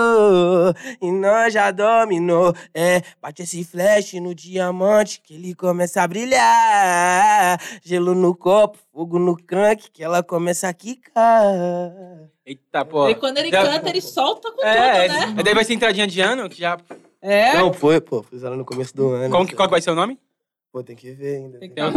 Speaker 5: e nós já dominou. É, bate esse flash no diamante que ele começa a brilhar. Gelo no copo, fogo no canque que ela começa a quicar.
Speaker 1: Eita, pô.
Speaker 6: E quando ele
Speaker 1: Já-
Speaker 6: canta, ele solta com
Speaker 1: É,
Speaker 6: tudo, né?
Speaker 1: é, daí vai ser entradinha de ano, que já...
Speaker 6: É.
Speaker 5: Não, foi, pô. Fiz ela no começo do ano.
Speaker 1: Como que, qual que vai ser o nome?
Speaker 5: Pô, tem que ver ainda.
Speaker 6: Tem que
Speaker 1: Tem um
Speaker 6: dar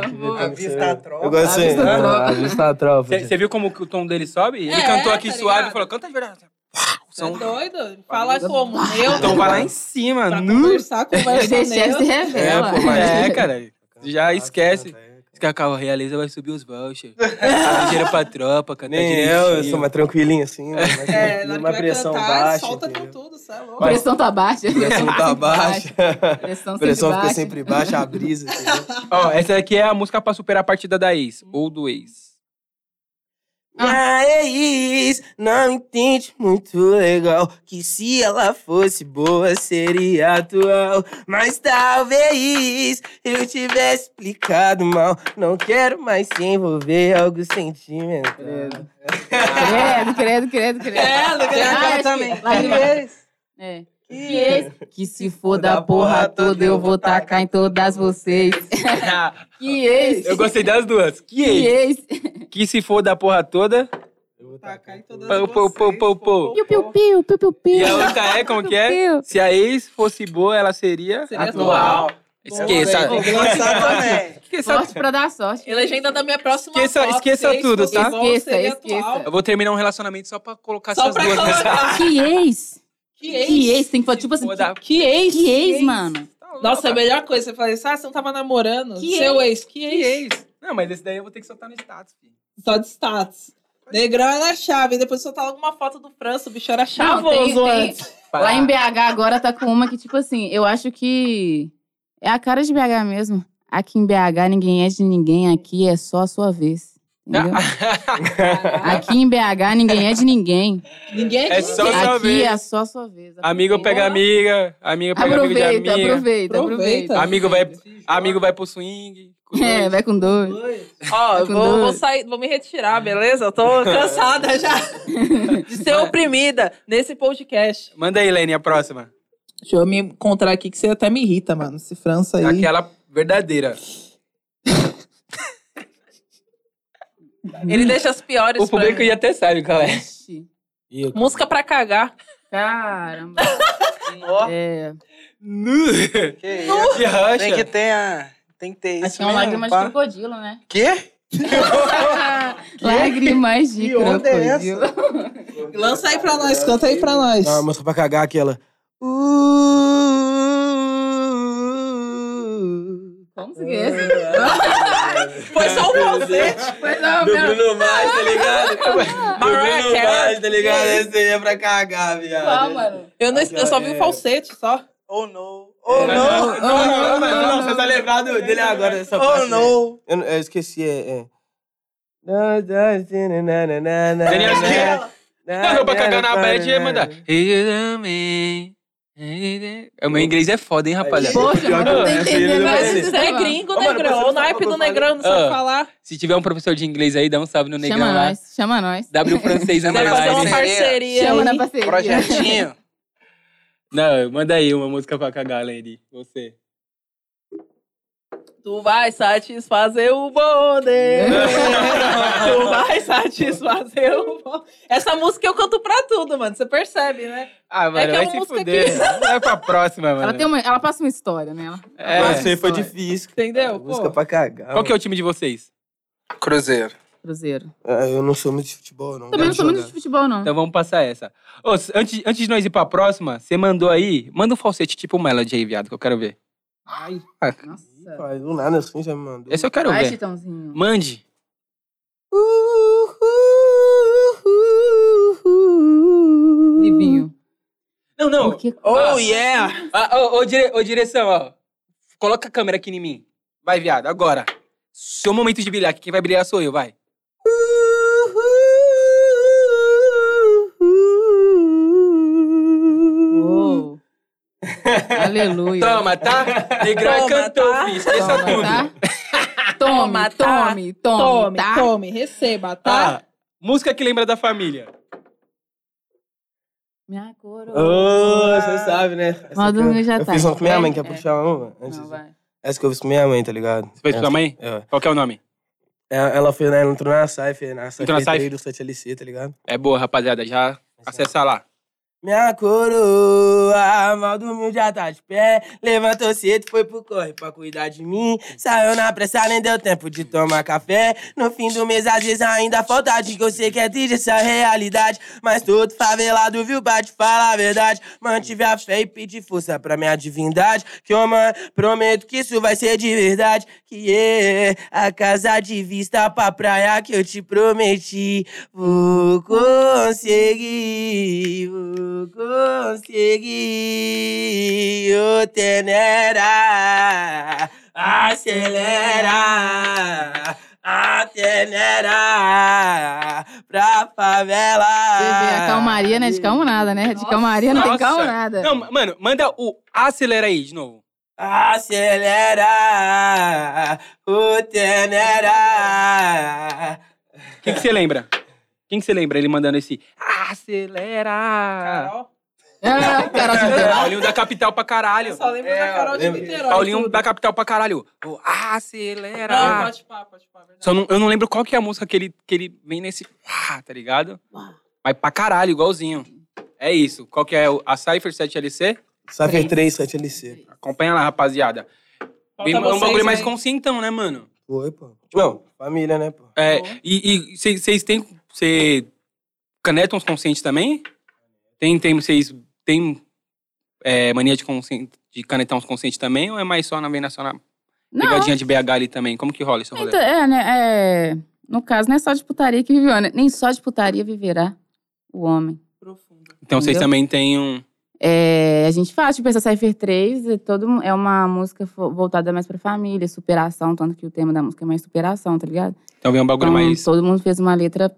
Speaker 1: tempo.
Speaker 5: Tem
Speaker 4: Boa.
Speaker 5: que ver como que é.
Speaker 3: Avista
Speaker 5: saiu.
Speaker 3: a tropa.
Speaker 5: Eu gosto
Speaker 4: Avista
Speaker 5: assim,
Speaker 4: a
Speaker 5: né?
Speaker 4: tropa.
Speaker 5: Avista a tropa. né?
Speaker 1: Você viu como que o tom dele sobe? Ele
Speaker 6: É,
Speaker 1: cantou aqui
Speaker 6: tá
Speaker 1: suave
Speaker 6: ligado?
Speaker 1: e falou, canta de verdade. O
Speaker 6: Você é
Speaker 1: som
Speaker 6: doido? Fala como? Eu.
Speaker 1: então vai lá em cima.
Speaker 6: Pra
Speaker 1: nu.
Speaker 6: conversar,
Speaker 4: Vai
Speaker 6: conversa
Speaker 4: deixar se
Speaker 6: nele.
Speaker 1: É,
Speaker 4: revela.
Speaker 1: pô, mas é, cara. Já esquece.
Speaker 5: Tá,
Speaker 1: Se Cacau realiza, vai subir os vouchers. Dá Dinheiro pra tropa,
Speaker 5: tá.
Speaker 1: cantar
Speaker 5: Nem eu, eu sou mais tranquilinho assim. mas
Speaker 6: É, na hora
Speaker 5: numa
Speaker 6: que vai
Speaker 5: pressão
Speaker 6: cantar,
Speaker 5: baixa.
Speaker 6: solta com
Speaker 5: entendeu?
Speaker 6: tudo, você é louco.
Speaker 4: A *laughs* pressão tá baixa.
Speaker 5: Pressão tá baixa.
Speaker 4: Pressão,
Speaker 5: Pressão
Speaker 4: sempre
Speaker 5: fica
Speaker 4: baixa.
Speaker 5: sempre baixa, a brisa. entendeu?
Speaker 1: Ó, essa aqui é a música pra superar a partida da ex, ou do ex.
Speaker 5: Ah, ex não entende muito legal que se ela fosse boa seria atual, mas talvez eu tivesse explicado mal. Não quero mais se envolver em algo sentimental.
Speaker 4: Credo, credo, credo, credo.
Speaker 3: Ela,
Speaker 4: Ah,
Speaker 3: ela
Speaker 4: acho
Speaker 3: também.
Speaker 4: que- lá de É. Que, ex- que se for da porra toda, eu vou tacar em todas *laughs* vocês. Que ex.
Speaker 1: eu gostei das duas. Que
Speaker 4: Que
Speaker 1: ex.
Speaker 4: ex.
Speaker 1: Que se for da porra toda.
Speaker 6: Tacar em todas
Speaker 1: Pô, pô, pô, pô, pô.
Speaker 4: Piu, piu, piu, piu, piu, piu.
Speaker 1: E a outra é, como que é?
Speaker 6: *laughs*
Speaker 4: Piu.
Speaker 1: Se a ex fosse boa, ela seria.
Speaker 6: Seria
Speaker 1: atual.
Speaker 6: atual.
Speaker 1: Esqueça.
Speaker 3: Tem que lançar também.
Speaker 1: Esqueça.
Speaker 4: Sorte pra dar sorte.
Speaker 6: E legenda da minha próxima
Speaker 1: Esqueça-
Speaker 6: foto,
Speaker 1: esqueça
Speaker 6: seis
Speaker 1: tudo,
Speaker 6: fotos
Speaker 1: tá?
Speaker 6: bons,
Speaker 4: Esqueça,
Speaker 6: seria
Speaker 4: esqueça.
Speaker 6: atual.
Speaker 1: Eu vou terminar um relacionamento só pra colocar
Speaker 6: Só
Speaker 1: essas
Speaker 6: pra
Speaker 1: duas. nessa-
Speaker 6: colocar.
Speaker 4: Que ex.
Speaker 6: Que
Speaker 4: Que
Speaker 6: ex.
Speaker 4: ex. Tem que falar, tipo assim, tipo,
Speaker 1: Foda-
Speaker 4: que, que ex. Que ex, mano.
Speaker 1: Tá louca.
Speaker 6: Nossa, é a melhor coisa, você fala isso, ah, você não tava namorando.
Speaker 4: Que
Speaker 6: Seu ex, que
Speaker 1: Que
Speaker 6: ex.
Speaker 1: ex. Não, mas esse daí eu vou ter que soltar no status, filho.
Speaker 6: Só de status. Negrão é na chave, depois soltava alguma foto do França, o bicho era
Speaker 4: tem-
Speaker 6: chavoso
Speaker 4: tem-
Speaker 6: antes.
Speaker 4: Lá em BH agora tá com uma que, tipo assim, eu acho que é a cara de BH mesmo. Aqui em BH ninguém é de ninguém, aqui é só a sua vez.
Speaker 1: Ah,
Speaker 4: Entendeu? Aqui em BH ninguém é de ninguém.
Speaker 6: *laughs* Ninguém
Speaker 1: É só
Speaker 6: ninguém.
Speaker 1: sua
Speaker 4: Aqui
Speaker 1: vez.
Speaker 4: é só a sua vez.
Speaker 1: Amigo
Speaker 4: Aproveita.
Speaker 1: pega amiga, amiga pega amigo de
Speaker 4: Aproveita,
Speaker 1: amiga.
Speaker 4: aproveita,
Speaker 6: Aproveita.
Speaker 4: aproveita.
Speaker 1: Amigo vai, amigo vai pro swing. com
Speaker 4: É,
Speaker 1: dois.
Speaker 4: vai com dois.
Speaker 6: Ó, eu
Speaker 4: Com
Speaker 6: vou,
Speaker 4: dor.
Speaker 6: vou sair, vou me retirar, beleza? Eu tô *laughs* cansada já de ser oprimida nesse podcast.
Speaker 1: Manda aí, Lene, a próxima.
Speaker 6: Deixa eu me encontrar aqui que você até me irrita, mano. Esse França aí.
Speaker 1: Aquela verdadeira.
Speaker 6: Ele deixa as piores
Speaker 1: O público
Speaker 6: pra mim.
Speaker 1: ia até sabe qual é.
Speaker 4: Ixi,
Speaker 6: Música pra cagar.
Speaker 4: Caramba. É,
Speaker 1: Nu.
Speaker 3: Que isso?
Speaker 1: Que
Speaker 3: Tem que
Speaker 1: racha.
Speaker 3: ter a... Tem que ter isso
Speaker 4: acho que é uma
Speaker 3: mesmo,
Speaker 4: lágrima de
Speaker 3: pá.
Speaker 4: crocodilo, né?
Speaker 3: Quê?
Speaker 4: *laughs* Lágrimas de
Speaker 3: Que onda é essa?
Speaker 4: crocodilo.
Speaker 6: Lança aí pra nós, canta aí pra nós.
Speaker 5: Dá uma música pra cagar aquela. Uh,
Speaker 4: Como assim? se esquece?
Speaker 6: Foi só um falsete.
Speaker 4: Pois não,
Speaker 5: Do
Speaker 4: meu.
Speaker 5: Bruno Mars, tá ligado? Do
Speaker 6: Mariah
Speaker 5: Bruno
Speaker 6: Carey.
Speaker 5: Mars, tá ligado? Esse aí é pra cagar, viado.
Speaker 4: Qual, mano?
Speaker 6: Eu, não, eu só
Speaker 1: é.
Speaker 6: vi um falsete, só.
Speaker 3: Oh, no. Oh,
Speaker 1: Não,
Speaker 3: no.
Speaker 1: não, não, não, não, você tá lembrado dele agora. Essa
Speaker 3: Oh,
Speaker 1: parte, né?
Speaker 3: no.
Speaker 5: Eu, não- eu esqueci, é... é. Não, não, não, não, não, não,
Speaker 1: Daniel,
Speaker 5: não,
Speaker 1: esquece.
Speaker 5: não,
Speaker 1: Não, eu pra cagar na
Speaker 5: não,
Speaker 1: bad ia
Speaker 5: não,
Speaker 1: mandar.
Speaker 5: não.
Speaker 1: O meu inglês é foda, hein, rapaziada.
Speaker 4: Poxa,
Speaker 5: Pior que
Speaker 4: mano, não
Speaker 5: eu
Speaker 4: tô
Speaker 5: lembro,
Speaker 4: entendendo.
Speaker 5: ele
Speaker 6: Mas
Speaker 5: não
Speaker 4: esse
Speaker 6: isso é
Speaker 4: negócio.
Speaker 6: gringo,
Speaker 5: Ô, mano,
Speaker 6: negrão.
Speaker 5: você
Speaker 6: O naipe
Speaker 5: falou
Speaker 6: do
Speaker 5: do
Speaker 6: negrão, não sabe
Speaker 1: Ah.
Speaker 6: falar.
Speaker 1: Se tiver um professor de inglês aí, dá um salve no negão
Speaker 4: Chama
Speaker 1: lá.
Speaker 4: nós, chama nós.
Speaker 1: *laughs* W francês
Speaker 6: Deve
Speaker 3: Mas
Speaker 6: fazer uma
Speaker 3: é.
Speaker 1: underline.
Speaker 6: parceria
Speaker 4: Chama na
Speaker 6: aí.
Speaker 4: parceria.
Speaker 3: Projetinho.
Speaker 1: Não, manda aí uma música pra cagar, Lady. Você.
Speaker 6: Tu vai satisfazer o bonde.
Speaker 1: *laughs*
Speaker 6: tu vai satisfazer o bonde. Essa música eu canto pra tudo, mano. Você percebe, né?
Speaker 1: Ah, mano,
Speaker 6: que é
Speaker 1: vai
Speaker 6: uma
Speaker 1: se
Speaker 6: música
Speaker 1: fuder. *laughs* Vai pra próxima, mano.
Speaker 4: Ela, tem uma, ela passa uma história, né? Ela-
Speaker 6: um
Speaker 1: É.
Speaker 5: Nossa, isso aí foi difícil.
Speaker 1: Ah,
Speaker 6: Entendeu?
Speaker 5: Música
Speaker 6: É, Pô.
Speaker 5: pra cagar.
Speaker 1: Qual que é o time de vocês?
Speaker 6: Hum.
Speaker 3: Cruzeiro.
Speaker 4: Cruzeiro.
Speaker 5: Ah, Eu não sou muito de futebol, não.
Speaker 4: Também não sou
Speaker 5: Gosto
Speaker 4: muito
Speaker 5: de
Speaker 4: de futebol, não.
Speaker 1: Então vamos passar essa. Ô, s- antes, antes de nós ir pra próxima, você mandou aí, manda um falsete tipo Melody aí, viado, que eu quero ver. Ah,
Speaker 5: jogar.
Speaker 4: Nossa.
Speaker 5: Pai, Do nada assim já me mandou.
Speaker 1: Esse eu quero
Speaker 4: Vai,
Speaker 1: ver.
Speaker 4: Chitãozinho.
Speaker 1: Mande.
Speaker 4: Livinho.
Speaker 1: Não, não.
Speaker 4: Porque...
Speaker 1: Ah.
Speaker 3: Oh, yeah.
Speaker 1: Ah, Ô, ô, dire- ô, direção, ó. Coloca a câmera aqui em mim. Vai, viado, agora. Seu momento de brilhar, que quem vai brilhar sou eu, vai.
Speaker 4: Uou. Aleluia.
Speaker 1: Toma, tá? Negrão é
Speaker 6: Toma,
Speaker 1: cantor,
Speaker 6: tá?
Speaker 1: filho. Esqueça
Speaker 4: Toma,
Speaker 1: tudo.
Speaker 4: tá? Tome,
Speaker 6: tá?
Speaker 4: tome, tome, tá?
Speaker 6: tome, receba, tá?
Speaker 1: Ah, música que lembra da família.
Speaker 4: Minha coroa.
Speaker 5: Ô, você sabe, né? Essa
Speaker 4: Mal
Speaker 5: que eu-
Speaker 4: dormiu já
Speaker 5: Eu
Speaker 4: tá.
Speaker 5: fiz uma com minha mãe, quer
Speaker 4: É.
Speaker 5: puxar uma? Antes
Speaker 4: Não,
Speaker 5: de-
Speaker 4: vai.
Speaker 5: Essa que eu fiz com minha mãe, tá ligado?
Speaker 1: Você fez com sua mãe?
Speaker 5: É.
Speaker 1: Qual que é o nome?
Speaker 5: Ela ela foi, né? Ela entrou na SAIF, na SAIF
Speaker 1: Entrou na SAIF?
Speaker 5: do 7LC, tá ligado?
Speaker 1: É boa, rapaziada. Já acessa lá.
Speaker 5: Minha coroa, mal dormiu, já tá de pé. Levantou cedo, foi pro corre pra cuidar de mim. Saiu na pressa, nem deu tempo de tomar café. No fim do mês, às vezes ainda falta de que eu sei que é triste essa realidade. Mas todo favelado, viu, bate, fala a verdade. Mantive a fé e pedi força pra minha divindade. Que eu man- prometo que isso vai ser de verdade. Que é a casa de vista pra praia que eu te prometi. Vou conseguir, vou conseguir. O Tenera, acelera. A Tenera pra favela.
Speaker 4: Você vê a calmaria, né? De calmo nada, né? De calmaria não tem
Speaker 1: Nossa.
Speaker 4: calmo nada.
Speaker 1: Não, mano, manda o acelera aí de novo.
Speaker 5: Acelera, o Tenera.
Speaker 1: Quem que você lembra? Quem que você lembra ele mandando esse acelera?
Speaker 3: Carol?
Speaker 4: Ah, Carol de Miguel.
Speaker 1: Paulinho da capital pra caralho.
Speaker 6: Só lembro da Carol de
Speaker 5: lembra-
Speaker 6: Niterói.
Speaker 1: É, Paulinho é um
Speaker 6: tudo.
Speaker 1: da capital pra caralho. O
Speaker 6: Não,
Speaker 1: acelera.
Speaker 6: pode pá, pode pá, verdade.
Speaker 1: Só não- eu não lembro qual que é a música que ele, que ele vem nesse ah, tá ligado? Mas pra caralho, igualzinho. É isso. Qual que é o- a Cypher 7LC?
Speaker 5: Safer 3, 7LC.
Speaker 1: Acompanha lá, rapaziada. Vem
Speaker 6: Falta
Speaker 1: um bagulho
Speaker 6: vocês,
Speaker 1: mais
Speaker 6: né?
Speaker 1: conscientão, né, mano?
Speaker 5: Foi, pô. Não, família, né, pô?
Speaker 1: É,
Speaker 6: Boa.
Speaker 1: e e vocês vocês têm. Cê, canetam os conscientes também? Tem, tem, vocês têm é, mania de, conscien- de canetar uns conscientes também? Ou é mais só na veia nacional?
Speaker 4: Não,
Speaker 1: Pegadinha de BH ali também. Como que rola isso, rolê?
Speaker 4: então, é, né? É, no caso, não é só de putaria que viveu, né? Nem só de putaria viverá o homem.
Speaker 6: Profundo.
Speaker 1: Então vocês
Speaker 4: entendeu?
Speaker 1: também têm um.
Speaker 4: É, a gente faz, tipo, essa Cypher 3 é, todo, mu- é uma música fo- voltada mais pra família, superação, tanto que o tema da música é mais superação, tá ligado?
Speaker 1: Então vem um bagulho
Speaker 4: Então,
Speaker 1: mais.
Speaker 4: todo mundo fez uma letra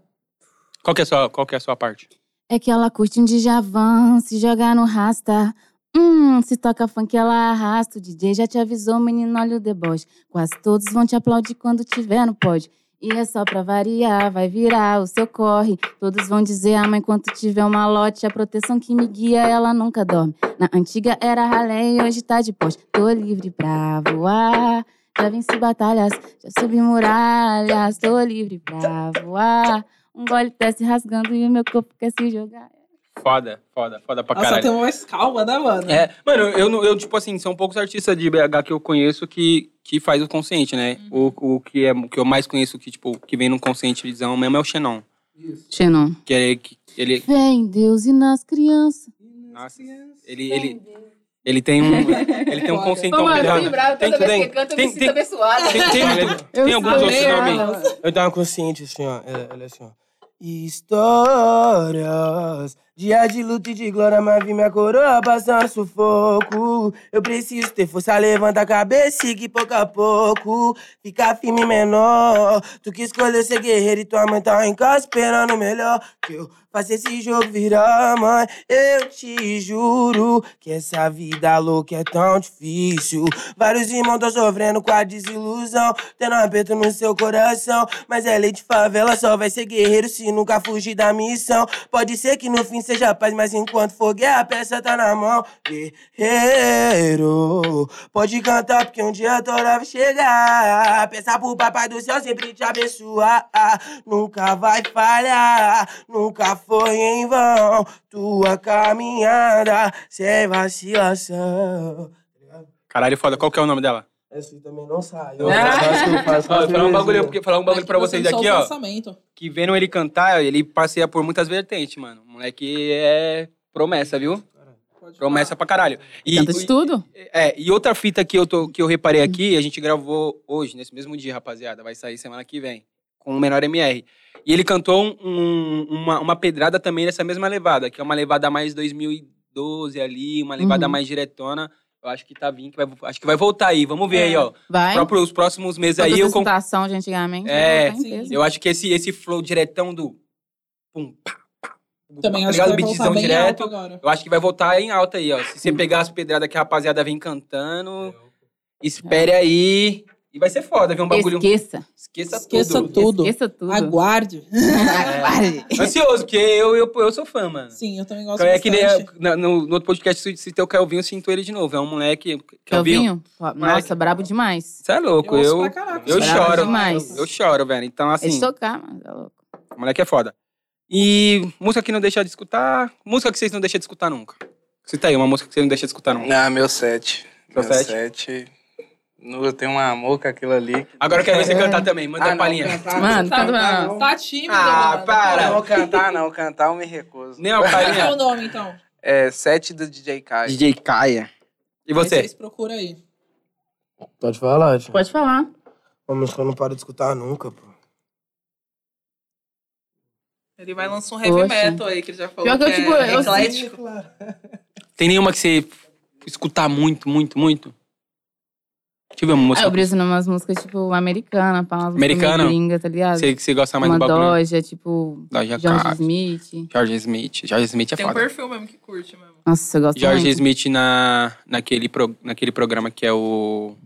Speaker 1: Qual que, é a sua, qual que é a sua parte?
Speaker 4: É que ela curte um Djavan, se joga no rasta. Hum, se toca funk, ela arrasta. O DJ já te avisou, menino, olha o deboche. Quase todos vão te aplaudir quando tiver no pódio. E é só pra variar, vai virar o seu corre. Todos vão dizer, ah, mas enquanto tiver uma lote, a proteção que me guia, ela nunca dorme. Na antiga era ralé e hoje tá de poste. Tô livre pra voar, já venci batalhas, já subi muralhas. Tô livre pra voar. Um gole desce rasgando e o meu corpo quer se jogar.
Speaker 1: Foda, foda, foda pra
Speaker 6: Nossa,
Speaker 1: caralho.
Speaker 6: tem uma mais calma, né, mano?
Speaker 1: É, mano, eu, não- eu, tipo assim, são poucos artistas de BH que eu conheço que, que faz o consciente, né?
Speaker 4: Uhum.
Speaker 1: O, o que é o que eu mais conheço que, tipo, que vem no conscientizão mesmo é o Xenon.
Speaker 4: Xenon.
Speaker 1: Que é que ele.
Speaker 4: Vem, Deus e nas crianças.
Speaker 1: Nossa, ele, ele, ele tem um. Ele tem um conscientão melhor. Tem que- tem- tem- tem-
Speaker 4: abençoada.
Speaker 1: Tem, tem, muito-
Speaker 4: assim, Eu
Speaker 1: tem alguns
Speaker 4: sou
Speaker 1: outros
Speaker 4: ela.
Speaker 1: nomes.
Speaker 5: Eu tava consciente, assim, ó. Ela, ela assim, ó. Histórias, dia de luta e de glória, mas vi minha coroa passando sufoco. Eu preciso ter força, levanta a cabeça e que pouco a pouco fica firme e menor. Tu que escolheu ser guerreiro e tua mãe tá em casa esperando o melhor. Que eu faça esse jogo virar, mãe. Eu te juro que essa vida louca é tão difícil. Vários irmãos tão sofrendo com a desilusão, tendo um aperto no seu coração. Mas é lei de favela, só vai ser guerreiro se nunca fugir da missão. Pode ser que no fim seja paz, mas enquanto for guerra, a peça tá na mão. Guerreiro, pode cantar porque um dia a tora vai chegar. Pensar pro papai do céu sempre te abençoar. Nunca vai falhar, nunca foi em vão. Tua caminhada sem vacilação.
Speaker 1: Caralho, foda. Qual que é o nome dela?
Speaker 5: Essa aí assim também não sai.
Speaker 4: É.
Speaker 1: Não. *laughs* Ó, eu vou falar um bagulho, porque- falar um bagulho pra vocês
Speaker 6: Só o
Speaker 1: aqui, ó.
Speaker 6: pensamento.
Speaker 1: Que vendo ele cantar, ele passeia por muitas vertentes, mano. O moleque é promessa, viu?
Speaker 6: Pode
Speaker 1: Promessa pra caralho. E,
Speaker 4: Canta de tudo.
Speaker 1: É, e outra fita que eu, tô, que eu reparei aqui, a gente gravou hoje, nesse mesmo dia, rapaziada. Vai sair semana que vem, com o Menor MR. E ele cantou um- um- uma, uma pedrada também nessa mesma levada, que é uma levada mais 2012 ali, uma levada
Speaker 4: Uhum.
Speaker 1: mais diretona. Eu acho que tá vindo, que vai, acho que vai voltar aí. Vamos
Speaker 6: É.
Speaker 1: ver aí, ó.
Speaker 4: Vai.
Speaker 1: Próprio, os próximos meses aí, eu,
Speaker 4: Toda
Speaker 1: con-
Speaker 4: situação de antigamente.
Speaker 1: É,
Speaker 4: tá em peso.
Speaker 1: eu acho que esse, esse flow diretão do... Pum, pá, pá,
Speaker 6: Também acho
Speaker 1: Obrigado,
Speaker 6: que vai voltar
Speaker 1: beatzão
Speaker 6: bem
Speaker 1: Tá direto.
Speaker 6: alto agora.
Speaker 1: Eu acho que vai voltar em alta aí, ó. Se você pegar as pedradas que a rapaziada vem cantando,
Speaker 6: É.
Speaker 1: espere aí. E vai ser foda ver um bagulho.
Speaker 4: Esqueça.
Speaker 1: Esqueça,
Speaker 6: Esqueça
Speaker 1: tudo. É.
Speaker 6: tudo.
Speaker 4: Esqueça tudo.
Speaker 6: Aguarde.
Speaker 4: Aguarde.
Speaker 1: Ansioso, porque eu, eu, eu sou fã, mano.
Speaker 6: Sim, eu também gosto
Speaker 1: Então é que nem
Speaker 6: bastante.
Speaker 1: na- no, no outro podcast, se tem o Kelvinho, eu sinto ele de novo. É um moleque. Kelvinho?
Speaker 4: Kelvinho? Nossa, brabo demais.
Speaker 1: Você é louco.
Speaker 6: ouço
Speaker 1: Eu,
Speaker 6: pra caraca,
Speaker 1: eu
Speaker 6: isso.
Speaker 4: Brabo
Speaker 1: choro.
Speaker 4: demais.
Speaker 1: eu choro, velho. Então,
Speaker 4: É de
Speaker 1: assim,
Speaker 4: tocar, mano. Tá louco.
Speaker 1: o moleque é foda. E música que não deixa de escutar. Música que vocês não deixam de escutar nunca. Cita aí, uma música que vocês não deixam de escutar nunca.
Speaker 3: Ah, meu set.
Speaker 1: Seu
Speaker 3: Meu
Speaker 1: set?
Speaker 3: set. No, eu tenho um amor com aquilo ali.
Speaker 1: Agora eu quero ver
Speaker 6: É.
Speaker 1: você cantar também. Manda
Speaker 3: Ah,
Speaker 1: uma
Speaker 3: não,
Speaker 1: palhinha.
Speaker 3: cantar-
Speaker 4: Mano, tá
Speaker 3: cantar
Speaker 4: bom.
Speaker 3: não.
Speaker 6: Tá tímido,
Speaker 1: Ah,
Speaker 6: mano.
Speaker 1: para.
Speaker 3: Não, cantar não. Cantar eu me recuso.
Speaker 1: Nem uma
Speaker 6: Qual que é o
Speaker 1: palhinha.
Speaker 6: nome, então?
Speaker 3: É, set do DJ Kai.
Speaker 1: DJ Kaia. E
Speaker 4: é
Speaker 6: Aí
Speaker 1: você?
Speaker 6: Vocês procuram aí.
Speaker 5: Pode falar, tio.
Speaker 4: Pode falar.
Speaker 5: Uma música eu não paro de escutar nunca, pô.
Speaker 6: Ele vai lançar um
Speaker 4: heavy Poxa. metal
Speaker 6: aí, que ele já falou.
Speaker 4: Pior que eu, que é tipo, eu- eclético.
Speaker 1: Tem nenhuma que você escutar muito, muito, muito? Deixa eu ver uma
Speaker 4: Ah, eu
Speaker 1: música
Speaker 4: briso numas músicas, tipo, americana, pá, umas
Speaker 1: Americana?
Speaker 4: músicas meio gringa, tá ligado?
Speaker 1: que você gosta mais
Speaker 4: Uma
Speaker 1: do bagulho.
Speaker 4: Doja, tipo,
Speaker 1: Doja
Speaker 4: George
Speaker 1: Cat.
Speaker 4: Smith. um
Speaker 1: George Smith. George Smith é foda.
Speaker 6: um perfil mesmo que curte mesmo.
Speaker 4: Nossa, eu gosto
Speaker 1: George
Speaker 4: muito.
Speaker 1: Smith na, naquele, pro- naquele programa que é o.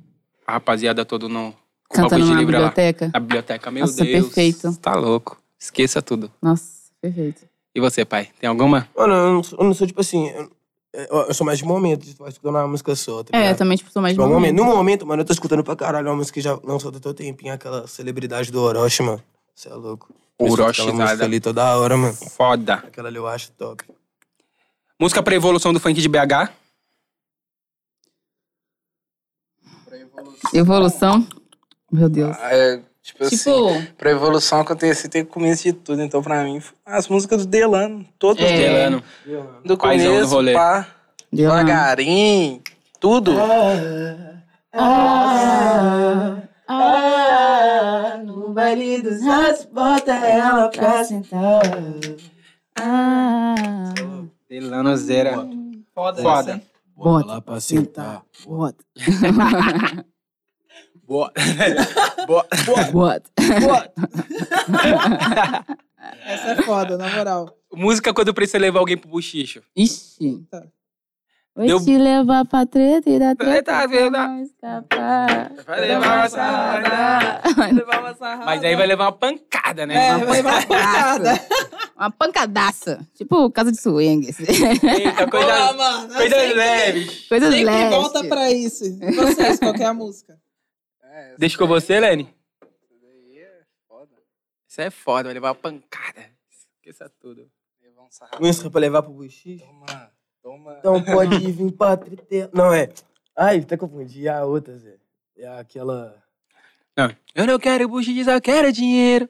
Speaker 1: A rapaziada todo no. com o
Speaker 4: Cantando
Speaker 1: um bagulho de
Speaker 4: na
Speaker 1: livro lá.
Speaker 4: biblioteca.
Speaker 1: Na biblioteca, meu
Speaker 4: Nossa, é
Speaker 1: Deus.
Speaker 4: perfeito.
Speaker 1: Tá louco. Esqueça tudo.
Speaker 4: Nossa, perfeito.
Speaker 1: E você, pai? Tem alguma?
Speaker 5: Mano, eu não sou, eu não sou tipo assim. Eu, eu- eu sou mais de momento, tipo, escutando uma música só, tá
Speaker 4: É, eu
Speaker 5: ligado?
Speaker 4: também, tipo, sou mais de
Speaker 5: Tipo, no momento-
Speaker 4: momento.
Speaker 5: No momento, mano, eu tô escutando pra caralho uma música que já não solta todo tempinho, aquela celebridade do Orochi, mano. Você é louco. Eu escuto
Speaker 1: Orochi,
Speaker 5: aquela música
Speaker 1: nada.
Speaker 5: ali toda hora, mano.
Speaker 1: Foda.
Speaker 5: Aquela ali eu acho top.
Speaker 1: Música pra evolução do funk de BH?
Speaker 4: Evolução. Meu Deus.
Speaker 3: Ah, É, tipo, assim,
Speaker 4: Tipo,
Speaker 3: pra evolução acontecer tem que começo de tudo. Então, pra mim, as músicas do Delano. Todas
Speaker 4: É.
Speaker 1: Delano. Paizão do
Speaker 3: do começo,
Speaker 1: rolê.
Speaker 3: pá,
Speaker 4: deu lá.
Speaker 3: devagarinho, tudo.
Speaker 4: Ah, ah, no baile dos ratos, bota ela pra sentar. Ah,
Speaker 1: Delano Zera.
Speaker 6: Foda,
Speaker 1: Foda.
Speaker 6: é Foda.
Speaker 4: Bota.
Speaker 5: lá pra sentar.
Speaker 4: what?
Speaker 1: Boa. Boa.
Speaker 4: What?
Speaker 1: *laughs*
Speaker 6: Essa é foda, na moral.
Speaker 1: Música quando precisa levar alguém pro buchicho.
Speaker 4: Ixi.
Speaker 6: Tá.
Speaker 4: Vou
Speaker 1: Deu-
Speaker 4: te levar pra treta e da treta
Speaker 1: Treta,
Speaker 4: você
Speaker 1: da-
Speaker 4: não escapar.
Speaker 1: Vai
Speaker 6: levar uma
Speaker 1: sarrada.
Speaker 6: Levar uma sarrada.
Speaker 1: Mas aí vai levar uma pancada, né?
Speaker 6: É, vai levar uma pancada.
Speaker 4: Uma pancadaça. Tipo casa de swing. assim. *laughs*
Speaker 1: Eita,
Speaker 6: *laughs* Olá,
Speaker 1: coisa,
Speaker 6: mano.
Speaker 1: coisa
Speaker 6: sempre-
Speaker 1: leve.
Speaker 4: Coisas
Speaker 6: Sempre
Speaker 4: leves.
Speaker 6: volta pra isso. E Vocês, qualquer música.
Speaker 3: É,
Speaker 1: Deixa com você, Lene.
Speaker 3: essa daí é foda.
Speaker 1: Isso é foda, vai levar uma pancada. Esqueça tudo.
Speaker 3: Levar um sarrafo.
Speaker 5: Música pra levar pro buchicho?
Speaker 3: Toma, toma.
Speaker 5: Então pode vir pra trite- Não, é. Ai, tá confundindo. É a outra, Zé. É aquela.
Speaker 1: Eu não quero buchiche, só quero dinheiro.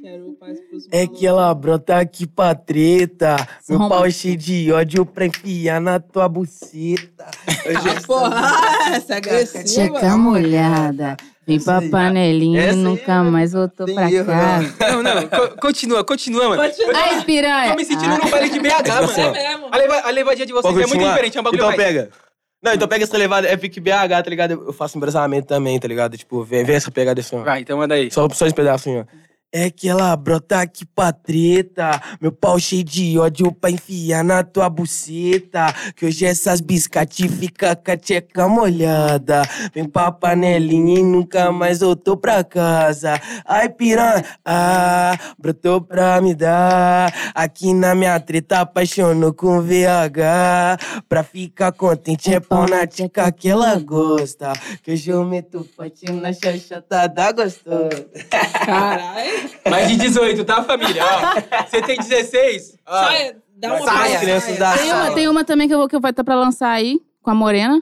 Speaker 6: Quero paz pros
Speaker 5: É
Speaker 6: malucos.
Speaker 5: que ela brota aqui pra treta. Meu
Speaker 4: Soma.
Speaker 5: pau é cheio de ódio pra enfiar na tua buceta. Hoje
Speaker 1: *laughs*
Speaker 5: é
Speaker 6: Ah, Porra, *laughs* essa é
Speaker 4: Tcheca
Speaker 6: agressiva.
Speaker 4: molhada. Vem pra
Speaker 5: aí.
Speaker 1: É,
Speaker 4: panelinha e
Speaker 5: Essa aí
Speaker 4: nunca mais voltou
Speaker 5: tem
Speaker 4: pra
Speaker 5: erro,
Speaker 4: casa.
Speaker 1: né? Não, não, co- continua, continua, mano.
Speaker 6: Continua.
Speaker 4: Ai, piranha.
Speaker 1: Tô me sentindo
Speaker 4: Ah,
Speaker 1: num baile de BH,
Speaker 5: Tipo assim,
Speaker 1: mano.
Speaker 5: ó.
Speaker 6: É mesmo.
Speaker 1: A, leva- a levadinha de vocês
Speaker 5: Pode
Speaker 1: é muito
Speaker 5: continuar?
Speaker 1: diferente, é um bagulho
Speaker 5: Então
Speaker 1: mais.
Speaker 5: pega. Não, então pega essa levada, é pique BH, tá ligado? Eu faço embrasamento também, tá ligado? Tipo, vem, vem essa pegada assim, ó.
Speaker 1: Vai, então manda aí.
Speaker 5: Só, só esse pedacinho, ó. É que ela brota aqui pra treta, meu pau cheio de ódio pra enfiar na tua buceta. Que hoje essas biscate fica com a tcheca molhada. Vem pra panelinha e nunca mais voltou pra casa. Ai, piranha, ah, brotou pra me dar. Aqui na minha treta apaixonou com VH. Pra ficar contente é pau na tcheca que ela gosta. Que hoje eu meto pote na xoxota da gostosa.
Speaker 6: Caralho.
Speaker 1: Mais de 18, tá, família? Ó, você tem 16? Ó,
Speaker 6: Saia. Dá uma
Speaker 1: Saia,
Speaker 6: pausa.
Speaker 5: crianças da
Speaker 4: Ah, Tem uma, tem uma também que eu vou que vai estar pra lançar aí, com a Morena.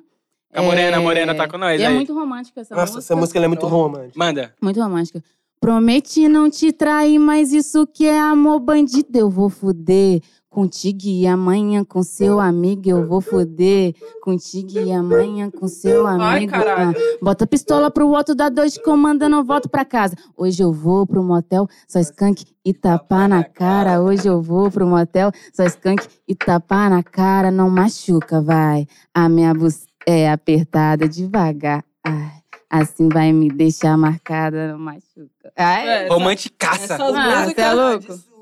Speaker 1: A Morena, a Morena tá com nós
Speaker 4: e É
Speaker 1: aí.
Speaker 4: muito romântica essa
Speaker 5: Nossa,
Speaker 4: música.
Speaker 5: essa música ela é muito romântica.
Speaker 1: Manda.
Speaker 4: Muito romântica. Prometi não te trair, mas isso que é amor bandido, eu vou fuder. Contigo e amanhã com seu amigo, eu vou fuder. Contigo e amanhã com seu
Speaker 2: Ai,
Speaker 4: amigo.
Speaker 2: caralho.
Speaker 4: ah. Bota a pistola pro alto, dá dois comanda, não volto pra casa. Hoje eu vou pro motel, só skunk e tapar na cara. Hoje eu vou pro motel, só skunk e tapar na cara. Não machuca, vai. A minha bus é apertada devagar. Ai. Assim vai me deixar marcada, não machuca. Ai,
Speaker 6: É,
Speaker 1: Romanticaça.
Speaker 6: Essas
Speaker 4: ah,
Speaker 6: músicas-
Speaker 4: você é louco?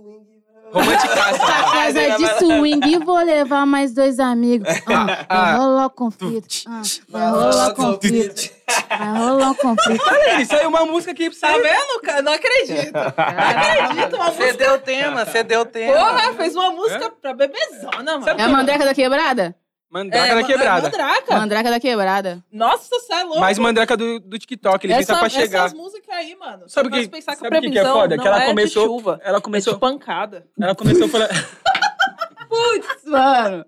Speaker 1: Romanticaça.
Speaker 4: Essa casa é de swing e vou levar mais dois amigos. *laughs* Ah, vai rolar o conflito. Ah, vai rolar o conflito. Vai rolar o conflito.
Speaker 1: Olha aí, saiu uma música aqui pra
Speaker 6: Tá
Speaker 1: você.
Speaker 6: vendo, cara? Não acredito. acredito, uma
Speaker 3: Você deu tema, você deu tema.
Speaker 6: Porra, fez uma
Speaker 1: É?
Speaker 6: música pra bebezona, mano.
Speaker 4: *laughs*
Speaker 6: É,
Speaker 4: É a Mandraca da Quebrada?
Speaker 1: Mandraca da quebrada.
Speaker 6: Mandraca.
Speaker 4: Mandraca da Quebrada.
Speaker 6: Nossa, você é louco.
Speaker 1: Mais mandraca do, do TikTok, ele
Speaker 6: Essa-
Speaker 1: tenta pra chegar.
Speaker 6: Essas músicas aí, mano.
Speaker 1: Sabe o
Speaker 6: Você
Speaker 1: que,
Speaker 6: faz pensar
Speaker 1: sabe o que que é
Speaker 6: previsão
Speaker 1: foda? Que
Speaker 6: não
Speaker 1: ela
Speaker 6: é de
Speaker 1: começou.
Speaker 6: chuva,
Speaker 1: ela
Speaker 6: é de
Speaker 1: começou.
Speaker 6: pancada.
Speaker 1: Ela começou
Speaker 6: *laughs*
Speaker 1: pela.
Speaker 4: Putz, mano.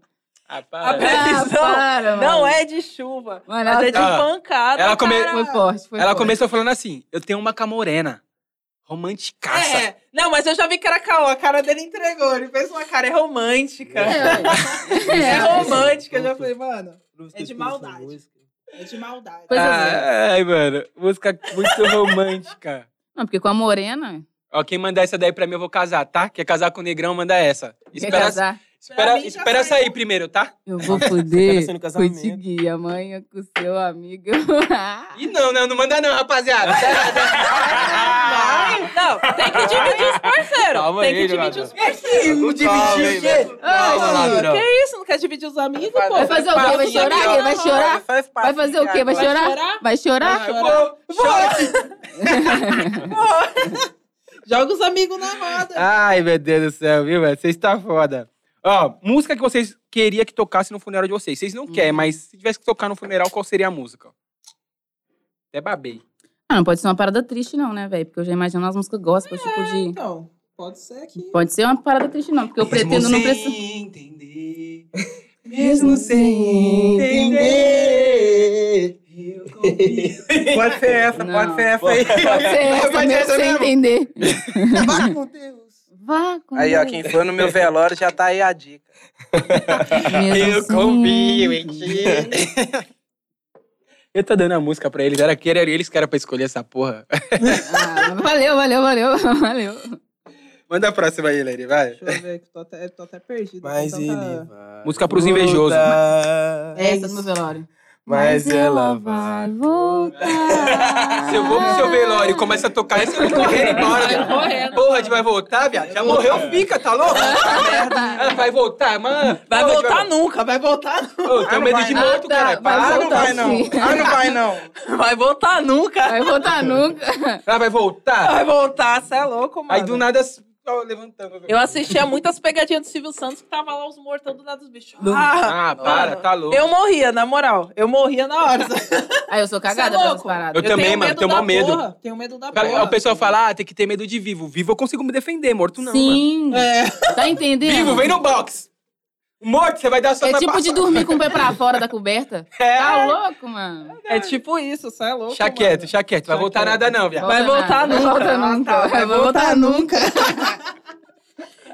Speaker 1: Ah,
Speaker 6: A
Speaker 4: É,
Speaker 1: para.
Speaker 6: previsão
Speaker 4: para, mano.
Speaker 6: não é de chuva,
Speaker 4: Mano,
Speaker 6: mas
Speaker 4: ela,
Speaker 6: é de
Speaker 1: tá-
Speaker 6: pancada.
Speaker 1: Ela come-
Speaker 6: cara.
Speaker 4: foi forte, foi
Speaker 1: Ela
Speaker 4: forte.
Speaker 1: começou falando assim: eu tenho uma camorena. Romanticaça.
Speaker 6: É, não, mas eu já vi que era caô. A cara dele entregou. Ele fez uma cara, é romântica. É
Speaker 4: É, *laughs* é.
Speaker 6: romântica. Eu já falei, mano, é de maldade.
Speaker 2: É de maldade.
Speaker 4: Pois é.
Speaker 1: Ah, Ai, mano. Música
Speaker 6: *laughs*
Speaker 1: muito romântica.
Speaker 4: Não, porque com a Morena,
Speaker 1: Ó, quem mandar essa daí pra mim, eu vou casar, tá? Quer casar com o negrão, manda essa.
Speaker 4: quer
Speaker 1: Espera,
Speaker 4: casar.
Speaker 1: espera,
Speaker 2: Pra mim já
Speaker 1: espera
Speaker 2: saiu.
Speaker 1: sair primeiro, tá?
Speaker 4: Eu vou
Speaker 5: Tá
Speaker 4: foder
Speaker 5: pensando em casamento.
Speaker 4: contigo, amanhã com seu
Speaker 2: *laughs*
Speaker 4: amigo.
Speaker 1: Ih, não, não, não manda não, rapaziada.
Speaker 6: Vai, Ah! não, tem que dividir os parceiros.
Speaker 1: Calma
Speaker 6: tem que
Speaker 1: aí,
Speaker 6: dividir
Speaker 1: jogador.
Speaker 6: os parceiros.
Speaker 1: Não
Speaker 6: né,
Speaker 1: dividiu o quê?
Speaker 4: Ai,
Speaker 6: Mano, que isso? Não quer dividir os amigos, pô?
Speaker 4: Vai fazer o quê? Vai chorar? Vai chorar? Vai fazer o quê? Vai
Speaker 2: Vai
Speaker 4: chorar?
Speaker 2: chorar?
Speaker 4: Vai chorar?
Speaker 1: Eu vou-
Speaker 6: *laughs*
Speaker 2: Joga os amigos na
Speaker 1: *laughs*
Speaker 2: roda.
Speaker 1: Ai, meu Deus do céu, viu, velho? Vocês tá foda. Ó, música que vocês queriam que tocasse no funeral de vocês. Vocês não
Speaker 6: Uhum.
Speaker 1: querem, mas se tivesse que tocar no funeral, qual seria a música? Até babei.
Speaker 4: Ah, não pode ser uma parada triste, não, né, velho? Porque eu já imagino as músicas gospel, tipo de.
Speaker 2: Então, pode ser que.
Speaker 4: Pode ser uma parada triste, não, porque eu pretendo não precisar.
Speaker 3: entender, mesmo sem entender, eu confio. Pode ser essa,
Speaker 4: Não.
Speaker 3: pode ser essa aí.
Speaker 4: Pode ser essa,
Speaker 3: Pode ser
Speaker 4: mesmo
Speaker 3: essa
Speaker 4: sem
Speaker 3: mesmo.
Speaker 4: entender. *laughs*
Speaker 3: Vá com Deus.
Speaker 4: Vá com
Speaker 3: Aí, ó,
Speaker 4: Deus.
Speaker 3: quem for no meu velório já tá aí a dica.
Speaker 4: Mesmo assim." sem-
Speaker 1: ti. *laughs* Eu tô dando a música pra eles. Era que era eles que era pra escolher essa porra. *laughs*
Speaker 4: Ah, valeu, valeu, valeu, valeu.
Speaker 1: Manda a próxima aí, Lady, vai.
Speaker 2: Deixa eu ver, que tô até, tô até perdido. então tá-
Speaker 5: Mas
Speaker 2: com
Speaker 5: ele
Speaker 2: tanta-
Speaker 5: vai
Speaker 1: Música pros invejosos.
Speaker 5: voltar,
Speaker 4: É essa do meu velório. é
Speaker 5: Mas ela vai
Speaker 4: voltar.
Speaker 1: Se eu vou pro seu velório e começa a tocar é essa, eu vou correr embora.
Speaker 6: Vai correndo.
Speaker 1: Porra, a gente vai voltar, viado? Já
Speaker 6: *laughs*
Speaker 1: morreu, fica, tá louco? Ah, Vai voltar, mano. Porra, a
Speaker 6: Vai
Speaker 1: gente
Speaker 6: voltar nunca, vai voltar nunca.
Speaker 1: Ô, tenho
Speaker 3: não
Speaker 1: medo
Speaker 3: vai,
Speaker 1: de
Speaker 3: não.
Speaker 1: morto,
Speaker 4: Tá,
Speaker 1: caralho.
Speaker 4: vai
Speaker 1: Para.
Speaker 3: Ah, não vai não. Ah, não vai não.
Speaker 6: Vai voltar nunca.
Speaker 4: Vai voltar nunca.
Speaker 1: Ah, vai voltar?
Speaker 6: Vai voltar, você é louco, mano.
Speaker 1: Aí do nada, só levantando.
Speaker 6: Eu assistia muitas pegadinhas do Silvio Santos que tava lá os mortão do nada dos bichos. Ah,
Speaker 1: Ah, para,
Speaker 6: Mano,
Speaker 1: tá louco.
Speaker 6: eu morria, na moral. Eu morria na hora.
Speaker 4: Aí eu sou cagada
Speaker 2: Cê é
Speaker 4: pra essas
Speaker 2: louco?
Speaker 1: Eu
Speaker 4: paradas.
Speaker 6: *laughs*
Speaker 1: também,
Speaker 6: tenho
Speaker 1: mano,
Speaker 6: medo
Speaker 1: tenho
Speaker 6: da
Speaker 1: mó medo.
Speaker 6: porra.
Speaker 2: Porra, tenho medo da
Speaker 1: Cara, O
Speaker 2: porra.
Speaker 1: pessoal fala, ah, tem que ter medo de vivo. Vivo eu consigo me defender, morto não, mano.
Speaker 4: Sim.
Speaker 2: É.
Speaker 4: Tá entendendo?
Speaker 1: Vivo, vem no box. Morto, você vai dar só
Speaker 4: É
Speaker 1: pra
Speaker 4: tipo de
Speaker 1: *laughs* passar. É.
Speaker 4: dormir com o pé pra fora da coberta. Tá louco, mano?
Speaker 6: É tipo isso, você é louco.
Speaker 1: Chá quieto, chá quieto. Vai voltar nada não, viado.
Speaker 6: Vai voltar
Speaker 4: nada.
Speaker 6: nunca.
Speaker 4: Vai voltar nunca. Vai voltar nunca.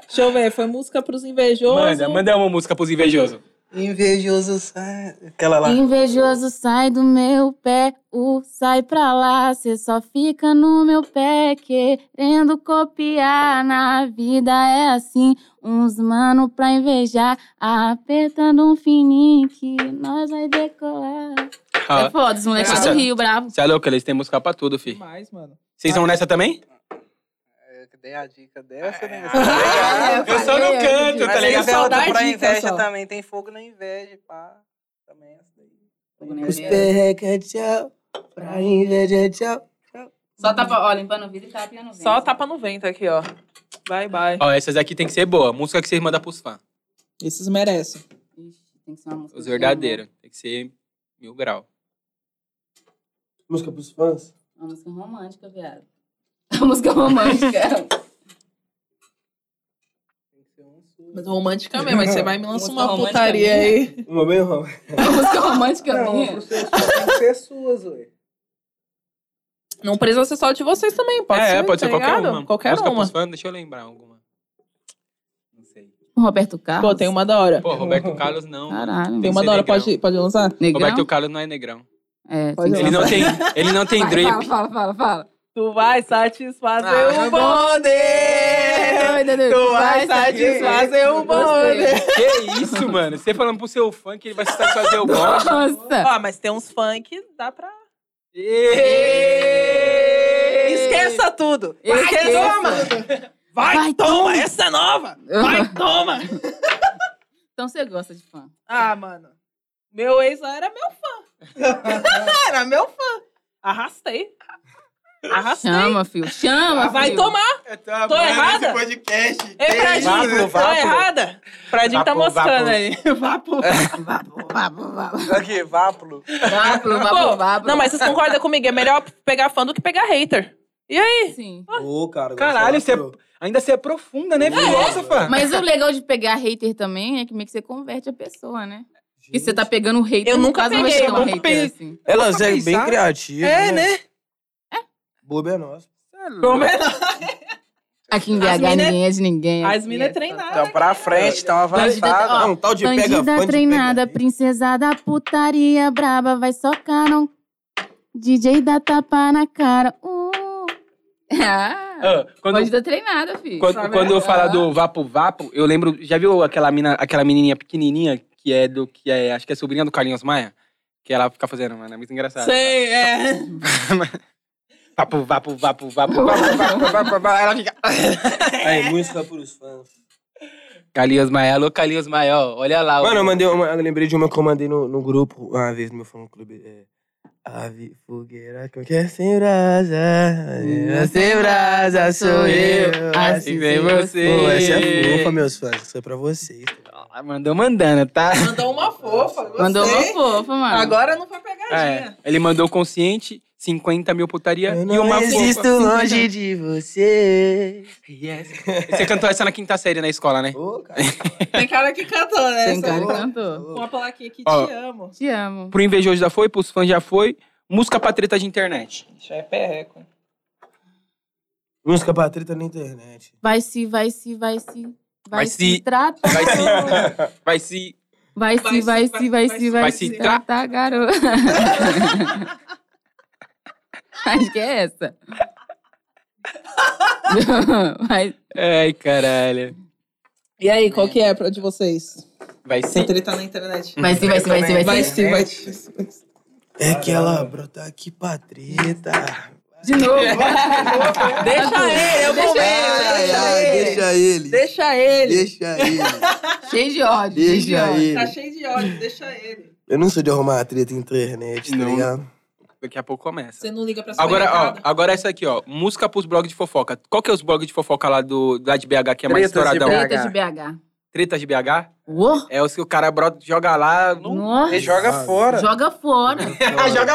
Speaker 2: Deixa eu ver, foi música pros invejosos.
Speaker 1: Manda, manda uma música pros invejosos.
Speaker 3: Invejoso sai. Aquela lá.
Speaker 4: Invejoso sai do meu pé, o sai pra lá, cê só fica no meu pé, querendo copiar. Na vida é assim, uns mano pra invejar, apertando um fininho que nós vai decolar. É
Speaker 1: Ah,
Speaker 4: foda, os moleques lá
Speaker 1: Essa-
Speaker 4: do Rio, bravo.
Speaker 1: Você é louco, eles têm música pra tudo, fi.
Speaker 2: Mais, mano.
Speaker 1: Vocês vão nessa também?
Speaker 3: Eu Dei a dica
Speaker 4: *laughs*
Speaker 3: dessa, né?
Speaker 1: Eu só não canto, tá
Speaker 3: Mas
Speaker 1: ligado?
Speaker 3: inveja
Speaker 2: Saudade
Speaker 3: pra
Speaker 2: dica
Speaker 3: inveja
Speaker 1: tá-
Speaker 2: só.
Speaker 3: também. Tem fogo na inveja, pá. Também é essa daí.
Speaker 5: Os perreca, tchau. Pra inveja, tchau.
Speaker 4: Só tapa, ó, limpando o vidro e tapinha no vento.
Speaker 6: Só tá tapa no vento aqui, ó. Bye, bye.
Speaker 1: Ó, essas aqui tem que ser boa. Música que vocês mandam pros fãs.
Speaker 2: Esses merecem.
Speaker 4: Ixi, tem que ser uma música.
Speaker 1: Os verdadeiros. Tem que ser mil grau.
Speaker 5: Música pros fãs?
Speaker 4: Uma música romântica, viado. *laughs* Uma música romântica.
Speaker 2: Mas romântica mesmo, mas você vai e me lança
Speaker 4: Música
Speaker 2: uma
Speaker 4: romântica
Speaker 2: putaria aí.
Speaker 5: Uma bem romântica.
Speaker 4: Uma música romântica minha.
Speaker 3: tem que ser suas, ué.
Speaker 6: Não precisa ser só de vocês também, pode
Speaker 1: é,
Speaker 6: ser.
Speaker 1: é, pode
Speaker 6: tá
Speaker 1: ser qualquer
Speaker 6: ligado?
Speaker 1: uma.
Speaker 6: Qualquer
Speaker 1: música
Speaker 6: uma.
Speaker 1: pros fãs, deixa eu lembrar alguma. Não sei.
Speaker 4: Roberto Carlos.
Speaker 2: Pô, tem uma da hora.
Speaker 1: Pô, *laughs* Roberto Carlos não.
Speaker 4: Caralho.
Speaker 2: Tem
Speaker 1: que
Speaker 2: uma
Speaker 1: ser
Speaker 2: da hora,
Speaker 1: negrão.
Speaker 2: pode, pode lançar?
Speaker 4: Negrão?
Speaker 1: Roberto Carlos não é negrão.
Speaker 4: É,
Speaker 2: Pode
Speaker 4: tem
Speaker 1: Ele
Speaker 4: que-
Speaker 1: não tem, ele não tem
Speaker 4: Vai,
Speaker 1: drip.
Speaker 4: Fala, fala, fala, fala.
Speaker 6: Tu vai satisfazer
Speaker 3: Ah,
Speaker 6: o bonde!
Speaker 4: Ai, Deus,
Speaker 6: Tu vai
Speaker 4: satisfazer
Speaker 6: satisfazer um o bonde!
Speaker 4: Gostei.
Speaker 6: *laughs*
Speaker 1: Que isso, mano? Você falando pro seu fã que ele vai se satisfazer o gosto.
Speaker 4: Nossa.
Speaker 6: Ó, mas tem uns funk, dá pra.
Speaker 1: Ê!
Speaker 6: Esqueça tudo!
Speaker 4: Esqueça.
Speaker 6: Esqueça, mano!
Speaker 3: Vai,
Speaker 4: Vai,
Speaker 3: toma,
Speaker 4: toma!
Speaker 3: essa é nova!
Speaker 6: *laughs*
Speaker 3: Vai, toma!
Speaker 4: Então você gosta de fã.
Speaker 6: Ah, mano. Meu ex lá era meu *laughs* fã. era meu fã. Arrastei. Arrastei.
Speaker 4: Chama, filho. Chama,
Speaker 6: Vai
Speaker 4: filho.
Speaker 6: tomar. Tô errada?
Speaker 5: podcast.
Speaker 6: Ei, Fradinho,
Speaker 3: Vapo,
Speaker 6: tô
Speaker 3: vapo.
Speaker 6: errada? Fradinho tá
Speaker 3: Vapo,
Speaker 6: moscando
Speaker 3: vapo.
Speaker 6: aí. Vapo.
Speaker 3: Aqui,
Speaker 4: Vápulo,
Speaker 3: vápulo.
Speaker 6: Pô,
Speaker 4: vápulo, vápulo.
Speaker 6: Não, mas vocês concordam comigo? É melhor pegar fã do que pegar hater. E aí?
Speaker 4: Sim.
Speaker 5: Ô, cara.
Speaker 1: Caralho,
Speaker 5: você...
Speaker 1: você ainda você é profunda, né, filósofa?
Speaker 4: Mas o legal de pegar hater também é que meio que você converte a pessoa, né? Porque você tá pegando um hater,
Speaker 6: Eu
Speaker 4: no
Speaker 6: nunca
Speaker 4: caso, não vai
Speaker 6: peguei,
Speaker 4: chegar
Speaker 6: eu
Speaker 4: um
Speaker 6: nunca
Speaker 4: hater,
Speaker 6: peguei.
Speaker 4: assim.
Speaker 5: Elas
Speaker 1: é Pra
Speaker 5: é bem
Speaker 1: pensar.
Speaker 5: criativas.
Speaker 1: É, né?
Speaker 5: Bobo é nosso.
Speaker 4: Aqui em
Speaker 6: As
Speaker 4: BH
Speaker 6: mina-
Speaker 4: ninguém é de ninguém.
Speaker 6: As minas é
Speaker 4: Aqui é
Speaker 6: treinada.
Speaker 3: Então, pra frente, estão
Speaker 4: Bandida-
Speaker 3: avançada.
Speaker 4: ó,
Speaker 5: Não, É um tal de pega fã
Speaker 4: Bandida
Speaker 5: de
Speaker 4: treinada,
Speaker 5: pega-
Speaker 4: princesa da putaria braba, vai socar não. DJ da tapa na cara. Uh. Ah,
Speaker 1: Ah, quando,
Speaker 4: bandida treinada, filho.
Speaker 1: Quando, quando eu falar do Vapo Vapo, eu lembro. Já viu aquela, mina, aquela menininha pequenininha que é do. que é, Acho que é sobrinha do Carlinhos Maia? Que ela fica fazendo, mano. É muito engraçado.
Speaker 6: Sei, é.
Speaker 1: Vapo, vapo, vapo, vapo, vapo, vapo, vapo, vapo. Ela fica. "Ah."
Speaker 5: Aí, É, música pros fãs.
Speaker 1: Carlinhos Maia, alô, Carlinhos Maia, ó, olha lá. ó.
Speaker 5: Mano, eu mandei uma. Eu lembrei de uma que eu mandei no, no grupo uma vez no meu fã clube. É. Ave fogueira qualquer sem brasa. é, Sem brasa sou eu.
Speaker 1: assim vem você.
Speaker 5: Pô, essa é fofa, meus fãs. Isso é pra vocês.
Speaker 1: Ah, Mandou mandando, tá?
Speaker 6: Mandou uma fofa. gostei.
Speaker 4: Mandou uma fofa, mano.
Speaker 6: Agora não foi
Speaker 1: É,
Speaker 6: pegadinha.
Speaker 1: ele mandou consciente, 50 mil putaria
Speaker 5: Eu
Speaker 1: e
Speaker 5: não
Speaker 1: uma
Speaker 5: existo
Speaker 1: fofa.
Speaker 5: longe de você.
Speaker 1: Você cantou essa na quinta série na escola, né?
Speaker 5: Ô, cara. tá
Speaker 6: Tem cara que cantou, né?
Speaker 4: É. Tem
Speaker 6: Essa-
Speaker 4: cara que
Speaker 5: boa.
Speaker 4: cantou.
Speaker 6: Com a plaquinha que
Speaker 1: Ó.
Speaker 6: te amo.
Speaker 4: Te amo.
Speaker 1: Pro invejoso já foi, pros fãs já foi. Música pra treta de internet.
Speaker 6: Isso é perreco.
Speaker 5: Música pra treta na internet.
Speaker 4: Vai se, vai se, vai se. Vai,
Speaker 1: Vai
Speaker 4: se,
Speaker 1: se-
Speaker 4: tratar.
Speaker 1: Vai se. Vai se.
Speaker 4: *laughs* Vai se, vai se, vai se, vai
Speaker 1: vai
Speaker 4: se
Speaker 1: se
Speaker 4: tratar, garoto. *laughs* Acho que é essa. *laughs* Vai-
Speaker 1: Ai, caralho.
Speaker 6: E aí, qual que é pra de vocês?
Speaker 1: Vai
Speaker 6: Sem
Speaker 1: se.
Speaker 6: treta na internet.
Speaker 4: vai se, vai se, vai se, vai se.
Speaker 6: Vai sim, vai sim.
Speaker 5: É que ela brota aqui pra treta.
Speaker 4: De novo.
Speaker 6: Deixa ele, eu vou ver.
Speaker 5: Ai,
Speaker 6: Deixa
Speaker 5: ai,
Speaker 6: ele.
Speaker 5: deixa ele.
Speaker 6: Deixa ele.
Speaker 5: Deixa ele.
Speaker 4: Cheio de ódio. cheio de
Speaker 5: Deixa
Speaker 4: ódio.
Speaker 5: ele.
Speaker 6: Tá cheio de ódio, deixa ele.
Speaker 5: Eu não sou de arrumar a treta em internet, tá
Speaker 1: Não.
Speaker 5: ligado?
Speaker 1: Daqui a pouco começa.
Speaker 6: Você não liga pra sua
Speaker 1: Agora, ó,
Speaker 6: recada?
Speaker 1: agora essa aqui, ó. Música pros blogs de fofoca. Qual que é os blogs de fofoca lá do, lá de BH que é mais
Speaker 3: Tretas de
Speaker 1: estouradão?
Speaker 3: BH.
Speaker 4: Treta de BH.
Speaker 1: Tretas de BH?
Speaker 4: Uou,
Speaker 1: É os que o cara brota, joga lá.
Speaker 4: Nossa.
Speaker 3: Ele joga fora.
Speaker 4: Joga fora.
Speaker 1: joga
Speaker 4: Joga
Speaker 5: Ah, Joga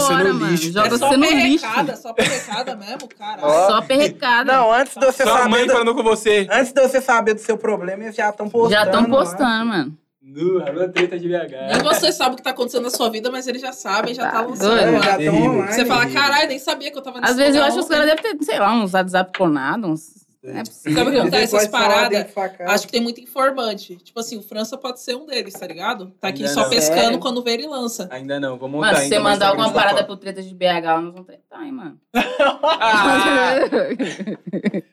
Speaker 5: você
Speaker 4: fora,
Speaker 5: no
Speaker 4: mano.
Speaker 5: lixo.
Speaker 4: Joga
Speaker 6: É só
Speaker 4: você no lixo.
Speaker 6: perrecada, só perrecada mesmo, cara.
Speaker 3: Ó.
Speaker 4: Só perrecada.
Speaker 3: Não, antes de você
Speaker 1: Sua mãe
Speaker 3: saber. do-
Speaker 1: falando com você.
Speaker 3: Antes de você saber do seu problema, eles já estão postando. né?
Speaker 4: Já estão
Speaker 3: lá.
Speaker 4: postando, mano.
Speaker 1: Nu, alô, treta de
Speaker 6: Nem
Speaker 1: BH.
Speaker 6: você sabe o que tá acontecendo na sua vida, mas eles já sabem, já tá lançando.
Speaker 4: doido.
Speaker 3: Já
Speaker 6: lá.
Speaker 3: estão
Speaker 5: Terrível.
Speaker 3: online.
Speaker 6: Você fala, caralho, nem sabia que eu tava nesse
Speaker 4: Às vezes eu
Speaker 6: lugar
Speaker 4: acho que os
Speaker 6: ontem."
Speaker 4: caras devem ter, sei lá, uns WhatsApp clonados. Uns... Não é possível.
Speaker 6: Sabe o que acontece? Essas
Speaker 3: Pode falar,
Speaker 6: paradas.
Speaker 3: dentro da facada.
Speaker 6: Acho que tem muito informante. Tipo assim, o França pode ser um deles, tá ligado? Tá aqui
Speaker 1: Ainda
Speaker 6: só
Speaker 1: não.
Speaker 6: pescando
Speaker 3: Sério?
Speaker 6: quando vê ele lança.
Speaker 1: Ainda não, vou montar
Speaker 4: Mano, se
Speaker 1: ainda tá
Speaker 4: você
Speaker 1: mais
Speaker 4: mandar alguma
Speaker 1: blogs de
Speaker 4: parada
Speaker 1: fofoca.
Speaker 4: pro treta de BH, elas vão tretar, Tá, hein, mano.
Speaker 1: Ah!
Speaker 4: *laughs*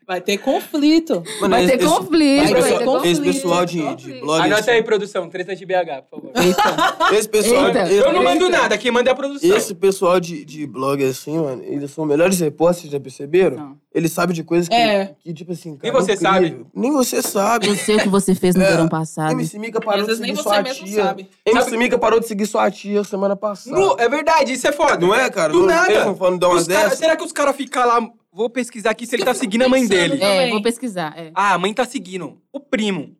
Speaker 6: Vai ter conflito.
Speaker 5: Mano,
Speaker 4: Vai
Speaker 5: esse-
Speaker 4: ter
Speaker 5: esse-
Speaker 4: conflito,
Speaker 5: esse
Speaker 4: vai ter
Speaker 5: pessoal-
Speaker 4: conflito.
Speaker 5: Esse pessoal de, de blog.
Speaker 1: Anota
Speaker 5: assim,
Speaker 1: aí, produção. Treta de BH, por favor.
Speaker 5: Esse pessoal.
Speaker 4: Eita.
Speaker 5: esse-
Speaker 1: Eu não mando nada, quem manda é a produção.
Speaker 5: Esse pessoal de, de blog, assim, mano, eles são melhores repórteres, já perceberam?
Speaker 4: Não.
Speaker 5: Eles sabem de coisas que,
Speaker 6: É.
Speaker 5: que, tipo assim,
Speaker 1: Nem
Speaker 5: cara,
Speaker 1: você
Speaker 5: incrível. Nem você
Speaker 4: Eu
Speaker 5: sabe.
Speaker 4: sei o que você fez no
Speaker 5: É.
Speaker 4: verão passado.
Speaker 5: MC Mica
Speaker 6: Às
Speaker 5: parou de
Speaker 6: vezes nem
Speaker 5: seguir
Speaker 6: você
Speaker 5: sua
Speaker 6: mesmo
Speaker 5: tia.
Speaker 6: sabe.
Speaker 5: MC Mica parou de seguir sua tia semana passada.
Speaker 1: Nu, é verdade, isso é foda.
Speaker 5: Não é, cara?
Speaker 1: Do
Speaker 5: Não-
Speaker 1: nada.
Speaker 5: Eles não falam de dar umas
Speaker 1: Os cara-
Speaker 5: dessas?
Speaker 1: será que os caras ficam lá... Vou pesquisar aqui se ele tá seguindo a mãe
Speaker 6: pensando.
Speaker 1: dele.
Speaker 4: É,
Speaker 6: também.
Speaker 4: vou pesquisar. É.
Speaker 1: Ah, a mãe tá seguindo. O primo.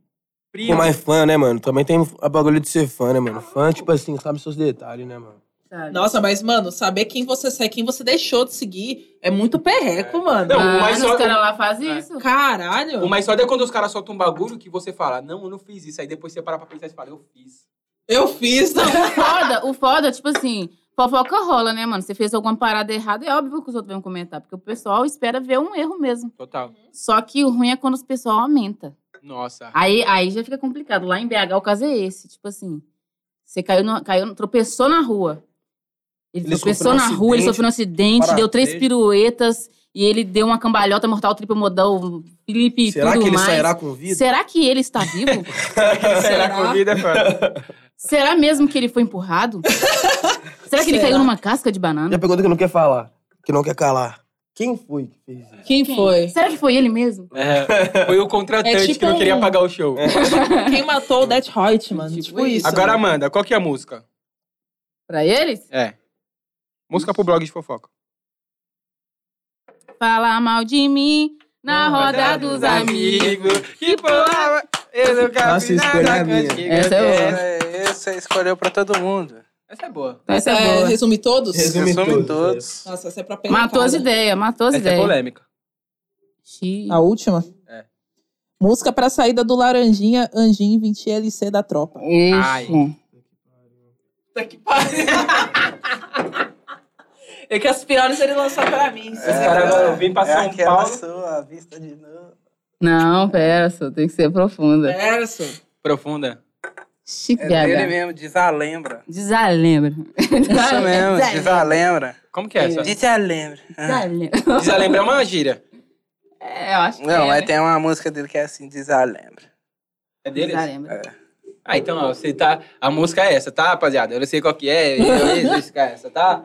Speaker 1: Primo.
Speaker 5: Pô, mas fã, né, mano? Também tem a bagulho de ser fã, né, mano? Fã, tipo assim, sabe seus detalhes, né, mano?
Speaker 4: Sabe?
Speaker 6: Nossa, mas, mano, saber quem você segue, quem você deixou de seguir, é muito perreco, mano.
Speaker 1: Não,
Speaker 4: Mano,
Speaker 1: mas só-
Speaker 4: Ah, os caras lá fazem
Speaker 1: É.
Speaker 4: isso.
Speaker 6: Caralho.
Speaker 1: O mais foda é quando os caras soltam um bagulho que você fala, não, eu não fiz isso. Aí depois você para pra pensar e fala, eu fiz.
Speaker 6: Eu fiz.
Speaker 4: Não, o foda, o foda, tipo assim, fofoca rola, né, mano? Você fez alguma parada errada, é óbvio que os outros vão comentar, porque o pessoal espera ver um erro mesmo.
Speaker 1: Total.
Speaker 4: Só que o ruim é quando os pessoal aumenta.
Speaker 1: Nossa.
Speaker 4: Aí, aí já fica complicado. Lá em BH o caso é esse, tipo assim, você caiu, no, caiu no- tropeçou na rua. Ele,
Speaker 5: Ele
Speaker 4: tropeçou
Speaker 5: sofreu um
Speaker 4: na rua, ele
Speaker 5: acidente,
Speaker 4: sofreu um acidente, deu três
Speaker 5: parapejo.
Speaker 4: piruetas e ele deu uma cambalhota mortal triplo modal, Felipe e
Speaker 5: Será
Speaker 4: tudo
Speaker 5: que ele
Speaker 4: mais.
Speaker 5: sairá com vida?
Speaker 4: Será que ele está vivo?
Speaker 1: *laughs* Será que a vida é foda?
Speaker 4: Será mesmo que ele foi *laughs* empurrado? Será que ele
Speaker 6: Será?
Speaker 4: caiu numa casca de banana?
Speaker 5: Já pergunta que não quer falar, que não quer calar. Quem foi que fez isso?
Speaker 6: *laughs* Quem
Speaker 4: *laughs*
Speaker 6: foi?
Speaker 4: Será que foi ele mesmo?
Speaker 1: É, foi o contratante
Speaker 6: É tipo
Speaker 1: que não queria
Speaker 6: um-
Speaker 1: pagar o show.
Speaker 6: Quem matou o Death Hot, mano? Tipo, isso.
Speaker 1: Agora,
Speaker 6: mano.
Speaker 1: Amanda, qual que é a música?
Speaker 4: Pra eles?
Speaker 1: É. Música pro blog de fofoca.
Speaker 4: Fala mal de mim na roda
Speaker 1: é
Speaker 4: dos amigos.
Speaker 1: que palavra... Eu nunca
Speaker 5: Nossa,
Speaker 1: vi
Speaker 5: escolha
Speaker 1: nada
Speaker 5: é minha.
Speaker 1: contigo.
Speaker 4: Essa é boa.
Speaker 3: É, Essa escolheu pra todo mundo.
Speaker 1: Essa é boa.
Speaker 4: Então essa
Speaker 6: É,
Speaker 4: é boa.
Speaker 6: resume todos?
Speaker 5: Resume-
Speaker 3: Resume
Speaker 5: todos,
Speaker 3: todos.
Speaker 6: Nossa, essa é pra pegar.
Speaker 4: Matou as ideias, matou as
Speaker 1: Essa é
Speaker 4: ideias.
Speaker 1: polêmica.
Speaker 4: Xiii.
Speaker 6: A última?
Speaker 1: É.
Speaker 6: Música pra saída do Laranjinha, Anjinho 20LC da tropa.
Speaker 1: Ai.
Speaker 4: Ixi.
Speaker 6: Puta que pariu. É que as piores ele lançou pra mim.
Speaker 1: Os caras vão vir pra
Speaker 3: É
Speaker 1: São
Speaker 3: aquela
Speaker 1: Paulo.
Speaker 3: sua vista de novo.
Speaker 4: Não, pera, só tem que ser profunda.
Speaker 6: Verso.
Speaker 1: Profunda.
Speaker 4: Chique
Speaker 3: É dele
Speaker 4: Gaga.
Speaker 3: mesmo, diz
Speaker 4: *laughs*
Speaker 3: a lembra.
Speaker 4: Desalembra.
Speaker 3: Isso mesmo, diz a lembra.
Speaker 1: Como que é essa?
Speaker 3: Diz a lembra.
Speaker 4: Desalembra.
Speaker 1: Já lembra uma gíria?
Speaker 4: É, eu acho que
Speaker 3: Não,
Speaker 4: é.
Speaker 3: mas tem uma música dele que é assim, diz a lembra.
Speaker 1: É
Speaker 4: né?
Speaker 1: deles?
Speaker 4: Desalembra.
Speaker 1: Ah, então, ó, você tá... A música é essa, tá, rapaziada? Eu não sei qual que é, eu eu- isso, cara, essa, tá?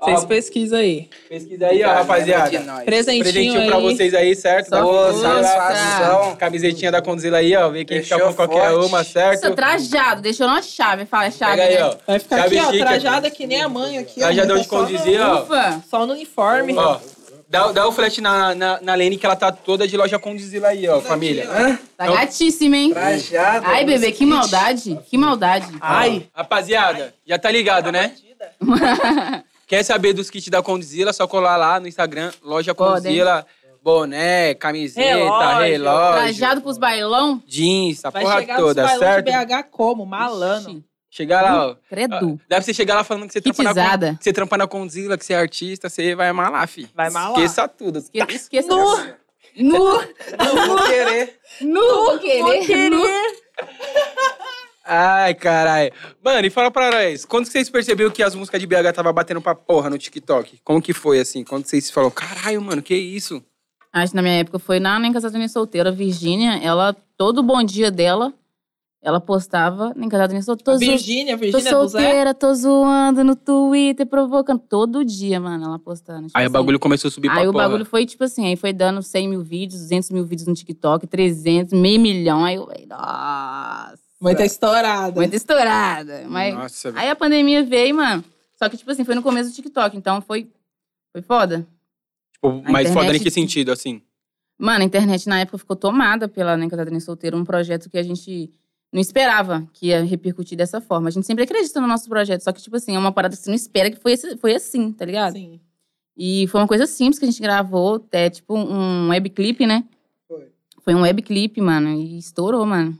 Speaker 1: Ó,
Speaker 6: Vocês pesquisam aí.
Speaker 1: pesquisa aí, ó, rapaziada.
Speaker 6: Presentinho,
Speaker 1: Presentinho
Speaker 6: aí.
Speaker 1: pra vocês aí, certo?
Speaker 4: Só
Speaker 1: Boa,
Speaker 4: força.
Speaker 1: satisfação. Camisetinha da Condzilla aí, ó. Vê quem fica
Speaker 3: Fechou
Speaker 1: com qualquer
Speaker 3: forte.
Speaker 1: uma, certo?
Speaker 4: Nossa, trajado, deixou na chave. Fala, chave,
Speaker 1: Pega aí,
Speaker 4: né?
Speaker 1: ó.
Speaker 6: Vai ficar
Speaker 1: Chave
Speaker 6: aqui, ó,
Speaker 1: chique,
Speaker 6: trajada que nem a mãe aqui. ó.
Speaker 1: Trajadão de
Speaker 6: Só no-
Speaker 1: condizir, ó.
Speaker 4: Ufa.
Speaker 6: Só no uniforme.
Speaker 1: um Ó, dá, dá o flash na, na, na Lene que ela tá toda de loja Condzilla aí, ó, família.
Speaker 4: Tá
Speaker 1: Então-
Speaker 4: gatíssima, hein?
Speaker 3: Trajado.
Speaker 4: Ai, bebê, que maldade. Que maldade.
Speaker 1: Ai. Rapaziada, já tá ligado, né? Quer saber dos kits da Condzilla? Só colar lá no Instagram, loja
Speaker 4: Podem.
Speaker 1: Condzilla. Boné, camiseta,
Speaker 6: Relógio.
Speaker 1: relógio,
Speaker 4: Trajado pros bailão?
Speaker 1: jeans, a
Speaker 6: Vai
Speaker 1: porra
Speaker 6: chegar
Speaker 1: toda,
Speaker 6: nos bailão
Speaker 1: certo?
Speaker 6: de BH como? Malano.
Speaker 4: Ixi,
Speaker 1: Chegar lá, ó.
Speaker 4: Credo.
Speaker 1: Dá pra você chegar lá falando que você trampa na Con-
Speaker 4: Kitizada.
Speaker 1: que você trampa na Condzilla, que você é artista, você vai amar lá, fi.
Speaker 6: Vai amar lá.
Speaker 1: Esqueça tudo.
Speaker 4: Esque- Esqueça. Nu.
Speaker 3: Não vou querer.
Speaker 4: Nu. Nu querer. Nu.
Speaker 1: Ai, caralho. Mano, e fala pra nós, quando que vocês perceberam que as músicas de BH tava batendo pra porra no TikTok? Como que foi, assim? Quando vocês falaram, caralho, mano, que isso?
Speaker 4: Acho que na minha época foi na Nem Casada Nem Solteira. A Virgínia, ela, todo bom dia dela, ela postava Nem Casada Nem Solteira. Todos os
Speaker 6: Virgínia,
Speaker 4: Tô
Speaker 6: Virgínia é do Zé.
Speaker 4: solteira, tô zoando no Twitter, provocando. Todo dia, mano, ela postando. tipo
Speaker 1: Aí o
Speaker 4: assim.
Speaker 1: bagulho começou a subir pra
Speaker 4: Aí o
Speaker 1: porra.
Speaker 4: bagulho foi, tipo assim, aí foi dando 100 mil vídeos, 200 mil vídeos no TikTok, 300, meio milhão. Aí eu, nossa.
Speaker 6: Muita estourada.
Speaker 4: Muito estourada. Mas...
Speaker 1: Nossa, velho.
Speaker 4: Aí a pandemia veio, mano. Só que, tipo assim, foi no começo do TikTok, então foi, foi foda.
Speaker 1: Tipo, mas
Speaker 4: internet-
Speaker 1: foda em que sentido, assim?
Speaker 4: Mano, a internet na época ficou tomada pela Nem Casada Nem Solteira, um projeto que a gente não esperava que ia repercutir dessa forma. A gente sempre acredita no nosso projeto, só que, tipo assim, é uma parada que você não espera que foi, esse- foi assim, tá ligado?
Speaker 6: Sim.
Speaker 4: E foi uma coisa simples que a gente gravou, até tipo um webclip, né?
Speaker 3: Foi.
Speaker 4: Foi um webclip, mano, e estourou, mano.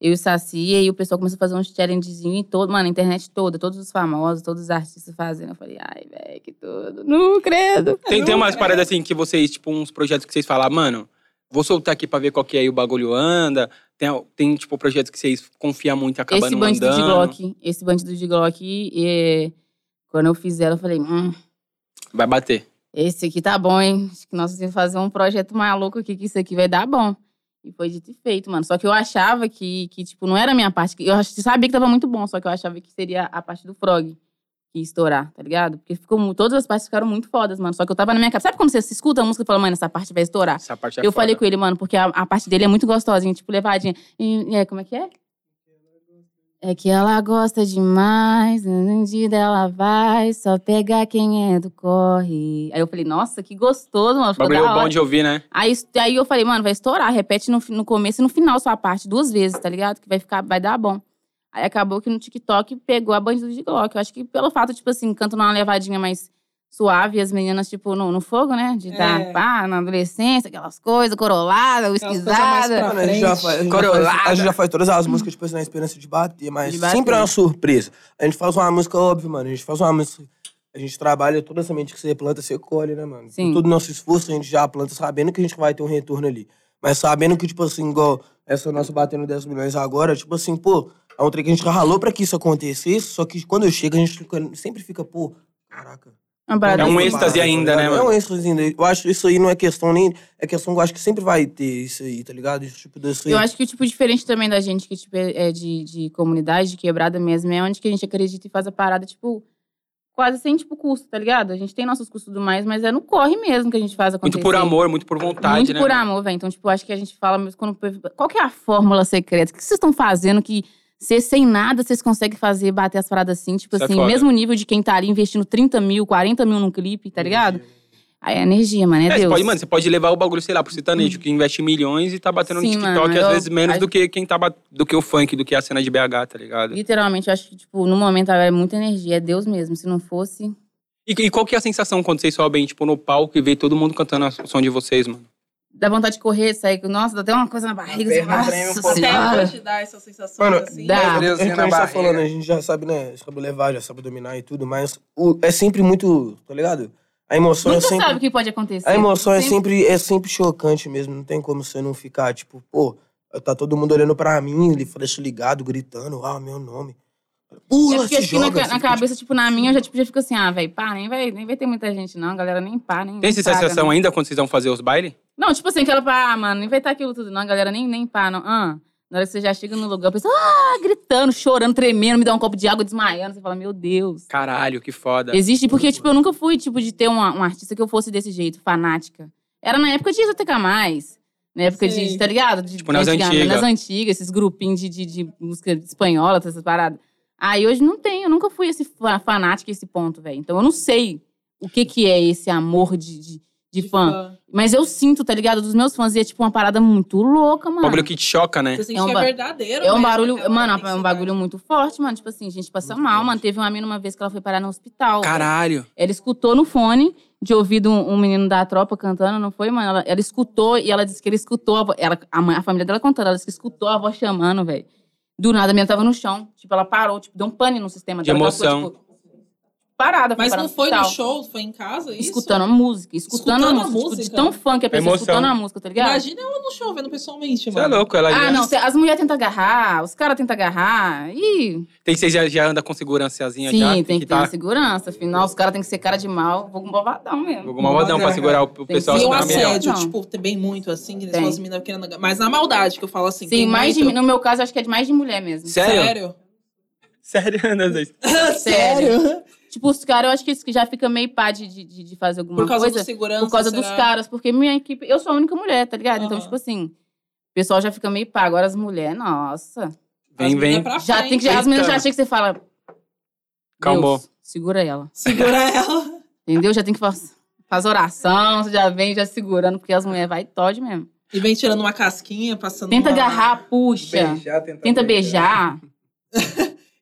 Speaker 4: Eu e o Saci, e aí o pessoal começou a fazer uns challengezinhos em todo, mano, a internet toda, todos os famosos, todos os artistas fazendo. Eu falei, ai, velho, que tudo, não é credo.
Speaker 1: Tem, tem umas paradas, assim, que vocês, tipo, uns projetos que vocês falam, mano, vou soltar aqui pra ver qual que é e o bagulho anda. Tem, tem tipo, projetos que vocês confiam muito e acabam
Speaker 4: esse
Speaker 1: não
Speaker 4: bandido de
Speaker 1: andando.
Speaker 4: Glock, esse bandido de Glock, é, quando eu fiz ela, eu falei, hum,
Speaker 1: Vai bater.
Speaker 4: esse aqui tá bom, hein? Acho que nós vamos fazer um projeto maluco aqui, que isso aqui vai dar bom. E foi dito e feito, mano. Só que eu achava que, que tipo, não era a minha parte. que- Eu ach- sabia que tava muito bom, só que eu achava que seria a parte do Frog que ia estourar, tá ligado? Porque ficou, mu- todas as partes ficaram muito fodas, mano. Só que eu tava na minha cabeça. Sabe quando você se escuta a música e fala, mano, essa parte vai estourar?
Speaker 1: Essa parte é
Speaker 4: eu
Speaker 1: foda.
Speaker 4: falei com ele, mano, porque a, a parte dele é muito gostosinha, tipo, levadinha. E, é, como é que é? É que ela gosta demais, onde dela vai, só pegar quem é do corre. Aí eu falei, nossa, que gostoso, mano.
Speaker 1: O
Speaker 4: Ficou
Speaker 1: bagulho
Speaker 4: da
Speaker 1: é bom
Speaker 4: hora.
Speaker 1: de ouvir, né?
Speaker 4: Aí, est- aí eu falei, mano, vai estourar. Repete no, fi- no começo e no final sua parte duas vezes, tá ligado? Que vai ficar, vai dar bom. Aí acabou que no TikTok pegou a bandido de Glock. Eu acho que pelo fato, tipo assim, canto numa levadinha mais suave, e as meninas, tipo, no, no fogo, né? De
Speaker 6: É.
Speaker 4: dar pá, na adolescência, aquelas coisas, corolada,
Speaker 6: Aquelas coisas mais
Speaker 4: esquisada.
Speaker 5: Mano, a gente, já
Speaker 6: frente.
Speaker 5: faz, a, gente já faz,
Speaker 1: Corolada.
Speaker 5: a gente já faz todas as músicas, tipo assim, na esperança de bater, mas
Speaker 4: De bater.
Speaker 5: sempre é uma surpresa. A gente faz uma música óbvia, mano. A gente faz uma música. A gente trabalha toda a semente que você planta, você colhe, né, mano?
Speaker 4: Sim.
Speaker 5: Com todo o nosso esforço, a gente já planta sabendo que a gente vai ter um retorno ali. Mas sabendo que, tipo assim, igual essa nossa batendo 10 milhões agora, tipo assim, pô, é um trem que a gente ralou pra que isso acontecesse, só que quando chega, a gente fica- sempre fica, pô, caraca.
Speaker 4: Uma parada
Speaker 1: É um
Speaker 4: assim.
Speaker 1: êxtase ainda,
Speaker 5: tá
Speaker 1: né,
Speaker 5: ligado?
Speaker 1: mano?
Speaker 5: É um êxtase ainda. Eu acho que isso aí não é questão nem. É questão que eu acho que sempre vai ter isso aí, tá ligado? Esse tipo desse.
Speaker 4: Eu acho que o tipo diferente também da gente, que tipo, é é de, de comunidade, de quebrada mesmo, é onde que a gente acredita e faz a parada, tipo, quase sem, tipo, custo, tá ligado? A gente tem nossos custos do mais, mas é no corre mesmo que a gente faz acontecer.
Speaker 1: Muito por amor, muito por vontade,
Speaker 4: Muito
Speaker 1: né?
Speaker 4: por
Speaker 1: mano?
Speaker 4: amor, velho. Então, tipo, acho que a gente fala mesmo quando. Qual que é a fórmula secreta? O que vocês estão fazendo que cê, sem nada vocês conseguem fazer, bater as paradas assim? Tipo
Speaker 1: Isso é
Speaker 4: assim,
Speaker 1: foda.
Speaker 4: mesmo nível de quem tá ali investindo 30 mil, 40 mil num clipe, tá ligado? Aí é energia, mano. É,
Speaker 1: É,
Speaker 4: Deus.
Speaker 1: você pode, mano, você pode levar o bagulho, sei lá, pro sertanejo, que investe milhões e tá batendo no
Speaker 4: Sim,
Speaker 1: TikTok,
Speaker 4: mano,
Speaker 1: às
Speaker 4: eu-
Speaker 1: vezes menos
Speaker 4: a-
Speaker 1: do que quem tá bat- do que o funk, do que a cena de BH, tá ligado? E,
Speaker 4: Literalmente, eu acho que, tipo, no momento é muita energia. É Deus mesmo. Se não fosse.
Speaker 1: e qual que é a sensação quando vocês sobem, tipo, no palco e vê todo mundo cantando o som de vocês, mano?
Speaker 4: Dá vontade de correr, sair. Nossa, dá até uma coisa na barriga.
Speaker 3: A
Speaker 4: Assim,
Speaker 3: perna treme um
Speaker 4: nossa
Speaker 3: pouco.
Speaker 6: Até
Speaker 4: senhora.
Speaker 6: hoje dá essa sensação
Speaker 5: Mano,
Speaker 6: assim.
Speaker 4: dá. Ah,
Speaker 5: É o que
Speaker 3: Friozinho
Speaker 5: a
Speaker 3: na
Speaker 5: gente tá falando,
Speaker 3: barriga.
Speaker 5: a gente já sabe, né? Sabe levar, já sabe dominar e tudo, mas o- é sempre muito, tá ligado? A emoção
Speaker 4: Nunca
Speaker 5: é sempre.
Speaker 4: sabe o que pode acontecer.
Speaker 5: A emoção é
Speaker 4: Sempre-
Speaker 5: sempre, é sempre chocante mesmo. Não tem como você não ficar, tipo, pô, tá todo mundo olhando pra mim, ele flecha ligado, gritando, ah, meu nome.
Speaker 4: É
Speaker 5: Pula,
Speaker 4: porque
Speaker 5: se
Speaker 4: acho que na,
Speaker 5: joga.
Speaker 4: ca-
Speaker 5: se
Speaker 4: na
Speaker 5: joga.
Speaker 4: cabeça, tipo, na minha, eu já, tipo, já fico assim, ah, velho, pá, nem vai, nem vai ter muita gente, não. A galera nem pá, nem.
Speaker 1: Tem
Speaker 4: nem
Speaker 1: essa
Speaker 4: paga, né?
Speaker 1: sensação
Speaker 4: não.
Speaker 1: ainda quando vocês vão fazer os bailes?
Speaker 4: Não, tipo assim, aquela pá, ah, mano, nem vai estar aquilo tudo, não. A galera nem, nem pá, não. Ah, na hora que você já chega no lugar, a pessoa, ah, gritando, chorando, tremendo, me dá um copo de água, desmaiando. Você fala, meu Deus.
Speaker 1: Caralho, que foda.
Speaker 4: Existe, porque, tipo, eu nunca fui, tipo, de ter uma, um artista que eu fosse desse jeito, fanática. Era na época de Exoteca Mais. Na época de,
Speaker 6: Sim.
Speaker 4: de, tá ligado? De,
Speaker 1: Tipo, nas
Speaker 4: antigamente,
Speaker 1: antigas.
Speaker 4: Nas antigas, esses grupinhos de, de, de música espanhola, essas paradas. Aí hoje não tem, eu nunca fui esse fa- fanática a esse ponto, velho. Então eu não sei o que que é esse amor de, de, de fã.
Speaker 6: Tipo,
Speaker 4: Mas eu sinto, tá ligado? Dos meus fãs, e é tipo uma parada muito louca,
Speaker 1: O
Speaker 4: mano.
Speaker 1: bagulho que te choca, né?
Speaker 6: Você sente
Speaker 4: É um
Speaker 6: que é
Speaker 4: ba-
Speaker 6: verdadeiro.
Speaker 4: É um
Speaker 6: mesmo,
Speaker 4: barulho,
Speaker 6: aquela
Speaker 4: mano, é um
Speaker 6: intensidade.
Speaker 4: bagulho muito forte, mano. Tipo assim, gente passa mal, mano. Teve uma mina uma vez que ela foi parar no hospital. velho.
Speaker 1: Caralho.
Speaker 4: Ela escutou no fone de ouvido um, um menino da tropa cantando, não foi, mano? Ela, ela escutou e ela disse que ele escutou a vo- ela, a, mãe- a família dela contando, ela disse que escutou a voz chamando, velho. Do nada, a menina tava no chão. Tipo, ela parou, tipo, deu um pane no sistema
Speaker 1: De
Speaker 4: dela. ela ficou,
Speaker 1: emoção.
Speaker 4: tipo, parada,
Speaker 6: Mas
Speaker 4: parar
Speaker 6: não foi no
Speaker 4: hospital.
Speaker 6: show, foi em casa, isso?
Speaker 4: Escutando a música, escutando,
Speaker 6: Escutando
Speaker 4: a
Speaker 6: a
Speaker 4: música. tipo, de
Speaker 6: música?
Speaker 4: tão fã que a pessoa
Speaker 1: Emoção.
Speaker 4: escutando a música, tá ligado?
Speaker 6: Imagina ela no show, vendo pessoalmente,
Speaker 1: Você é
Speaker 6: mano.
Speaker 1: louco, ela
Speaker 4: Ah,
Speaker 1: já...
Speaker 4: não, cê- as mulheres tentam agarrar, os caras tentam agarrar. Ih,
Speaker 1: Tem, vocês já, já andam com segurançazinha
Speaker 4: sim,
Speaker 1: já?
Speaker 4: tem, que ter
Speaker 1: tá
Speaker 4: uma segurança. Afinal, os caras têm que ser cara de mal. Vou com um bobadão mesmo.
Speaker 1: alguma rodão pra segurar o o
Speaker 4: que
Speaker 1: pessoal.
Speaker 4: ser
Speaker 6: E
Speaker 1: senão
Speaker 6: um
Speaker 4: Não,
Speaker 1: é melhor.
Speaker 6: assédio,
Speaker 4: não.
Speaker 6: tipo, tem bem muito, assim, que eles
Speaker 4: Tem.
Speaker 6: falam as meninas querendo... agar- Mas na maldade que eu falo assim.
Speaker 4: Sim,
Speaker 6: tem
Speaker 4: mais de,
Speaker 6: muito.
Speaker 4: no meu caso, acho que é de mais de mulher mesmo.
Speaker 1: Sério?
Speaker 6: *laughs* Sério?
Speaker 1: Sério, *laughs* né, Zez?
Speaker 4: Tipo, os caras, eu acho que isso que já fica meio pá de, de, de- de fazer alguma
Speaker 6: Por causa
Speaker 4: coisa.
Speaker 6: do segurança,
Speaker 4: por causa dos
Speaker 6: será?
Speaker 4: caras, porque minha equipe. Eu sou a única mulher, tá ligado? Então,
Speaker 6: Aham.
Speaker 4: tipo assim, o pessoal já fica meio pá. Agora as mulheres, nossa.
Speaker 6: As
Speaker 1: Vem,
Speaker 6: meninas
Speaker 1: vem.
Speaker 6: pra
Speaker 4: Já
Speaker 6: frente.
Speaker 4: tem que. Já, as meninas já
Speaker 1: Eita.
Speaker 4: acham que você fala.
Speaker 1: Calmou.
Speaker 4: "Deus, Segura ela.
Speaker 6: Segura *laughs* ela.
Speaker 4: Entendeu? Já tem que faz, faz oração, você já vem já segurando, porque as mulheres vai tode mesmo.
Speaker 6: E vem tirando uma casquinha, passando
Speaker 4: Tenta
Speaker 6: uma-
Speaker 4: agarrar, puxa.
Speaker 3: Beijar, tenta,
Speaker 4: Tenta beijar.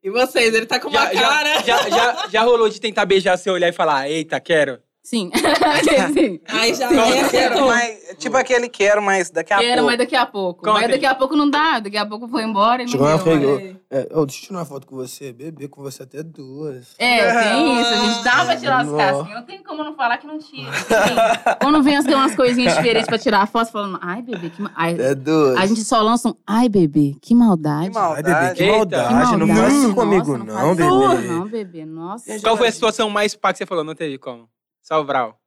Speaker 6: E vocês, ele tá com uma
Speaker 1: Já,
Speaker 6: cara...
Speaker 1: já, já, já, já rolou de tentar beijar seu olhar e falar, eita, quero.
Speaker 4: Sim. *laughs* Sim.
Speaker 6: Aí já
Speaker 3: Não,
Speaker 6: é,
Speaker 3: quero, mas- é tipo aquele quero, mas daqui a
Speaker 4: tá Quero, mas
Speaker 3: pouco.
Speaker 4: daqui a pouco.
Speaker 1: Conta
Speaker 4: Mas
Speaker 1: aí.
Speaker 4: daqui a pouco não dá. Daqui a pouco foi embora e não
Speaker 5: Chegou uma
Speaker 4: deu.
Speaker 5: pegou.
Speaker 6: Olha aí.
Speaker 5: É, ô, deixa eu tirar uma foto com você, beber com você até duas.
Speaker 4: É, tem isso. A gente dá
Speaker 5: *laughs*
Speaker 4: pra tirar as
Speaker 5: Não.
Speaker 4: casquinhas. Não tem como não falar que não tira. Assim, Quando vem as- tem umas coisinhas diferentes pra tirar a foto, falando, ai, bebê, que ma... ai,
Speaker 5: Até duas.
Speaker 4: A gente só lança um, ai, bebê, que maldade.
Speaker 3: Que
Speaker 5: Ai, bebê, que
Speaker 1: Eita.
Speaker 5: maldade.
Speaker 4: Que
Speaker 5: Não
Speaker 4: maldade.
Speaker 5: faz isso
Speaker 4: Nossa,
Speaker 5: comigo,
Speaker 4: não
Speaker 5: não,
Speaker 4: faz isso,
Speaker 5: bebê. É,
Speaker 4: Não, bebê, nossa.
Speaker 1: Qual foi a situação mais pá que você falou? Não teve como. Salvral.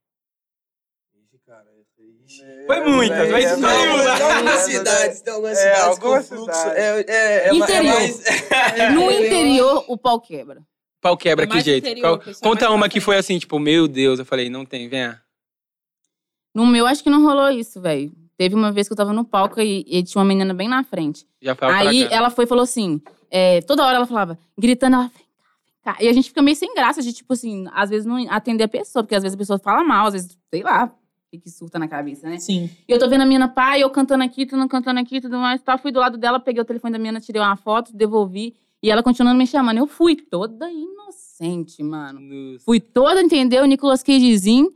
Speaker 5: né?
Speaker 1: Foi muitas, mas
Speaker 3: é,
Speaker 1: foi
Speaker 3: é,
Speaker 1: uma.
Speaker 3: é, é,
Speaker 5: Algumas
Speaker 3: é,
Speaker 5: cidades, tem algumas
Speaker 3: é,
Speaker 5: cidades com
Speaker 3: algumas
Speaker 5: fluxo.
Speaker 3: cidades.
Speaker 5: É, é, é,
Speaker 4: Interior.
Speaker 5: é mais- *laughs*
Speaker 4: No interior, o pau quebra.
Speaker 1: Pau quebra,
Speaker 6: É
Speaker 1: que
Speaker 6: mais
Speaker 1: jeito.
Speaker 6: interior,
Speaker 1: Qual-
Speaker 6: pessoal,
Speaker 1: Conta
Speaker 6: mais pra
Speaker 1: uma que
Speaker 6: frente.
Speaker 1: foi assim, tipo, meu Deus. Eu falei, não tem, venha.
Speaker 4: No meu, acho que não rolou isso, velho. Teve uma vez que eu tava no palco e, e tinha uma menina bem na frente.
Speaker 1: Já fala pra
Speaker 4: Aí
Speaker 1: cá.
Speaker 4: ela foi e falou assim: é, toda hora ela falava, gritando, ela, vem cá, vem cá. E a gente fica meio sem graça de, tipo assim, às vezes não atender a pessoa, porque às vezes a pessoa fala mal, às vezes, sei lá, o que surta na cabeça,
Speaker 2: É.
Speaker 4: né?
Speaker 6: Sim.
Speaker 4: E eu tô vendo a menina, pai, eu cantando aqui, tu não cantando aqui, tudo mais, tá? Fui do lado dela, peguei o telefone da menina, tirei uma foto, devolvi. E ela continuando me chamando. Eu fui toda inocente, mano.
Speaker 1: No-
Speaker 4: é, Fui toda, entendeu? Nicolas Cagezinho,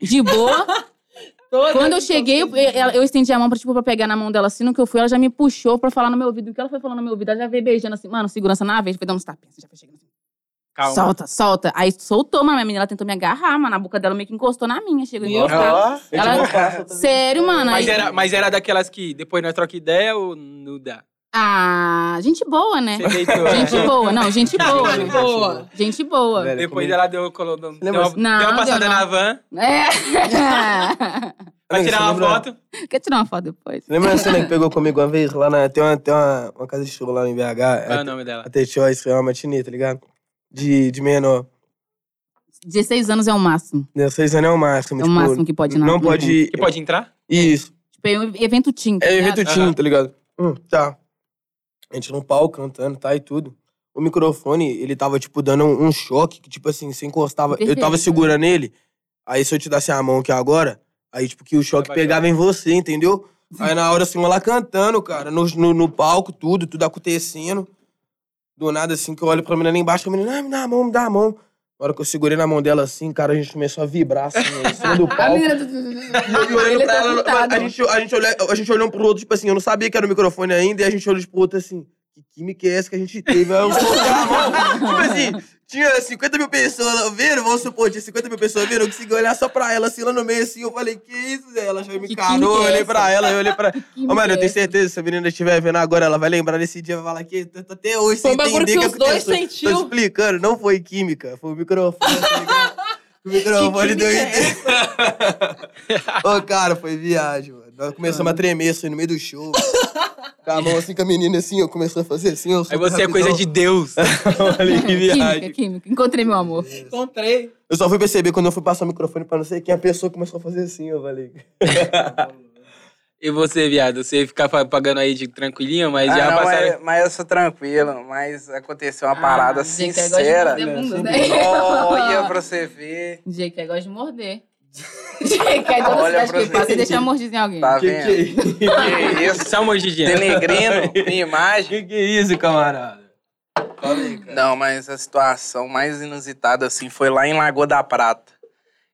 Speaker 4: de boa. Quando eu cheguei, eu,
Speaker 6: assim.
Speaker 4: ela- eu estendi a mão pra, tipo, pra pegar na mão dela assim, no que eu fui, ela já me puxou pra falar no meu ouvido. O que ela foi falando no meu ouvido, ela já veio beijando assim, mano, segurança na vez, foi dar uns tapinhas, já foi chegando assim.
Speaker 1: Calma.
Speaker 4: Solta, solta. Aí soltou, mano, a menina, ela tentou me agarrar, mano, a boca dela meio que encostou na minha, chegou a
Speaker 6: Meu
Speaker 4: encostar.
Speaker 3: Ó,
Speaker 5: Eu tive
Speaker 4: Ela- tá é
Speaker 5: uma caça também.
Speaker 4: Sério, mano.
Speaker 1: Mas
Speaker 4: aí-
Speaker 1: era, mas era daquelas que depois nós troca ideia ou não dá?
Speaker 4: Ah, gente boa, né? *laughs*
Speaker 1: Você deitou, né?
Speaker 4: Gente boa, não, gente
Speaker 5: Tá,
Speaker 4: boa. né?
Speaker 6: Boa.
Speaker 4: Gente boa.
Speaker 5: Velho,
Speaker 1: Depois
Speaker 5: comigo-
Speaker 1: ela deu, colo- deu,
Speaker 5: Lembra- assim?
Speaker 1: uma,
Speaker 4: Não,
Speaker 1: deu uma
Speaker 4: não
Speaker 1: passada
Speaker 4: deu, não.
Speaker 1: na van,
Speaker 4: É. *laughs*
Speaker 1: vai
Speaker 5: Amiga,
Speaker 1: tirar
Speaker 5: você
Speaker 1: uma
Speaker 5: lembra-
Speaker 1: foto.
Speaker 4: Quer tirar uma foto depois?
Speaker 5: Lembra a cena que pegou comigo uma vez lá na. Tem uma, tem uma, uma casa de show lá em BH.
Speaker 1: Qual é o
Speaker 5: é,
Speaker 1: nome dela?
Speaker 5: a T-Choice, foi uma matinê, tá ligado? De, de menor.
Speaker 4: 16 anos é o máximo.
Speaker 5: 16 anos é o máximo.
Speaker 4: É o
Speaker 5: tipo,
Speaker 4: máximo que pode na-
Speaker 5: Não
Speaker 4: no
Speaker 5: pode.
Speaker 4: evento.
Speaker 1: Que pode entrar?
Speaker 5: Isso.
Speaker 4: Tipo, é um evento teen. tá
Speaker 5: É
Speaker 4: ligado?
Speaker 5: evento
Speaker 1: Aham.
Speaker 5: teen, tá ligado? Hum, tá. A gente no palco cantando, tá? E tudo. O microfone, ele tava, tipo, dando um, um choque, que, tipo assim, você encostava. Eu
Speaker 4: Perfeito, né?
Speaker 5: tava segurando ele, aí se eu te dasse a mão aqui agora, aí, tipo, que o choque
Speaker 1: Vai
Speaker 5: pegava em você, entendeu? Aí na hora, assim, eu lá cantando, cara, no, no, no palco, tudo, tudo acontecendo. Do nada, assim, que eu olho pra menina lá embaixo, a menina, ah, me dá a mão, me dá a mão. Na hora que eu segurei na mão dela, assim, cara, a gente começou a vibrar, assim, em cima do
Speaker 4: *laughs* A
Speaker 5: palco.
Speaker 4: menina...
Speaker 5: E eu olhando
Speaker 4: Ele
Speaker 5: pra
Speaker 4: tá
Speaker 5: ela,
Speaker 4: mutado.
Speaker 5: a gente, a, gente olha, a gente olhou um pro outro, tipo assim, eu não sabia que era o microfone ainda, e a gente olhou pro outro assim, que química é essa que a gente teve? Aí
Speaker 4: *laughs*
Speaker 5: eu coloquei a mão, tipo assim, tinha 50 mil pessoas lá vendo, vamos supor, tinha 50 mil pessoas vendo, eu consegui olhar só pra ela, assim, lá no meio, assim, eu falei, que isso, Zé? ela já me
Speaker 4: Que
Speaker 5: encarou,
Speaker 4: química
Speaker 5: eu
Speaker 4: é
Speaker 5: olhei
Speaker 4: essa?
Speaker 5: pra ela, eu olhei pra...
Speaker 4: Que é
Speaker 5: Ô, mano, eu
Speaker 4: mulher.
Speaker 5: tenho certeza, se a menina estiver vendo agora, ela vai lembrar desse dia, vai falar que tá- tá até hoje
Speaker 6: Foi
Speaker 5: sem
Speaker 6: um bagulho
Speaker 5: entender
Speaker 6: que
Speaker 5: o
Speaker 6: os dois
Speaker 5: aconteceu.
Speaker 6: sentiu.
Speaker 5: Tô explicando, não foi química, foi o microfone, tá ligado? O microfone deu
Speaker 6: química é
Speaker 5: ideia. Ô, cara, foi viagem, mano. Nós começamos a tremer assim no meio do show. Com a mão assim com a menina assim, eu comecei a fazer assim. Eu
Speaker 1: Aí você é coisa de Deus.
Speaker 5: *laughs* Olha que
Speaker 4: Química,
Speaker 5: viagem.
Speaker 4: química. Encontrei meu amor.
Speaker 6: Encontrei.
Speaker 5: Eu só fui perceber quando eu fui passar o microfone pra não sei quem, a pessoa começou a fazer assim, eu falei.
Speaker 1: E você, viado? Você fica fa- pagando aí de tranquilinho, mas
Speaker 3: Ah,
Speaker 1: já
Speaker 3: não,
Speaker 1: passaram.
Speaker 3: mas, mas eu sou tranquilo, mas aconteceu uma
Speaker 4: Ah,
Speaker 3: parada
Speaker 4: gente, eu gosto de
Speaker 3: sincera.
Speaker 4: fazer bundas, né?
Speaker 3: Olha pra você ver.
Speaker 4: Jake aí é gosta de
Speaker 3: *laughs*
Speaker 4: morder. Jake aí toda
Speaker 3: Olha
Speaker 4: cidade que é
Speaker 3: pra
Speaker 4: ele passa,
Speaker 3: você.
Speaker 4: ele deixa mordido em alguém.
Speaker 3: Tá
Speaker 5: que
Speaker 3: vendo?
Speaker 5: que é isso?
Speaker 3: Que isso?
Speaker 1: Só um uma mordidinha.
Speaker 3: Denegrindo minha imagem.
Speaker 5: Que que é isso, camarada?
Speaker 3: Não, mas a situação mais inusitada, assim, foi lá em Lagoa da Prata.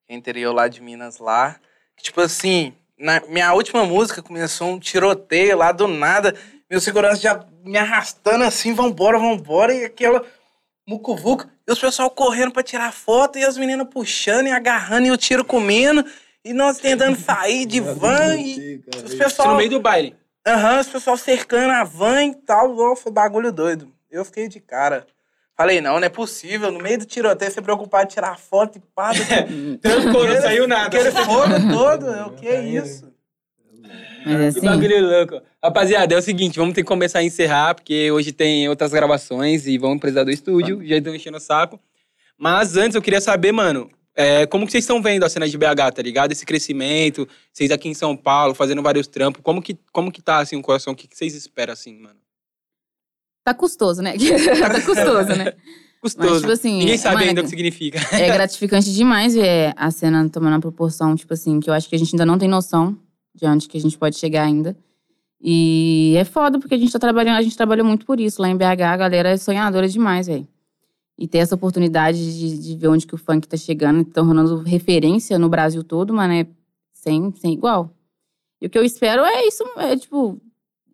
Speaker 3: Interior lá de Minas, lá. Tipo assim, na minha última música começou um tiroteio lá do nada. Meu segurança já me arrastando assim, vambora, vambora. E aquela mucuvuca. E os pessoal correndo pra tirar foto. E as meninas puxando e agarrando. E o tiro comendo. E nós tentando sair de van. E os
Speaker 1: Isso no
Speaker 3: pessoal
Speaker 1: meio do baile.
Speaker 3: Aham, os pessoal cercando a van e tal. Nossa, bagulho doido. Eu fiquei de cara. Falei, não, não é possível. No meio do tiroteio, você preocupado em tirar foto e
Speaker 1: *laughs*
Speaker 3: pá.
Speaker 1: Trancou, não saiu nada.
Speaker 3: Aquele fogo todo. Eu, que isso?
Speaker 4: Mas
Speaker 1: Que
Speaker 4: assim,
Speaker 1: bagulho louco. Rapaziada, é o seguinte, vamos ter que começar a encerrar, porque hoje tem outras gravações e vamos precisar do
Speaker 5: Tá.
Speaker 1: estúdio, já estão enchendo o saco. Mas antes eu queria saber, mano, é, como que vocês estão vendo a cena de BH, tá ligado? Esse crescimento, vocês aqui em São Paulo, fazendo vários trampos, como que, como que tá, assim, o coração? O que, que vocês esperam, assim, mano?
Speaker 4: tá custoso, né? *laughs* tá custoso, né? Mas,
Speaker 1: Custoso.
Speaker 4: tipo assim...
Speaker 1: Ninguém sabe
Speaker 4: mano,
Speaker 1: ainda o que
Speaker 4: *laughs*
Speaker 1: significa.
Speaker 4: É gratificante demais ver a cena tomando uma proporção, tipo assim, que eu acho que a gente ainda não tem noção de onde que a gente pode chegar ainda. E é foda, porque a gente tá trabalhando, a gente trabalhou muito por isso. Lá em BH, a galera é sonhadora demais, velho. E ter essa oportunidade de, de ver onde que o funk tá chegando, e tá tornando referência no Brasil todo, mano, é sem, sem igual. E o que eu espero é isso, é tipo,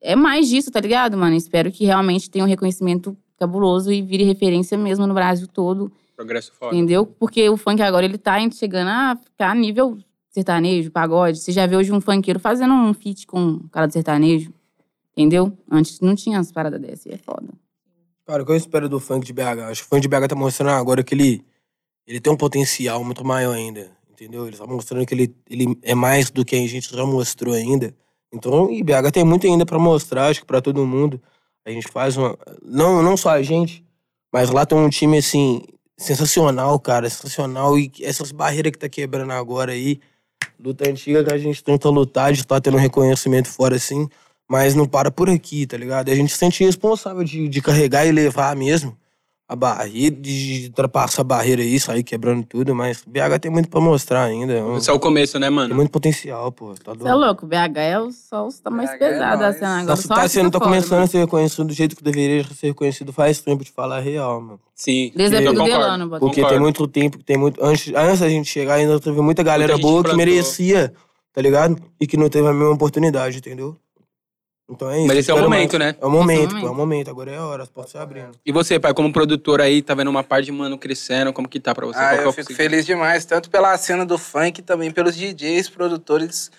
Speaker 4: é mais disso, tá ligado, mano? Eu espero que realmente tenha um reconhecimento cabuloso e vire referência mesmo no Brasil todo.
Speaker 1: Progresso foda.
Speaker 4: Entendeu? Porque o funk agora ele tá indo- chegando a ficar nível sertanejo, pagode. Você já vê hoje um funkeiro fazendo um feat com um cara do sertanejo. Entendeu? Antes não tinha as paradas dessas, e é foda.
Speaker 5: Cara, o que eu espero do funk de BH? Acho que o funk de BH tá mostrando agora que ele, ele tem um potencial muito maior ainda, entendeu? Ele tá mostrando que ele, ele é mais do que a gente já mostrou ainda. Então, e BH tem muito ainda pra mostrar, acho que pra todo mundo. A gente faz uma... Não, não só a gente, mas lá tem um time, assim, sensacional, cara, sensacional. E essas barreiras que tá quebrando agora aí, luta antiga que a gente tenta lutar, de estar tendo um reconhecimento fora, assim mas não para por aqui, tá ligado? E a gente se sente responsável de, de carregar e levar mesmo a barreira, de, de ultrapassar a barreira aí, sair quebrando tudo, mas BH tem muito pra mostrar ainda. é um-
Speaker 1: Isso é o começo, né,
Speaker 5: Tem
Speaker 1: mano?
Speaker 5: muito potencial, pô. Tá
Speaker 4: Você é
Speaker 5: doido.
Speaker 4: louco, BH é o só os tá mais
Speaker 3: BH é
Speaker 4: pesado a
Speaker 3: nóis.
Speaker 4: cena agora.
Speaker 5: Tá,
Speaker 4: Só
Speaker 5: tá,
Speaker 4: artista
Speaker 5: você não tá
Speaker 4: foda, né?
Speaker 5: começando
Speaker 4: mano.
Speaker 5: a ser reconhecido do jeito que deveria ser reconhecido faz tempo de falar a real, mano.
Speaker 1: Sim.
Speaker 4: Desde a
Speaker 1: eu
Speaker 4: época do
Speaker 1: concordo.
Speaker 4: Delano, bota.
Speaker 5: Porque tem
Speaker 1: Concordo.
Speaker 5: muito tempo, tem muito. Antes, antes da gente chegar, ainda teve muita galera
Speaker 1: Muita gente
Speaker 5: boa que
Speaker 1: plantou.
Speaker 5: merecia, tá ligado? E que não teve a mesma oportunidade, entendeu? Então é isso.
Speaker 1: Mas esse é o
Speaker 5: espero
Speaker 1: momento,
Speaker 5: mais.
Speaker 1: né?
Speaker 5: É o
Speaker 4: Esse é
Speaker 5: momento,
Speaker 4: o
Speaker 5: pô, é o momento. Agora é a hora, as portas se abrindo.
Speaker 1: E você, pai, como produtor aí, tá vendo uma parte de mano crescendo, como que tá pra você?
Speaker 3: Ah,
Speaker 1: Qual que é
Speaker 3: eu
Speaker 1: o
Speaker 3: fico
Speaker 1: significado?
Speaker 3: feliz demais. Tanto pela cena do funk, também pelos DJs, produtores.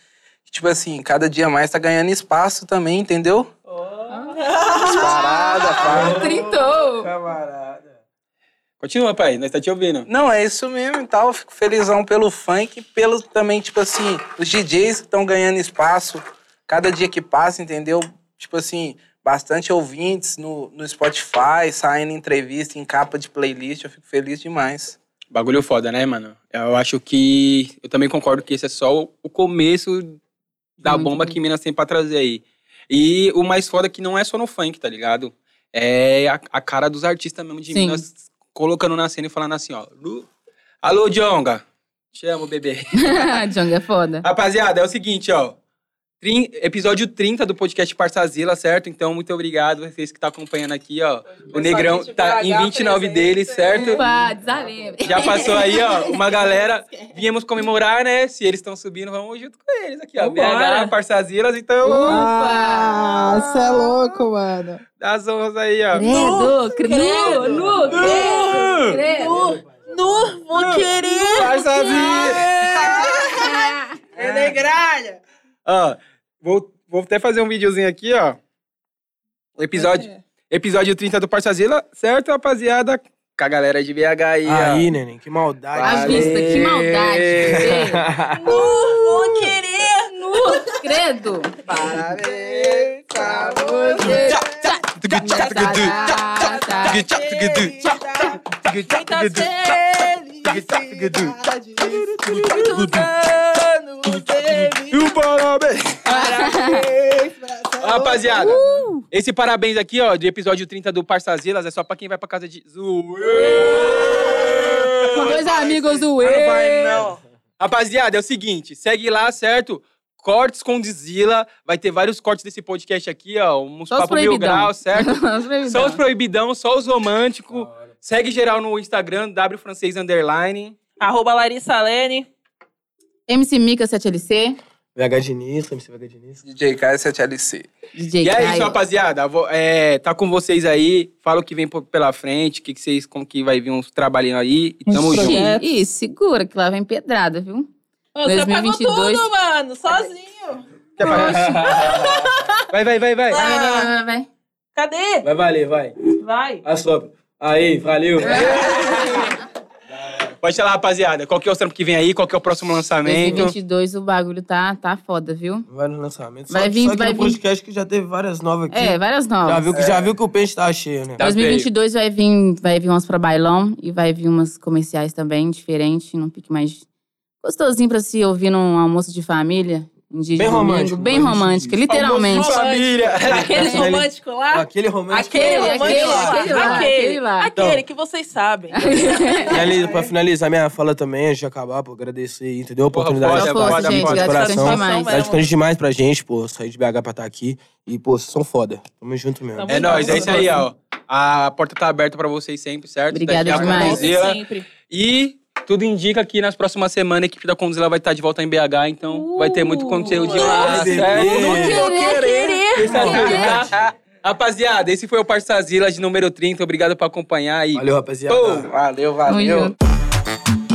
Speaker 3: que, Tipo assim, cada dia mais tá ganhando espaço também, entendeu? As paradas, pá.
Speaker 4: Tritou!
Speaker 1: Continua, pai, nós tá te ouvindo.
Speaker 3: Não, é isso mesmo e tal. Eu Fico felizão pelo funk, pelo também, tipo assim, os DJs que estão ganhando espaço cada dia que passa, entendeu? Tipo assim, bastante ouvintes no, no Spotify, saindo em entrevista, em capa de playlist. Eu fico feliz demais.
Speaker 1: Bagulho foda, né, mano? Eu acho que. Eu também concordo que esse é só o- o começo da
Speaker 4: Muito
Speaker 1: bomba
Speaker 4: bom.
Speaker 1: que Minas tem pra trazer aí. E o mais foda é que não é só no funk, tá ligado? É a, a cara dos artistas mesmo de
Speaker 4: Sim.
Speaker 1: Minas colocando na cena e falando assim, ó. "Lu- Alô, Djonga. Te amo, bebê. *laughs*
Speaker 4: *laughs* Django é foda.
Speaker 1: Rapaziada, é o seguinte, ó. Trin- episódio 30 do podcast Parçazila, certo? Então, muito obrigado a vocês que estão acompanhando aqui, ó. O Negrão tá em 29 dele, certo?
Speaker 4: Pá, desalembre.
Speaker 1: Já passou aí, ó, uma galera. Viemos comemorar, né? Se eles estão subindo, vamos junto com eles aqui, ó.
Speaker 2: Vambora.
Speaker 1: BH, Parçazilas,
Speaker 4: Uh.
Speaker 1: então.
Speaker 6: Ah, você é louco, mano.
Speaker 1: Dá as honras aí, ó.
Speaker 4: Credo, credo, nu, credo, credo.
Speaker 6: Nu, nu, vou querer.
Speaker 1: Parçazilas!
Speaker 6: É negralha.
Speaker 1: Ó, vou, vou até fazer um videozinho aqui, ó. O Episódio, episódio 30 do Parçazila, certo, rapaziada? Com a galera de BH aí, ó.
Speaker 5: Aí, neném, que
Speaker 4: A
Speaker 5: maldade.
Speaker 1: Valeu.
Speaker 4: vista, que maldade. credo.
Speaker 6: Vou querer.
Speaker 4: Nu, credo.
Speaker 6: Parabéns pra você.
Speaker 1: E o
Speaker 6: Querida, muitas felicidades. Muitos anos de vida.
Speaker 4: Tá, tá,
Speaker 1: parabéns!
Speaker 6: Parabéns pra você.
Speaker 1: Rapaziada, esse parabéns aqui, ó, do episódio 30 do Parçazilas é só pra quem vai pra casa de.
Speaker 4: Com
Speaker 1: Zoeira!
Speaker 4: dois amigos do
Speaker 3: Não vai,
Speaker 4: E.
Speaker 3: não.
Speaker 1: Rapaziada, é o seguinte, segue lá, certo? Cortes com Dizila, vai ter vários cortes desse podcast aqui, ó, uns
Speaker 4: Só os
Speaker 1: papo mil
Speaker 4: proibidão.
Speaker 1: graus,
Speaker 4: *laughs*
Speaker 1: certo?
Speaker 4: Os
Speaker 1: Só os
Speaker 4: proibidão.
Speaker 1: proibidão, só os românticos. Segue geral no Instagram, wfrancês underline.
Speaker 2: Arroba Larissa Lene.
Speaker 4: MC Mica 7LC,
Speaker 5: VH de Nisso, MC VH de Nisso.
Speaker 3: DJ Caio 7LC.
Speaker 4: DJ
Speaker 1: E é
Speaker 4: Caio.
Speaker 1: isso, rapaziada. Vou- é, tá com vocês aí. Fala o que vem por- pela frente, o que, que vocês, como que vai vir uns trabalhinho aí. E tamo
Speaker 4: Ixi,
Speaker 1: junto.
Speaker 4: Isso, segura que lá vem pedrada, viu?
Speaker 2: Ô, Você pagou
Speaker 4: 2022.
Speaker 2: tudo, mano, sozinho.
Speaker 1: Quer falar? Vai, vai, vai, vai.
Speaker 4: Vai, vai, vai, vai, vai.
Speaker 2: Cadê?
Speaker 5: Vai valer, vai.
Speaker 2: Vai.
Speaker 5: Assopra. Aí, valeu.
Speaker 1: É. Pode falar, rapaziada. Qual que é o trampo que vem aí? Qual que é o próximo lançamento?
Speaker 4: 2022 o bagulho tá, tá foda, viu?
Speaker 5: Vai no lançamento.
Speaker 4: Vai
Speaker 5: só,
Speaker 4: vir,
Speaker 5: só que
Speaker 4: vai
Speaker 5: no
Speaker 4: vir.
Speaker 5: podcast que já teve várias novas aqui.
Speaker 4: É, várias
Speaker 5: já,
Speaker 4: novas.
Speaker 5: viu que, já viu que o peixe tá cheio, né?
Speaker 1: Tá.
Speaker 4: 2022 vai vir, vai vir umas pra bailão e vai vir umas comerciais também, diferente, num pique mais gostosinho pra se ouvir num almoço de família. Um dia
Speaker 5: Bem
Speaker 4: de domingo,
Speaker 5: romântico,
Speaker 4: Bem
Speaker 5: romântico.
Speaker 4: romântico, literalmente.
Speaker 1: Almoço de família.
Speaker 2: Aquele romântico lá.
Speaker 5: Aquele romance.
Speaker 2: Aquele romântico
Speaker 4: aquele
Speaker 2: lá.
Speaker 4: lá,
Speaker 2: Aquele,
Speaker 4: aquele lá, aquele lá.
Speaker 2: Aquele que vocês sabem.
Speaker 5: E ali, pra finalizar minha fala também, antes de acabar, pô, agradecer, entendeu? A
Speaker 1: Porra,
Speaker 5: oportunidade
Speaker 1: foda,
Speaker 5: de
Speaker 4: Só força,
Speaker 5: participar
Speaker 4: gente,
Speaker 5: aqui de
Speaker 4: gratificante
Speaker 5: coração.
Speaker 4: demais.
Speaker 5: Gratificante demais pra gente, pô, sair de BH pra estar aqui. E, pô, vocês são foda. Tamo junto mesmo.
Speaker 2: Tamo
Speaker 1: É nóis, é isso aí, ó. A porta tá aberta pra vocês sempre, certo?
Speaker 4: Obrigada
Speaker 1: Daqui a
Speaker 4: demais.
Speaker 1: pouco, Condzilla.
Speaker 2: Sempre.
Speaker 1: E tudo indica que nas próximas semanas a equipe da Conduzila vai estar de volta em BH, então vai ter muito conteúdo de lá,
Speaker 5: Nossa,
Speaker 1: certo?
Speaker 5: bebê.
Speaker 4: Uh! Querer, querer.
Speaker 1: Esse é o tema, tá? Rapaziada, esse foi o Parçazila de número 30. Obrigado por acompanhar e
Speaker 5: Valeu, rapaziada.
Speaker 1: Pô.
Speaker 3: Valeu,
Speaker 4: Tamo
Speaker 3: valeu.
Speaker 4: junto.